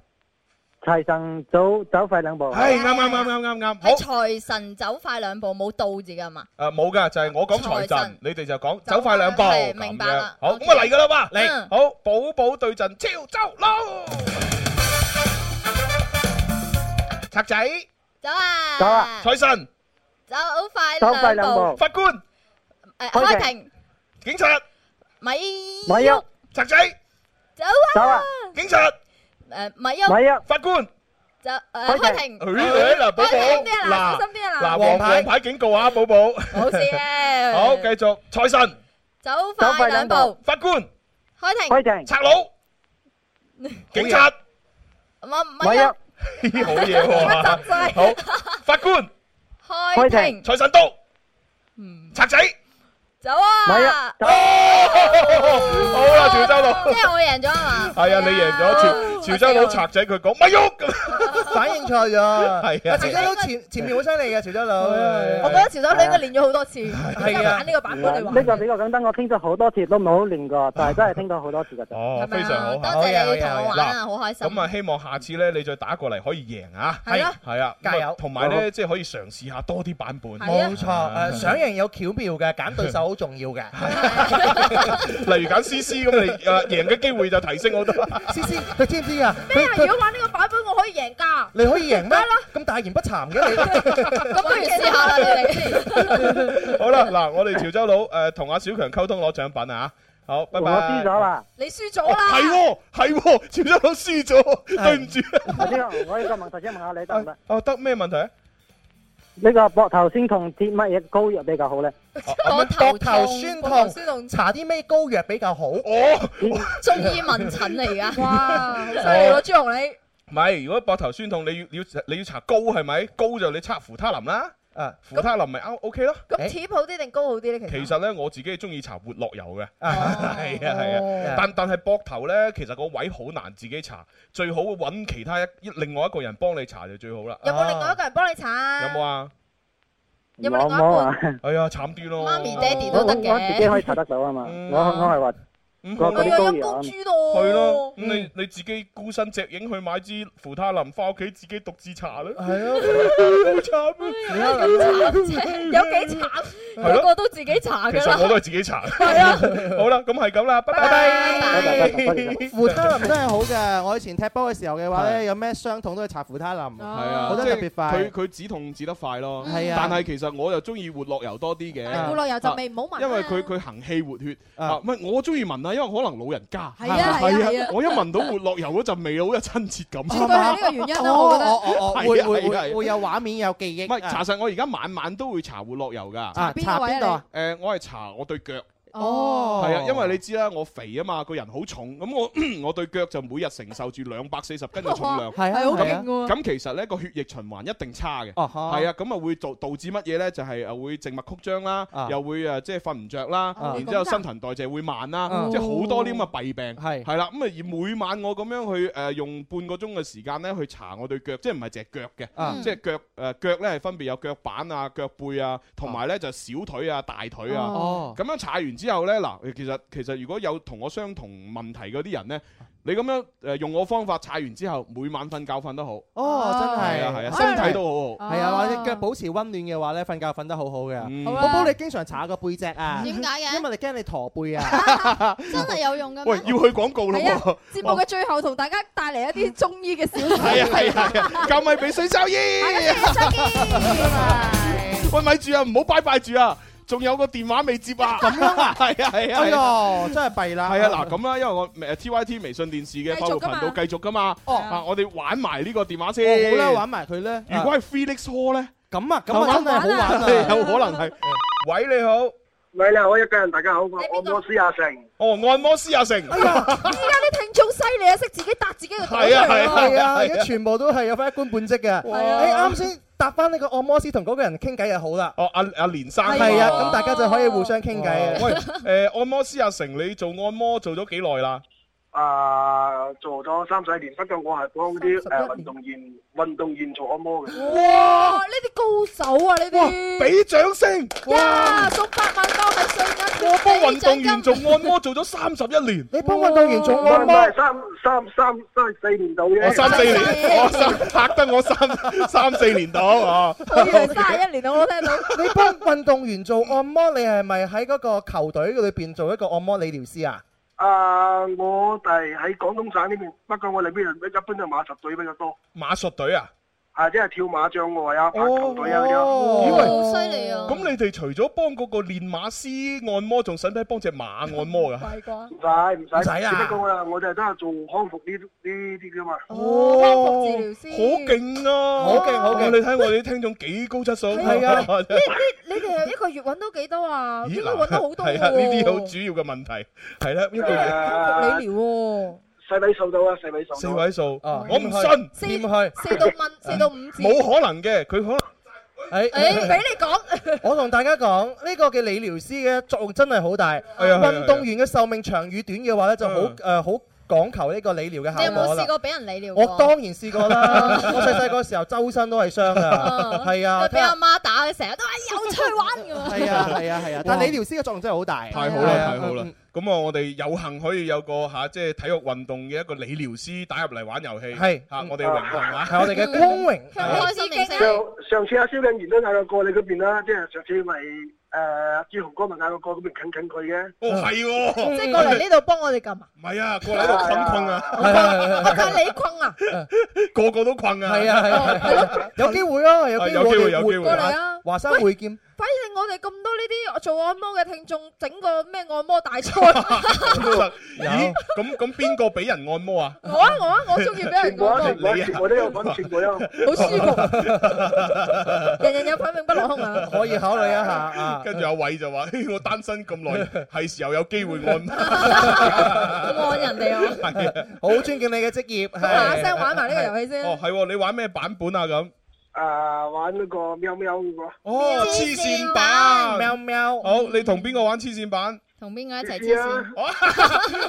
S13: 齊神早走快兩步。
S5: 係啱啱啱啱啱啱，好
S14: 喺。財神走快兩步，冇到字㗎嘛？
S5: 誒冇㗎，就係我講
S14: 財
S5: 財陣，你哋就講走快兩步
S14: 係
S5: 咁
S14: 明白
S5: 樣
S14: 啦。
S5: 好，
S14: OK
S5: 咁啊嚟㗎啦喎，嚟
S14: 嗯
S5: 好寶寶對陣潮州佬，賊仔
S14: 走啊！
S5: 走啊！財神
S14: 走快兩步。
S5: 法官
S14: 誒，開庭。
S5: 警察
S14: 咪
S5: 咪喐，賊仔
S14: 走啊！
S5: 警察
S14: 誒，咪喐。
S5: 法官。
S14: 就誒
S8: Ờ,
S14: 開庭。
S5: 誒
S8: Ừ.
S5: 誒嗱，寶寶
S14: 開庭啲啊
S5: 嗱
S14: 嗱，小心啲啊
S5: 嗱，
S14: 嗱
S5: 黃
S14: 黃
S5: 黃
S14: 牌
S5: 牌警告啊，寶寶。
S14: 冇事嘅。
S5: 好，繼續財神
S14: 走快兩步。
S5: 法官
S14: 開庭。
S5: 賊佬警察。
S14: 咪咪喐。
S5: 好嘢喎！好，法官，
S14: 開庭。
S5: 財神到，賊仔，
S14: 走啊！
S5: 好啊啦，潮州佬
S14: 即，係我贏咗係 嘛？
S5: 係啊，你贏咗，潮潮州佬賊仔佢講咪喐，
S6: 反應錯咗。
S5: 係啊
S6: 潮州佬前前面好犀利嘅潮州佬，
S14: 我覺得潮州佬應該練咗好多次，
S6: 啊
S14: 應該玩呢個 版本嚟玩。
S13: 呢個比較簡單，我聽咗好多次都冇練過，但係真係聽咗好多次嘅啫。
S5: 哦，非常好，
S14: 多謝你同我
S5: Dạ.
S14: 玩啊，好開心。
S5: 咁啊，希望下次咧你再打過嚟可以贏啊，
S14: 係咯
S5: 係啊，
S6: 加油
S5: 同埋咧
S6: 好
S5: 即係可以嘗試下多啲版本，
S6: 冇錯，誒
S5: Ờ.
S6: 想贏有巧妙嘅，揀對手好重要嘅。
S5: 例如揀 C C 咁，你誒贏嘅機會就提升好多。
S6: 思思，你知唔知啊？
S14: 咩啊？
S6: 佢
S14: 如果玩呢個版本，我可以贏㗎。
S6: 你可以贏咩？咁大言不慚嘅你，
S14: 咁不如試下啦，你哋。
S5: 好啦，嗱，我哋潮州佬誒同阿小強溝通攞獎品啊，好，拜拜。
S13: 我知咗啦。
S14: 你輸咗
S5: 係
S14: 啦。
S5: 喎，係喎，潮州佬輸咗，對唔住。
S13: 我呢個我呢個問題想問下你得唔得？
S5: 哦，得咩問題啊？
S13: 呢個膊頭先同貼乜嘢膏藥比較好咧？
S6: 膊
S14: 頭
S6: 頭
S14: 痛
S6: 酸
S14: 膊頭
S6: 痛
S14: 酸，
S6: 搽啲咩膏藥比較好？
S5: 哦，
S14: 中醫問診嚟㗎。哇，好
S8: 嗯
S14: 犀
S5: 利喎朱
S14: 紅你。
S5: 唔係，如果膊頭酸痛，你要你要你要搽膏係咪？膏就你搽扶他林啦，啊，扶他林咪啱 OK 咯。
S14: 咁貼好啲定高好啲咧？其實
S5: 其實咧，我自己中意搽活絡油嘅，係啊係
S14: 哦
S5: 啊，但但係膊頭咧，其實個位好難自己搽，最好揾其他一一另外一個人幫你搽就最好啦。
S14: 有
S13: 啊
S14: 冇另外一個人幫你搽啊？
S5: 有冇啊？
S14: 有冇另外一半？
S5: 哎呀，慘啲咯。
S14: 媽咪、爹哋都得
S13: 我我自己可以
S14: 嘅。
S13: 查得到啊嘛。我我係話嗰嗰啲高
S14: 陰公
S13: 人。
S14: 豬咯
S5: 係咯，咁你你自己孤身隻影去買支扶他林，翻屋企自己獨自搽啦。係啊，好慘啊！
S14: 你咁慘啫，有幾
S5: 係
S14: 慘？
S5: 咯
S14: 個個都自己查
S5: 其
S14: 㗎
S5: 實我都係
S14: 啦。
S5: 自己搽。
S14: 係啊，
S5: 好啦，咁係咁啦，拜拜。
S6: 扶他林真係好嘅，我以前踢波嘅時候嘅話咧，有咩傷痛都去搽扶他林，係
S5: 係啊，
S6: 好得
S5: 即
S6: 特
S5: 係
S6: 別快
S5: 佢。佢止痛止得快咯，
S6: 係啊
S5: 但係其實我又中意活絡油多啲嘅。
S9: 活絡油就味唔好聞
S5: 啊
S9: 啦
S5: 因為佢佢行氣活血啊。唔係我中意聞啊，因為可能老人家
S9: 係啊係啊係啊
S5: 我一聞到活絡油嗰陣味，好有親切感。
S9: 絕對係呢個原因啦我覺得
S6: 哦哦
S5: 啊
S6: 哦會會會會有
S5: 畫面有
S6: 憶
S5: 記唔係
S6: 啊
S5: 查實，我而家晚晚都會搽活絡油㗎。
S6: 搽邊個位啊搽邊度啊？
S5: 誒，我係搽我對腳。
S6: 哦
S5: 係啊，因為你知啦，我肥啊嘛，個人好重，咁我我 對腳就每日承受住兩百四 十斤嘅重量，
S6: 哇係啊係好
S5: 咁
S6: 勁喎
S5: 咁其實呢個血液循環一定差嘅，
S6: 哦哈
S5: 係啊，咁啊會導導致乜嘢呢？就係誒會靜脈曲張啦
S6: 啊，
S5: 又會誒即係瞓唔着啦
S6: 啊，
S5: 然之後新陳代謝會慢啦
S6: 哦，
S5: 即係好多呢啲咁嘅弊病係係啦，咁啊而每晚我咁樣去誒用半個鐘嘅時間呢去搽我對腳，即係唔係隻腳
S6: 啊
S5: 嘅，即係腳誒腳呢係分別有腳板啊、腳背啊，同埋呢就小腿啊、大腿啊，
S6: 哦
S5: 咁樣搽完之後呢，嗱，其實其實如果有同我相同問題嗰啲人呢，你咁樣誒用我方法搽完之後，每晚瞓覺瞓得好。
S6: 哦，真係
S5: 係啊係啊身體都好好
S6: 係啊，或者腳保持温暖嘅話咧，瞓覺瞓得好好嘅。
S5: 好
S6: 寶
S5: 啊
S6: 寶，你經常搽個背脊啊？
S8: 點解嘅
S6: 因為你驚你駝背啊！
S8: 真係有用嘅
S5: 喂，
S8: 咩
S5: 要？去廣告咯
S9: 係啊
S5: 喎！，哦
S9: 節目嘅最後同大家帶嚟一啲中醫嘅小知識。
S5: 係啊係啊 係啊，教咪俾水收醫。 喂，咪住啊，唔好拜拜住啊！仲有個電話未接 啊！咁樣啊，係啊係啊，
S6: 哎
S5: 係啊
S6: 呦，真係弊啦！
S5: 係啊，嗱咁啦，因為我誒 T Y T 微信電視嘅
S6: 繼
S5: 快活
S6: 續㗎嘛
S5: 頻道繼續噶嘛，
S6: 哦
S5: 啊，我哋玩埋呢個電話
S6: 哦
S5: 先，
S6: 好啦，玩埋佢咧。
S5: 如果係 Felix Hall 咧，
S6: 咁啊，咁啊真係好玩啊！
S5: 有可能係。喂，你好。
S13: 喂，你好，一家人，大家好，我按摩師阿成。
S5: 哦，按摩師阿成。
S6: 哎
S9: 依家啲聽眾犀利啊，識自己答自己嘅
S6: 係啊係啊係啊，
S9: 啊
S6: 而家全部都係有翻一官半職嘅。
S9: 啊
S6: 你啱先答翻呢個按摩師同嗰個人傾偈就好啦。
S5: 哦，阿阿連生
S6: 係啊，咁大家就可以互相傾偈啊。
S5: 喂，呃誒，按摩師阿成，你做按摩做咗幾耐啦？
S13: 啊，做咗三十一年，不過我係幫啲誒運動員運動員做按摩嘅。
S9: 哇！呢啲高手啊，呢啲
S5: 俾掌聲！
S9: 哇！送百萬當係信金，
S5: 我幫運動員做按摩做咗三十一年。
S6: 你幫運動員做
S13: 按摩，三三三三四年度啫。
S5: 我哦三四年，我三嚇得我三 三四年到啊！
S9: 我以為三十一年我都聽到。
S6: 你幫運動員做按摩，你係咪喺嗰個球隊裏邊做一個按摩理療師啊？
S13: 啊，我哋喺廣東省呢邊，不過我哋呢邊一般就馬術隊比較多，
S5: 馬術隊啊！
S13: 啊，即係跳馬障礙啊、排球隊啊嗰啲
S5: 哦
S13: 咯。
S5: 好犀利啊！咁你哋除咗幫嗰個練馬師按摩，仲使唔使幫只馬按摩㗎？
S13: 唔使唔使，
S5: 唔使啊
S13: 只不過啊，我哋都係做康復呢呢啲噶嘛。
S5: 哦，好勁啊！
S6: 好勁好勁
S5: 你睇我哋啲聽眾幾高質素，
S6: 係啊
S5: 呢
S14: 你哋一個月揾到幾多啊？
S5: 咦
S14: 應該揾到好多
S5: 係啊，呢啲好
S14: 喎。
S5: 主要嘅問題，係啦，一個
S13: 啊
S5: 月
S14: 理療喎，
S13: 四位數到啊，四位數。
S5: 四位數，
S6: 啊
S5: 我唔信，
S14: 四
S6: 去
S14: 四到蚊，四到五字。
S5: 冇可能嘅，佢可能。
S6: 誒
S14: 誒，俾你講。
S6: 我同大家講，呢個嘅理療師嘅作用真係好大。
S5: 係啊
S6: 運動員嘅壽命長與短嘅話咧，就好誒
S5: 嗯
S6: 好講求呢個理療嘅
S14: 你有
S6: 效
S14: 冇
S6: 果
S14: 試
S6: 啦。
S14: 過俾人理療過？
S6: 我當然試 過啦，我細細個時候周身都係傷
S8: 嗯
S6: 啊， 係啊，
S14: 哦俾阿媽打佢，成日都
S8: 哎
S14: 話有出去玩咁。
S6: 係啊係 啊係啊，但係理療師嘅作用真係好大。
S5: 太好
S6: 係
S5: 啦，
S6: 啊
S5: 太好啦！咁啊，我哋有幸可以有個嚇，即係體育運動嘅一個理療師打入嚟玩遊戲，
S6: 係
S5: 嚇，我哋嘅榮幸啊！
S6: 係我哋嘅光榮。
S14: 開心定死？
S13: 上上次阿蕭敬元都嗌過過你嗰邊啦，即係上次咪誒朱紅哥咪嗌過過嗰邊近近佢嘅。
S5: 哦，係喎，
S14: 嗯即係過嚟呢度幫我哋撳啊！
S5: 唔係啊，過嚟喺度困困
S6: 係
S5: 啊，
S6: 係係
S14: 我怕你困啊！
S5: 個個都困啊，
S6: 係啊係啊係啊，有機會咯，有
S5: 啊
S6: 機
S5: 有機會
S6: 會
S5: 有
S6: 我哋
S5: 機會
S6: 會
S5: 過
S14: 嚟啊
S6: 華山會劍。
S14: 反正我哋咁多呢啲做按摩嘅聽眾，整個咩按摩大 賽，我
S5: 咦，咁咁邊個俾人按摩啊？
S14: 啊我啊我中意俾人按 摩，
S13: 全部啊全部都有份，全部都有。
S14: 好舒服，人人有份永不落空啊！
S6: 可以考慮一下啊
S5: 跟住阿偉就話：， 嘿我單身咁 耐，係時候有機會按摩。
S14: 按人 哋啊！
S6: 好尊敬你嘅職業，
S14: 咁嗱嗱聲玩埋呢個遊戲先。
S5: 哦，係喎，你玩咩版本啊？咁
S13: 誒啊玩嗰個喵喵嗰個。
S5: 哦，黐線版。
S6: 喵喵。
S5: 好，你同邊個玩黐線版？
S14: 同邊個一齊黐 線？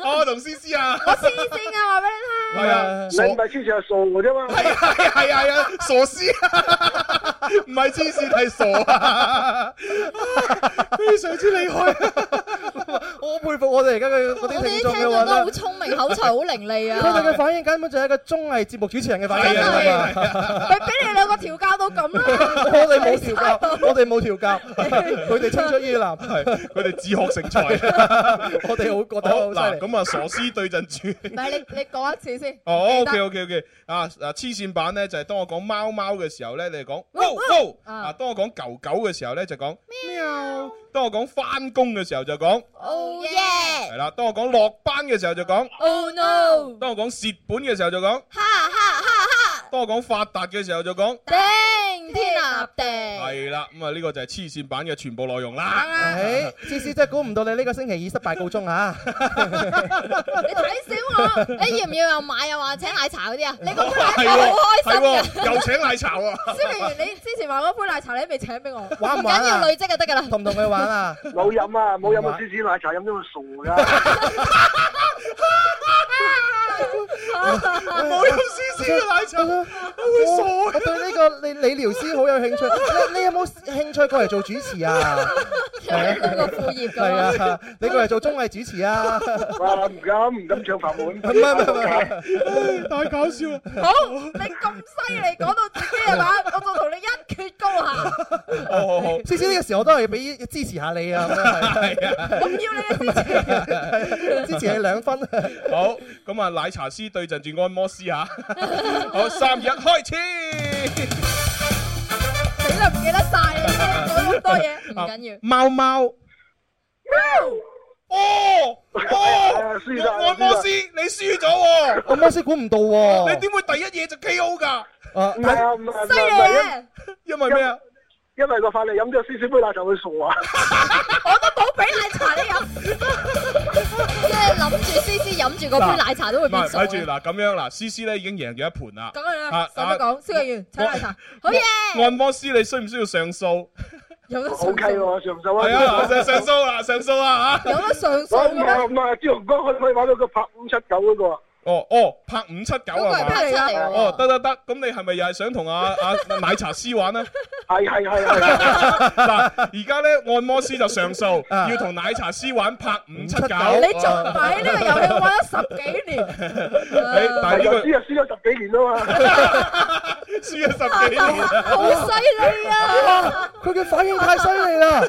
S5: 哦，同思思啊。
S14: 我黐線啊！話俾你
S5: 係啊，
S13: 你
S5: 傻
S13: 唔係黐線係傻嘅啫嘛。
S5: 係啊係啊係啊，傻絲啊， 唔係黐線係傻啊，非常之厲害啊。
S6: 我佩服我哋而家嘅嗰啲
S8: 我哋
S6: 聽
S8: 啲
S6: 眾
S8: 聽眾都
S6: 嘅話
S8: 好
S6: 咧
S8: 聰明，口才好伶俐啊！
S6: 佢哋嘅反應根本就係一個綜藝節目主持人嘅反應嚟㗎嘛
S9: 俾你兩個調教到咁啦，
S6: 我哋冇調 教，我哋冇調教，佢哋青出於藍。
S5: 佢哋自學成才，
S6: 我哋好覺得
S5: 好
S6: 好犀
S5: 嗱，
S6: 利
S5: 咁啊傻師對陣主。
S9: 唔係你你講一次先。
S5: 哦
S9: 記得
S5: ，OK OK OK，啊啊黐線版咧就係當我講貓貓嘅時候咧，你 哋講
S9: Wow,
S5: wow
S9: wow
S5: wow，啊當我講狗狗嘅時候咧就講喵，當我講翻工嘅時候就講
S8: Oh yeah！
S5: 係啦，當我講落班嘅時候就講
S8: Oh no！
S5: 當我講蝕本嘅時候就講
S8: 哈哈哈哈！
S5: 當我講發達嘅時候就講
S8: 頂天立地。
S5: 係啦，咁啊呢個就係黐線版嘅全部內 容啦。
S6: 唉，思思真係估唔到你呢個星期以失敗告終啊！
S8: 你睇小我，你要唔要又買又話請奶茶嗰啲 啊？你個
S5: 係
S8: 牌
S5: 喎
S8: 好開心啊嘅。
S5: 係喎又請奶茶喎。
S9: 蕭敬元，你之前話嗰杯奶茶你都未請俾我，
S6: 玩唔玩啊唔緊要累
S8: 積就得㗎啦。
S6: 同唔同佢玩啊？
S13: 冇飲啊，冇飲啊，芝士奶茶飲咗會傻㗎。
S5: 冇飲思思嘅奶茶，
S6: 我會傻。我對呢個理理療師好有興趣，你你有冇興趣過嚟做主持啊？
S8: 係個副業
S6: 係啊，你過嚟做綜藝主持啊？
S13: 哇！唔敢唔敢唱飯碗，唔
S6: 係唔係唔係
S5: 太搞笑啊啦！
S9: 好，你咁犀利講到自己係 嘛，我就同你一決高下，
S5: 好好好，
S6: 思思呢個時候我都係俾支持下你啊，咁樣係
S9: 我唔要你嘅
S6: 支持你兩分。
S5: 好，咁啊奶茶師對陣住按摩師 嚇，好三二一開始。
S9: 死啦唔記得晒啦，已經講咁多嘢，
S5: 唔緊要。貓貓。哦哦，按摩師你輸咗
S7: à.
S5: 喎，
S6: 我啱先估唔到喎。
S5: 你點會第一嘢就 K.O. 㗎？
S6: 啊
S13: 係啊，唔係唔係唔係，
S9: 啊！
S5: 因為咩啊？
S13: 因為個法例飲咗少少杯奶茶會傻啊！
S8: 冇俾奶茶你飲，即係諗住思思飲住嗰杯奶茶都會
S5: 唔
S8: 變
S5: 係
S8: 傻
S5: 睇。住嗱，咁樣嗱，思思咧已經贏咗一盤啦。
S9: 梗係啦
S5: 啊，
S9: 使乜講？蕭敬元請奶茶，好嘢，
S5: 按摩師你需唔需要上訴？
S9: 有得上
S13: O K 喎，上訴
S5: 係啊，上上
S13: 訴
S5: 訴啦，上訴啦嚇。
S9: 有得上
S13: 我
S9: 訴
S13: 唔
S9: 嘅
S13: 係
S9: 咩？
S13: 唔係，朱紅哥可唔可以玩到個拍五七九嗰個啊？
S5: 哦哦，拍五七九係
S13: 嗰個係
S5: 嘛？
S13: 拍出嚟喎
S5: 哦，得得得，咁你係咪又係想同阿阿奶茶師玩咧？
S13: 係係係係。
S5: 嗱，而家咧按摩師就上訴，要同奶茶師玩拍五七
S9: 你
S5: 九。
S9: 仲唔係呢個遊戲玩 咗十幾年？
S5: 誒哎但係呢個
S13: 輸啊輸咗十幾年啦嘛，
S5: 輸咗十幾年。
S9: 好犀利啊！
S6: 哇佢嘅反應太犀利啦，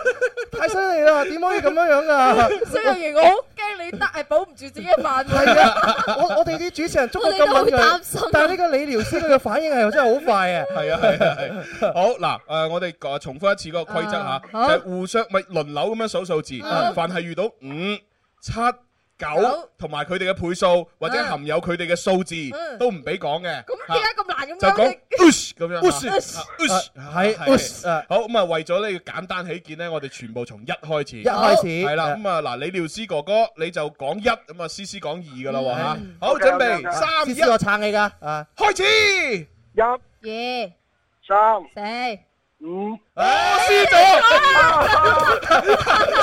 S6: 太犀利啦！點可以咁樣樣啊噶？
S9: 蕭敬元，我好驚你得係保唔住自己嘅飯碗
S6: 係 啊！我我哋啲主持人捉到咁
S9: 我哋
S6: 敏
S9: 都好擔心啊
S6: 鋭，但係呢個理療師佢嘅反應係真係好快啊！
S5: 係啊係啊係。好嗱，誒我哋誒重複一次嗰個規則嚇
S6: 啊，
S5: 就
S6: 好
S5: 係互相咪輪流咁樣數數字
S6: 嗯，
S5: 凡係遇到五七九同埋佢哋嘅倍數或者含有佢哋嘅數字
S9: 嗯，
S5: 都唔俾講嘅。
S9: 咁點解咁難咁
S5: 就
S9: 樣
S5: 講
S9: 你？
S5: ush 咁 樣
S6: Ush
S5: 啊啊
S6: 係 ush，啊
S5: 好咁啊，為咗呢個簡單起見咧，我哋全部從一開始，
S6: 一開始
S5: 係啦，咁啊嗱，李廖思哥哥你就講一，咁啊思思講二噶啦喎嚇
S6: 嗯，
S5: 好準備三二
S6: 思
S5: 一
S6: 思，我撐你㗎啊！
S5: 開始，
S13: 一
S9: 二
S13: 三
S9: 四
S13: 五，
S5: 我輸咗，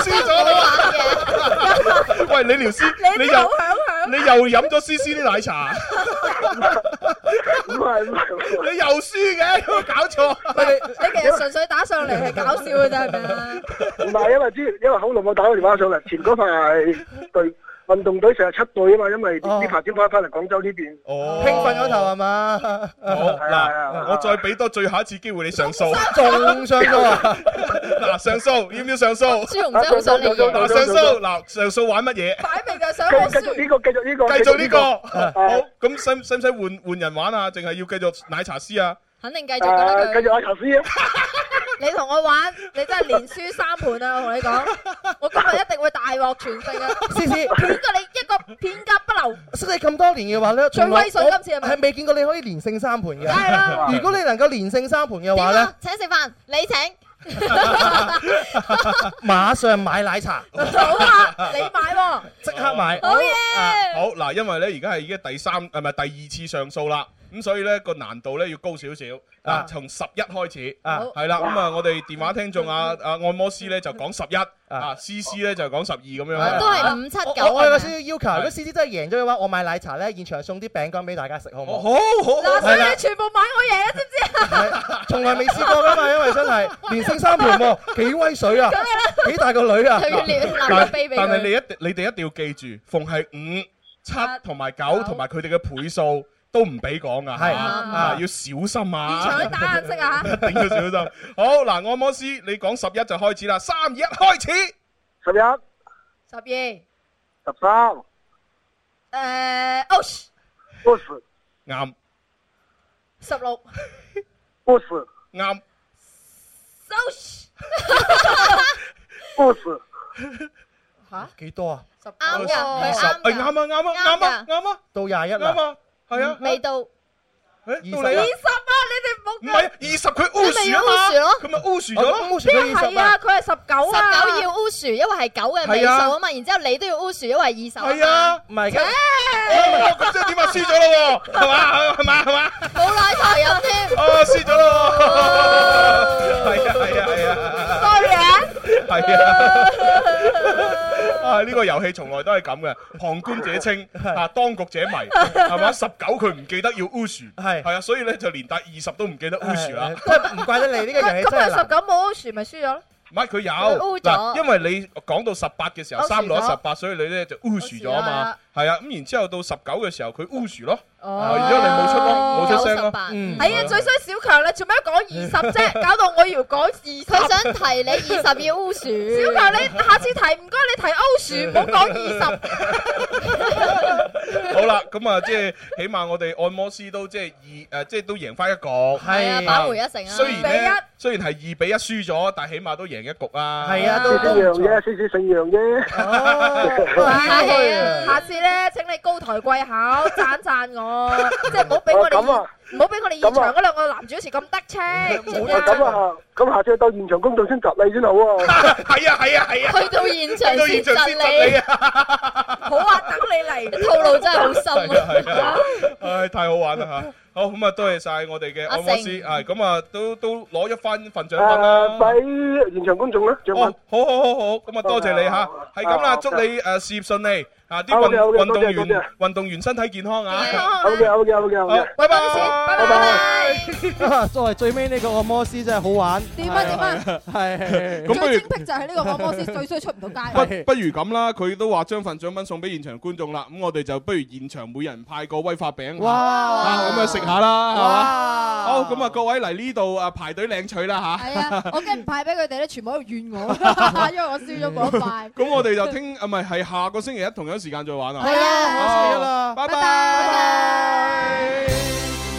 S5: 輸咗啦！喂，李廖思，你
S9: 你
S5: 又
S9: 好響響，
S5: 你又飲咗思思啲奶茶，
S13: 唔係唔係，
S5: 你又輸嘅，有冇搞錯？
S9: 你其實純粹打上嚟係搞笑嘅啫，係咪啊？
S13: 唔係因為之前因為好耐冇打過電話上嚟，前嗰排隊運動隊成日七隊啊嘛，因為呢排先翻翻嚟廣州呢邊。
S5: 哦
S6: 興奮咗頭係嘛？
S13: 啊
S5: 好嗱，我再俾多最後一次機會你上訴，
S6: 仲上訴啊！
S5: 嗱，上訴要唔要上訴？
S8: 朱紅真係好想你贏
S5: 嗱，上訴嗱，上訴玩乜嘢？
S9: 擺明就想我
S13: 繼續呢
S9: 輸。
S13: 個，繼續呢個，
S5: 繼續呢個，
S13: 啊
S5: 好咁使唔使唔使換換人玩啊？淨係要繼續奶茶師啊？
S9: 肯定繼
S13: 誒
S5: À,
S13: 繼續阿頭先啊，
S9: 你同我玩，你真係連輸三盤啊！我同你講，我今日一定會大獲全勝啊！
S6: 思思
S9: 片過你一個片甲不留，
S6: 識你咁多年嘅話咧，從來
S9: 最威水今次係咪
S6: 我係未見過你可以連勝三盤嘅。
S9: 係啦
S6: 如果你能夠連勝三盤嘅話咧，
S8: 請食飯，你請。
S9: 啊
S6: 馬上買奶茶，
S9: 好啊！你買喎，
S6: 即刻買。
S9: 好嘢！
S7: À,
S5: 好嗱，因為咧而家係已經第三誒唔係第二次上訴啦，咁所以咧個難度咧要高少少啊，從十一開始
S6: 啊
S5: 係啦，咁啊我哋電話聽眾啊啊按摩師咧就講十一啊，思思咧就講十二咁樣啦，
S8: 五七
S9: 啊
S6: 我我有個少少要求，
S5: 係
S6: 如果思思真係贏咗嘅話，我買奶茶咧，現場送啲餅乾俾大家食，好唔好？
S5: 好好
S9: 嗱，所
S6: 係
S9: 以
S6: 啦
S9: 你，全部買我嘢，知唔知啊？
S6: 從來未試過㗎嘛，因為真係連勝三盤喎，幾威水啊！
S5: 幾大個女啊？
S8: 佢要撩留
S5: 嗱
S8: 個秘密俾佢
S5: 但係你一定你哋一定要記住，逢係五、七同埋九同埋佢哋嘅倍數都唔俾講啊，係啊，要小心啊！
S9: 搶打眼色 啊！
S5: 一定要小心。好嗱，按摩師，你講十一就開始啦，三二一開始。
S13: 十一、
S9: 十二，
S13: 十三、
S9: 誒 o s
S13: 八十、
S5: 啱
S9: 十六
S13: 八十、
S5: 啱
S9: o s
S13: 八十。
S9: 嚇？
S5: 幾多啊？
S9: 十啱㗎，佢
S5: 十
S9: 啱嗯
S5: 哎啱啊啱啊啱啊啱啊，
S26: 到廿一
S5: 啦啱啊，係啊，
S9: 未到。
S5: 誒
S9: 二十
S5: 到你啦。
S9: 啊！
S5: 唔
S9: 你哋冇
S5: 係二十佢 o
S9: 你
S5: s
S9: 咪
S5: 啊嘛
S9: Usu 咯，哦
S5: 佢咪 o s 咗
S6: 哦
S5: 咯
S9: 邊係啊？佢係十九啊！
S8: 十九要 usu，因為係九嘅尾數啊嘛，然之後你都要 usu，因為二十嘛。
S5: 係啊，唔係
S8: 切
S5: 嘅。咁即係點啊？輸咗咯喎，係嘛？係嘛？係嘛？
S8: 冇奶茶飲添。
S5: 啊，
S7: Ờ,
S5: 輸咗咯喎！係啊，係啊，係啊。
S9: Sorry 啊！
S5: 係啊！啊！呢個遊戲從來都係咁嘅，旁觀者清，啊當局者迷，係嘛？十九佢唔記得要 u s 係係啊，所以咧就連帶二十都唔記得啊 u s 啦。
S26: 真係唔怪得你呢個遊戲
S9: 咁
S26: 真
S9: 佢
S26: 係
S9: 十
S26: 難。
S9: 九冇 Osh 咪輸咗咯？
S5: 唔係佢
S9: 佢
S5: 有
S9: O 咗
S5: 嗱，因為你講到十八嘅時候，
S9: O
S5: 三攞
S9: 咗
S5: 十八，所以你咧就 u s 咗啊嘛，係啊，咁然之後到十九嘅時候佢 u s 咯，啊然之後你冇出咯，冇出聲咯，嗯
S9: 係啊，最衰小強啦，做咩講二十啫？搞到我要講二十。佢
S8: 想提你二十要 usu
S9: 小強，你下次提唔該你提 Osh，唔好講二十。
S5: 好啦，咁啊，即係起碼我哋按摩師都即係二誒，即係都贏翻一局，
S8: 係啊扳回一城啊
S5: 雖然
S8: 二比
S5: 咧
S8: 一，
S5: 雖然係二比一輸咗，但係起碼都贏一局啊。哦
S6: 係啊
S13: 少少讓啫，少少信讓
S9: 啊
S13: 啫。
S5: 啊
S13: 啊
S9: 下次咧，請你高抬貴口，讚讚我，即係唔好俾我哋
S13: 哦咁啊
S9: 現唔好俾我哋現場嗰兩個男主持咁得戚。知唔知啊
S13: 咁啊，咁下次去到現場公眾先集你先好啊！
S5: 係啊係啊係
S8: 去到現場先窒你
S5: 啊！
S9: 好啊，等你嚟。
S8: 套路真係好深
S5: 係
S8: 啊！
S5: 啊係啊，唉，太好玩啦嚇！好咁啊，多謝晒我哋嘅按摩師，係咁啊，都都攞咗翻份獎品啦。哦
S13: 俾啊現場觀眾啦，獎品。
S5: 好好好好，咁啊多謝你嚇，係咁
S13: 啊
S5: 啦，祝你誒事業順利啊！啲運
S13: 好嘅好嘅
S5: 運
S13: 多謝
S5: 動
S13: 多
S5: 員
S13: 謝
S5: 運動員身體健康啊！
S13: 好 嘅，好嘅，好嘅，好嘅。
S5: 拜拜，
S9: 拜拜。
S26: 作為最尾呢個按摩師真係好玩。
S27: 點啊點啊
S26: 係。
S5: 咁不如
S27: 精辟就係呢個按摩師最衰出唔到 街。
S5: 不不如咁啦，佢都話將份獎品送俾現場觀眾啦，咁我哋就不如現場每人派個威化餅，
S26: 哇
S5: 啊咁啊食下啦，係嘛？好，咁啊各位嚟呢度啊排隊領取啦
S27: 係
S5: 吓。
S27: 啊，我驚唔派俾佢哋咧，全部喺度怨我，因為我輸咗嗰一塊。
S5: 咁我哋就聽啊，唔係係下個星期一同樣時間再玩啊。
S27: 係啊下
S5: 好
S27: 個星期一
S26: 啦
S5: 拜拜。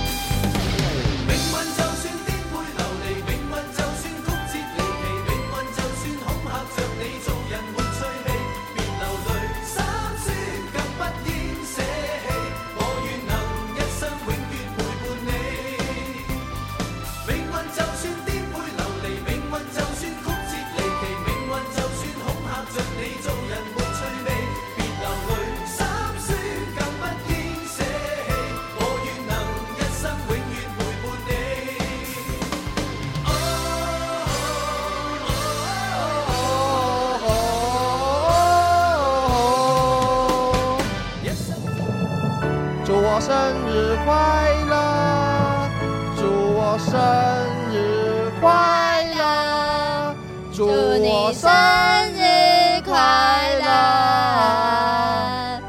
S7: 命運就算顛沛流離，命運就算曲折離奇，命運就算恐嚇着你，做人沒趣味，別流淚，心酸更不應捨棄。我願能一生永遠陪伴你。命運就算顛沛流離，命運就算曲折離奇，命運就算恐嚇着你，做人沒趣味，別流淚，心酸更不應捨棄。我願能一生永遠陪伴你。
S6: 祝我生日快乐，祝我生日快乐，祝我生日快乐，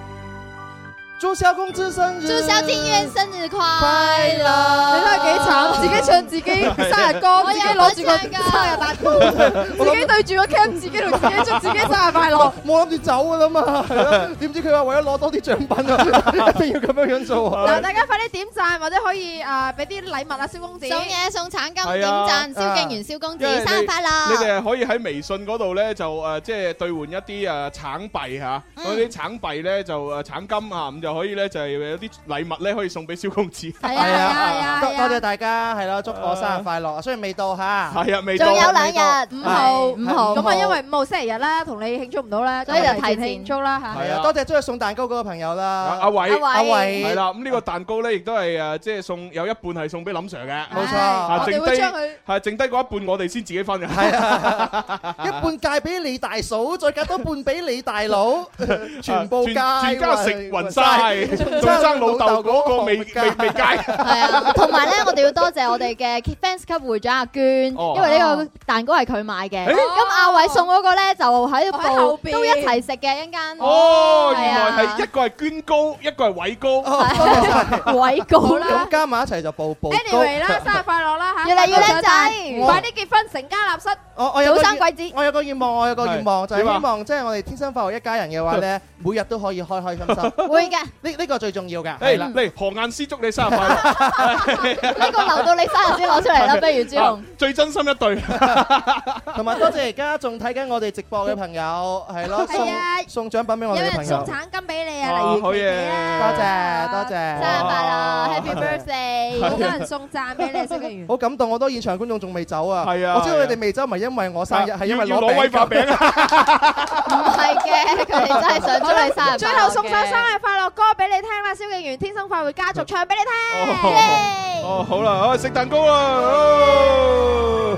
S6: 祝小公子生日，
S28: 祝小金月生日快
S6: 快
S28: 樂！
S6: 樂
S27: 你睇下幾慘，自己唱自己生日 歌，自己攞住個生日蛋糕，自己對住個 cam，自己同自己祝自己生日快 樂。
S26: 我我諗住走噶啦嘛，係咯點知佢話為咗攞多啲獎品啊，一定要咁樣樣做啊！
S27: 嗱，大家快啲點贊，或者可以誒俾啲禮物啊，蕭公子。
S28: 送嘢送橙金，
S5: 係
S28: 點
S5: 啊
S28: 贊蕭敬元蕭公子
S5: 因為你
S28: 生日快樂！
S5: 你哋係可以喺微信嗰度呃咧呃
S6: 嗯
S5: 就誒，即係兑換一啲誒橙幣嚇，嗰啲橙幣咧就誒橙金啊，咁就可可以咧就係有啲禮物咧可以送俾蕭公子。
S6: 係啊係啊係啊！多多謝大家，係咯，祝我生日快樂啊！雖然未到嚇，
S5: 係啊未到仲有兩日
S9: 五號
S6: 哦係
S9: 五號
S6: 咁
S9: 咁
S6: 啊
S9: 啊，
S6: 因
S9: 因
S6: 為
S9: 為五號星期日啦，同你慶祝唔到啦，
S6: 所以就
S9: 咁
S6: 提
S9: 提
S6: 前
S9: 前慶祝啦嚇。
S6: 係啊，多謝中意送蛋糕嗰個朋友啦。
S5: 阿阿偉，
S6: 阿偉
S5: 係啦，咁呢個蛋糕咧亦都係呃誒，即係送有一半係送俾林 Sir 嘅，
S6: 冇錯
S5: 啊
S6: 我哋
S5: 剩
S6: 會
S5: 低
S6: 將佢
S5: 係剩低嗰一半我哋先自己分嘅，
S6: 係啊 一半戒俾李大嫂，再戒多半俾李大佬，全部戒，
S5: 啊全家食暈晒，仲爭老豆嗰個未未未戒。
S8: 同埋咧，我哋要多謝我哋嘅 fans 級會長阿娟，
S5: 哦
S8: 因為呢個蛋糕係佢買嘅。
S5: 誒
S8: 咁阿偉送嗰個咧就喺
S9: 喺後
S8: 部
S9: 邊
S8: 都一齊食嘅一陣間。
S5: 哦，
S8: 係
S5: 原
S8: 啊
S5: 來係一個係捐高，一個係偉
S6: 高，
S8: 偉高
S6: 啦，咁加埋一齊就步步高
S9: Anyway 啦， 生日快樂啦嚇！
S8: 越嚟越
S9: 生日
S8: 靚仔
S9: 快啲結婚，成家立室。
S6: 我我有個
S9: 早生貴
S6: 願我有個願望，我有個願望
S9: 係
S6: 就係
S9: 點啊
S6: 希望即係我哋天生快活一家人嘅話咧，每日都可以開開心心。
S8: 會嘅，
S6: 呢呢個最重要㗎。係
S5: 誒
S6: 啦，
S5: 嚟何雁詩祝你生日快樂！
S8: 呢個留到你生日先攞出嚟啦，不 如朱紅
S5: 啊。最真心一對，
S6: 同埋多謝而家仲睇緊我哋直播嘅朋友，係咯，
S9: 係啊
S6: 送送獎品俾我哋嘅朋友。
S9: 金俾你
S6: 啊
S5: 好嘢，
S6: 多謝多謝，生
S8: 日
S6: 快
S8: Happy birthday！
S9: 好多人送贊俾你，蕭敬元。
S6: 好感動，好多現場觀眾仲未走啊！
S5: 係啊
S6: 我知道你哋未走唔係因為我生日，
S5: 啊
S6: 係因為
S5: 要要攞威化
S6: 餅
S5: 啊！
S8: 唔係嘅，佢哋真係想祝你生日。
S9: 最後送首生日快樂歌俾你聽啦，蕭敬元《天生快活家族》唱俾你聽。
S5: 哦，好啦，好食蛋糕啦！哦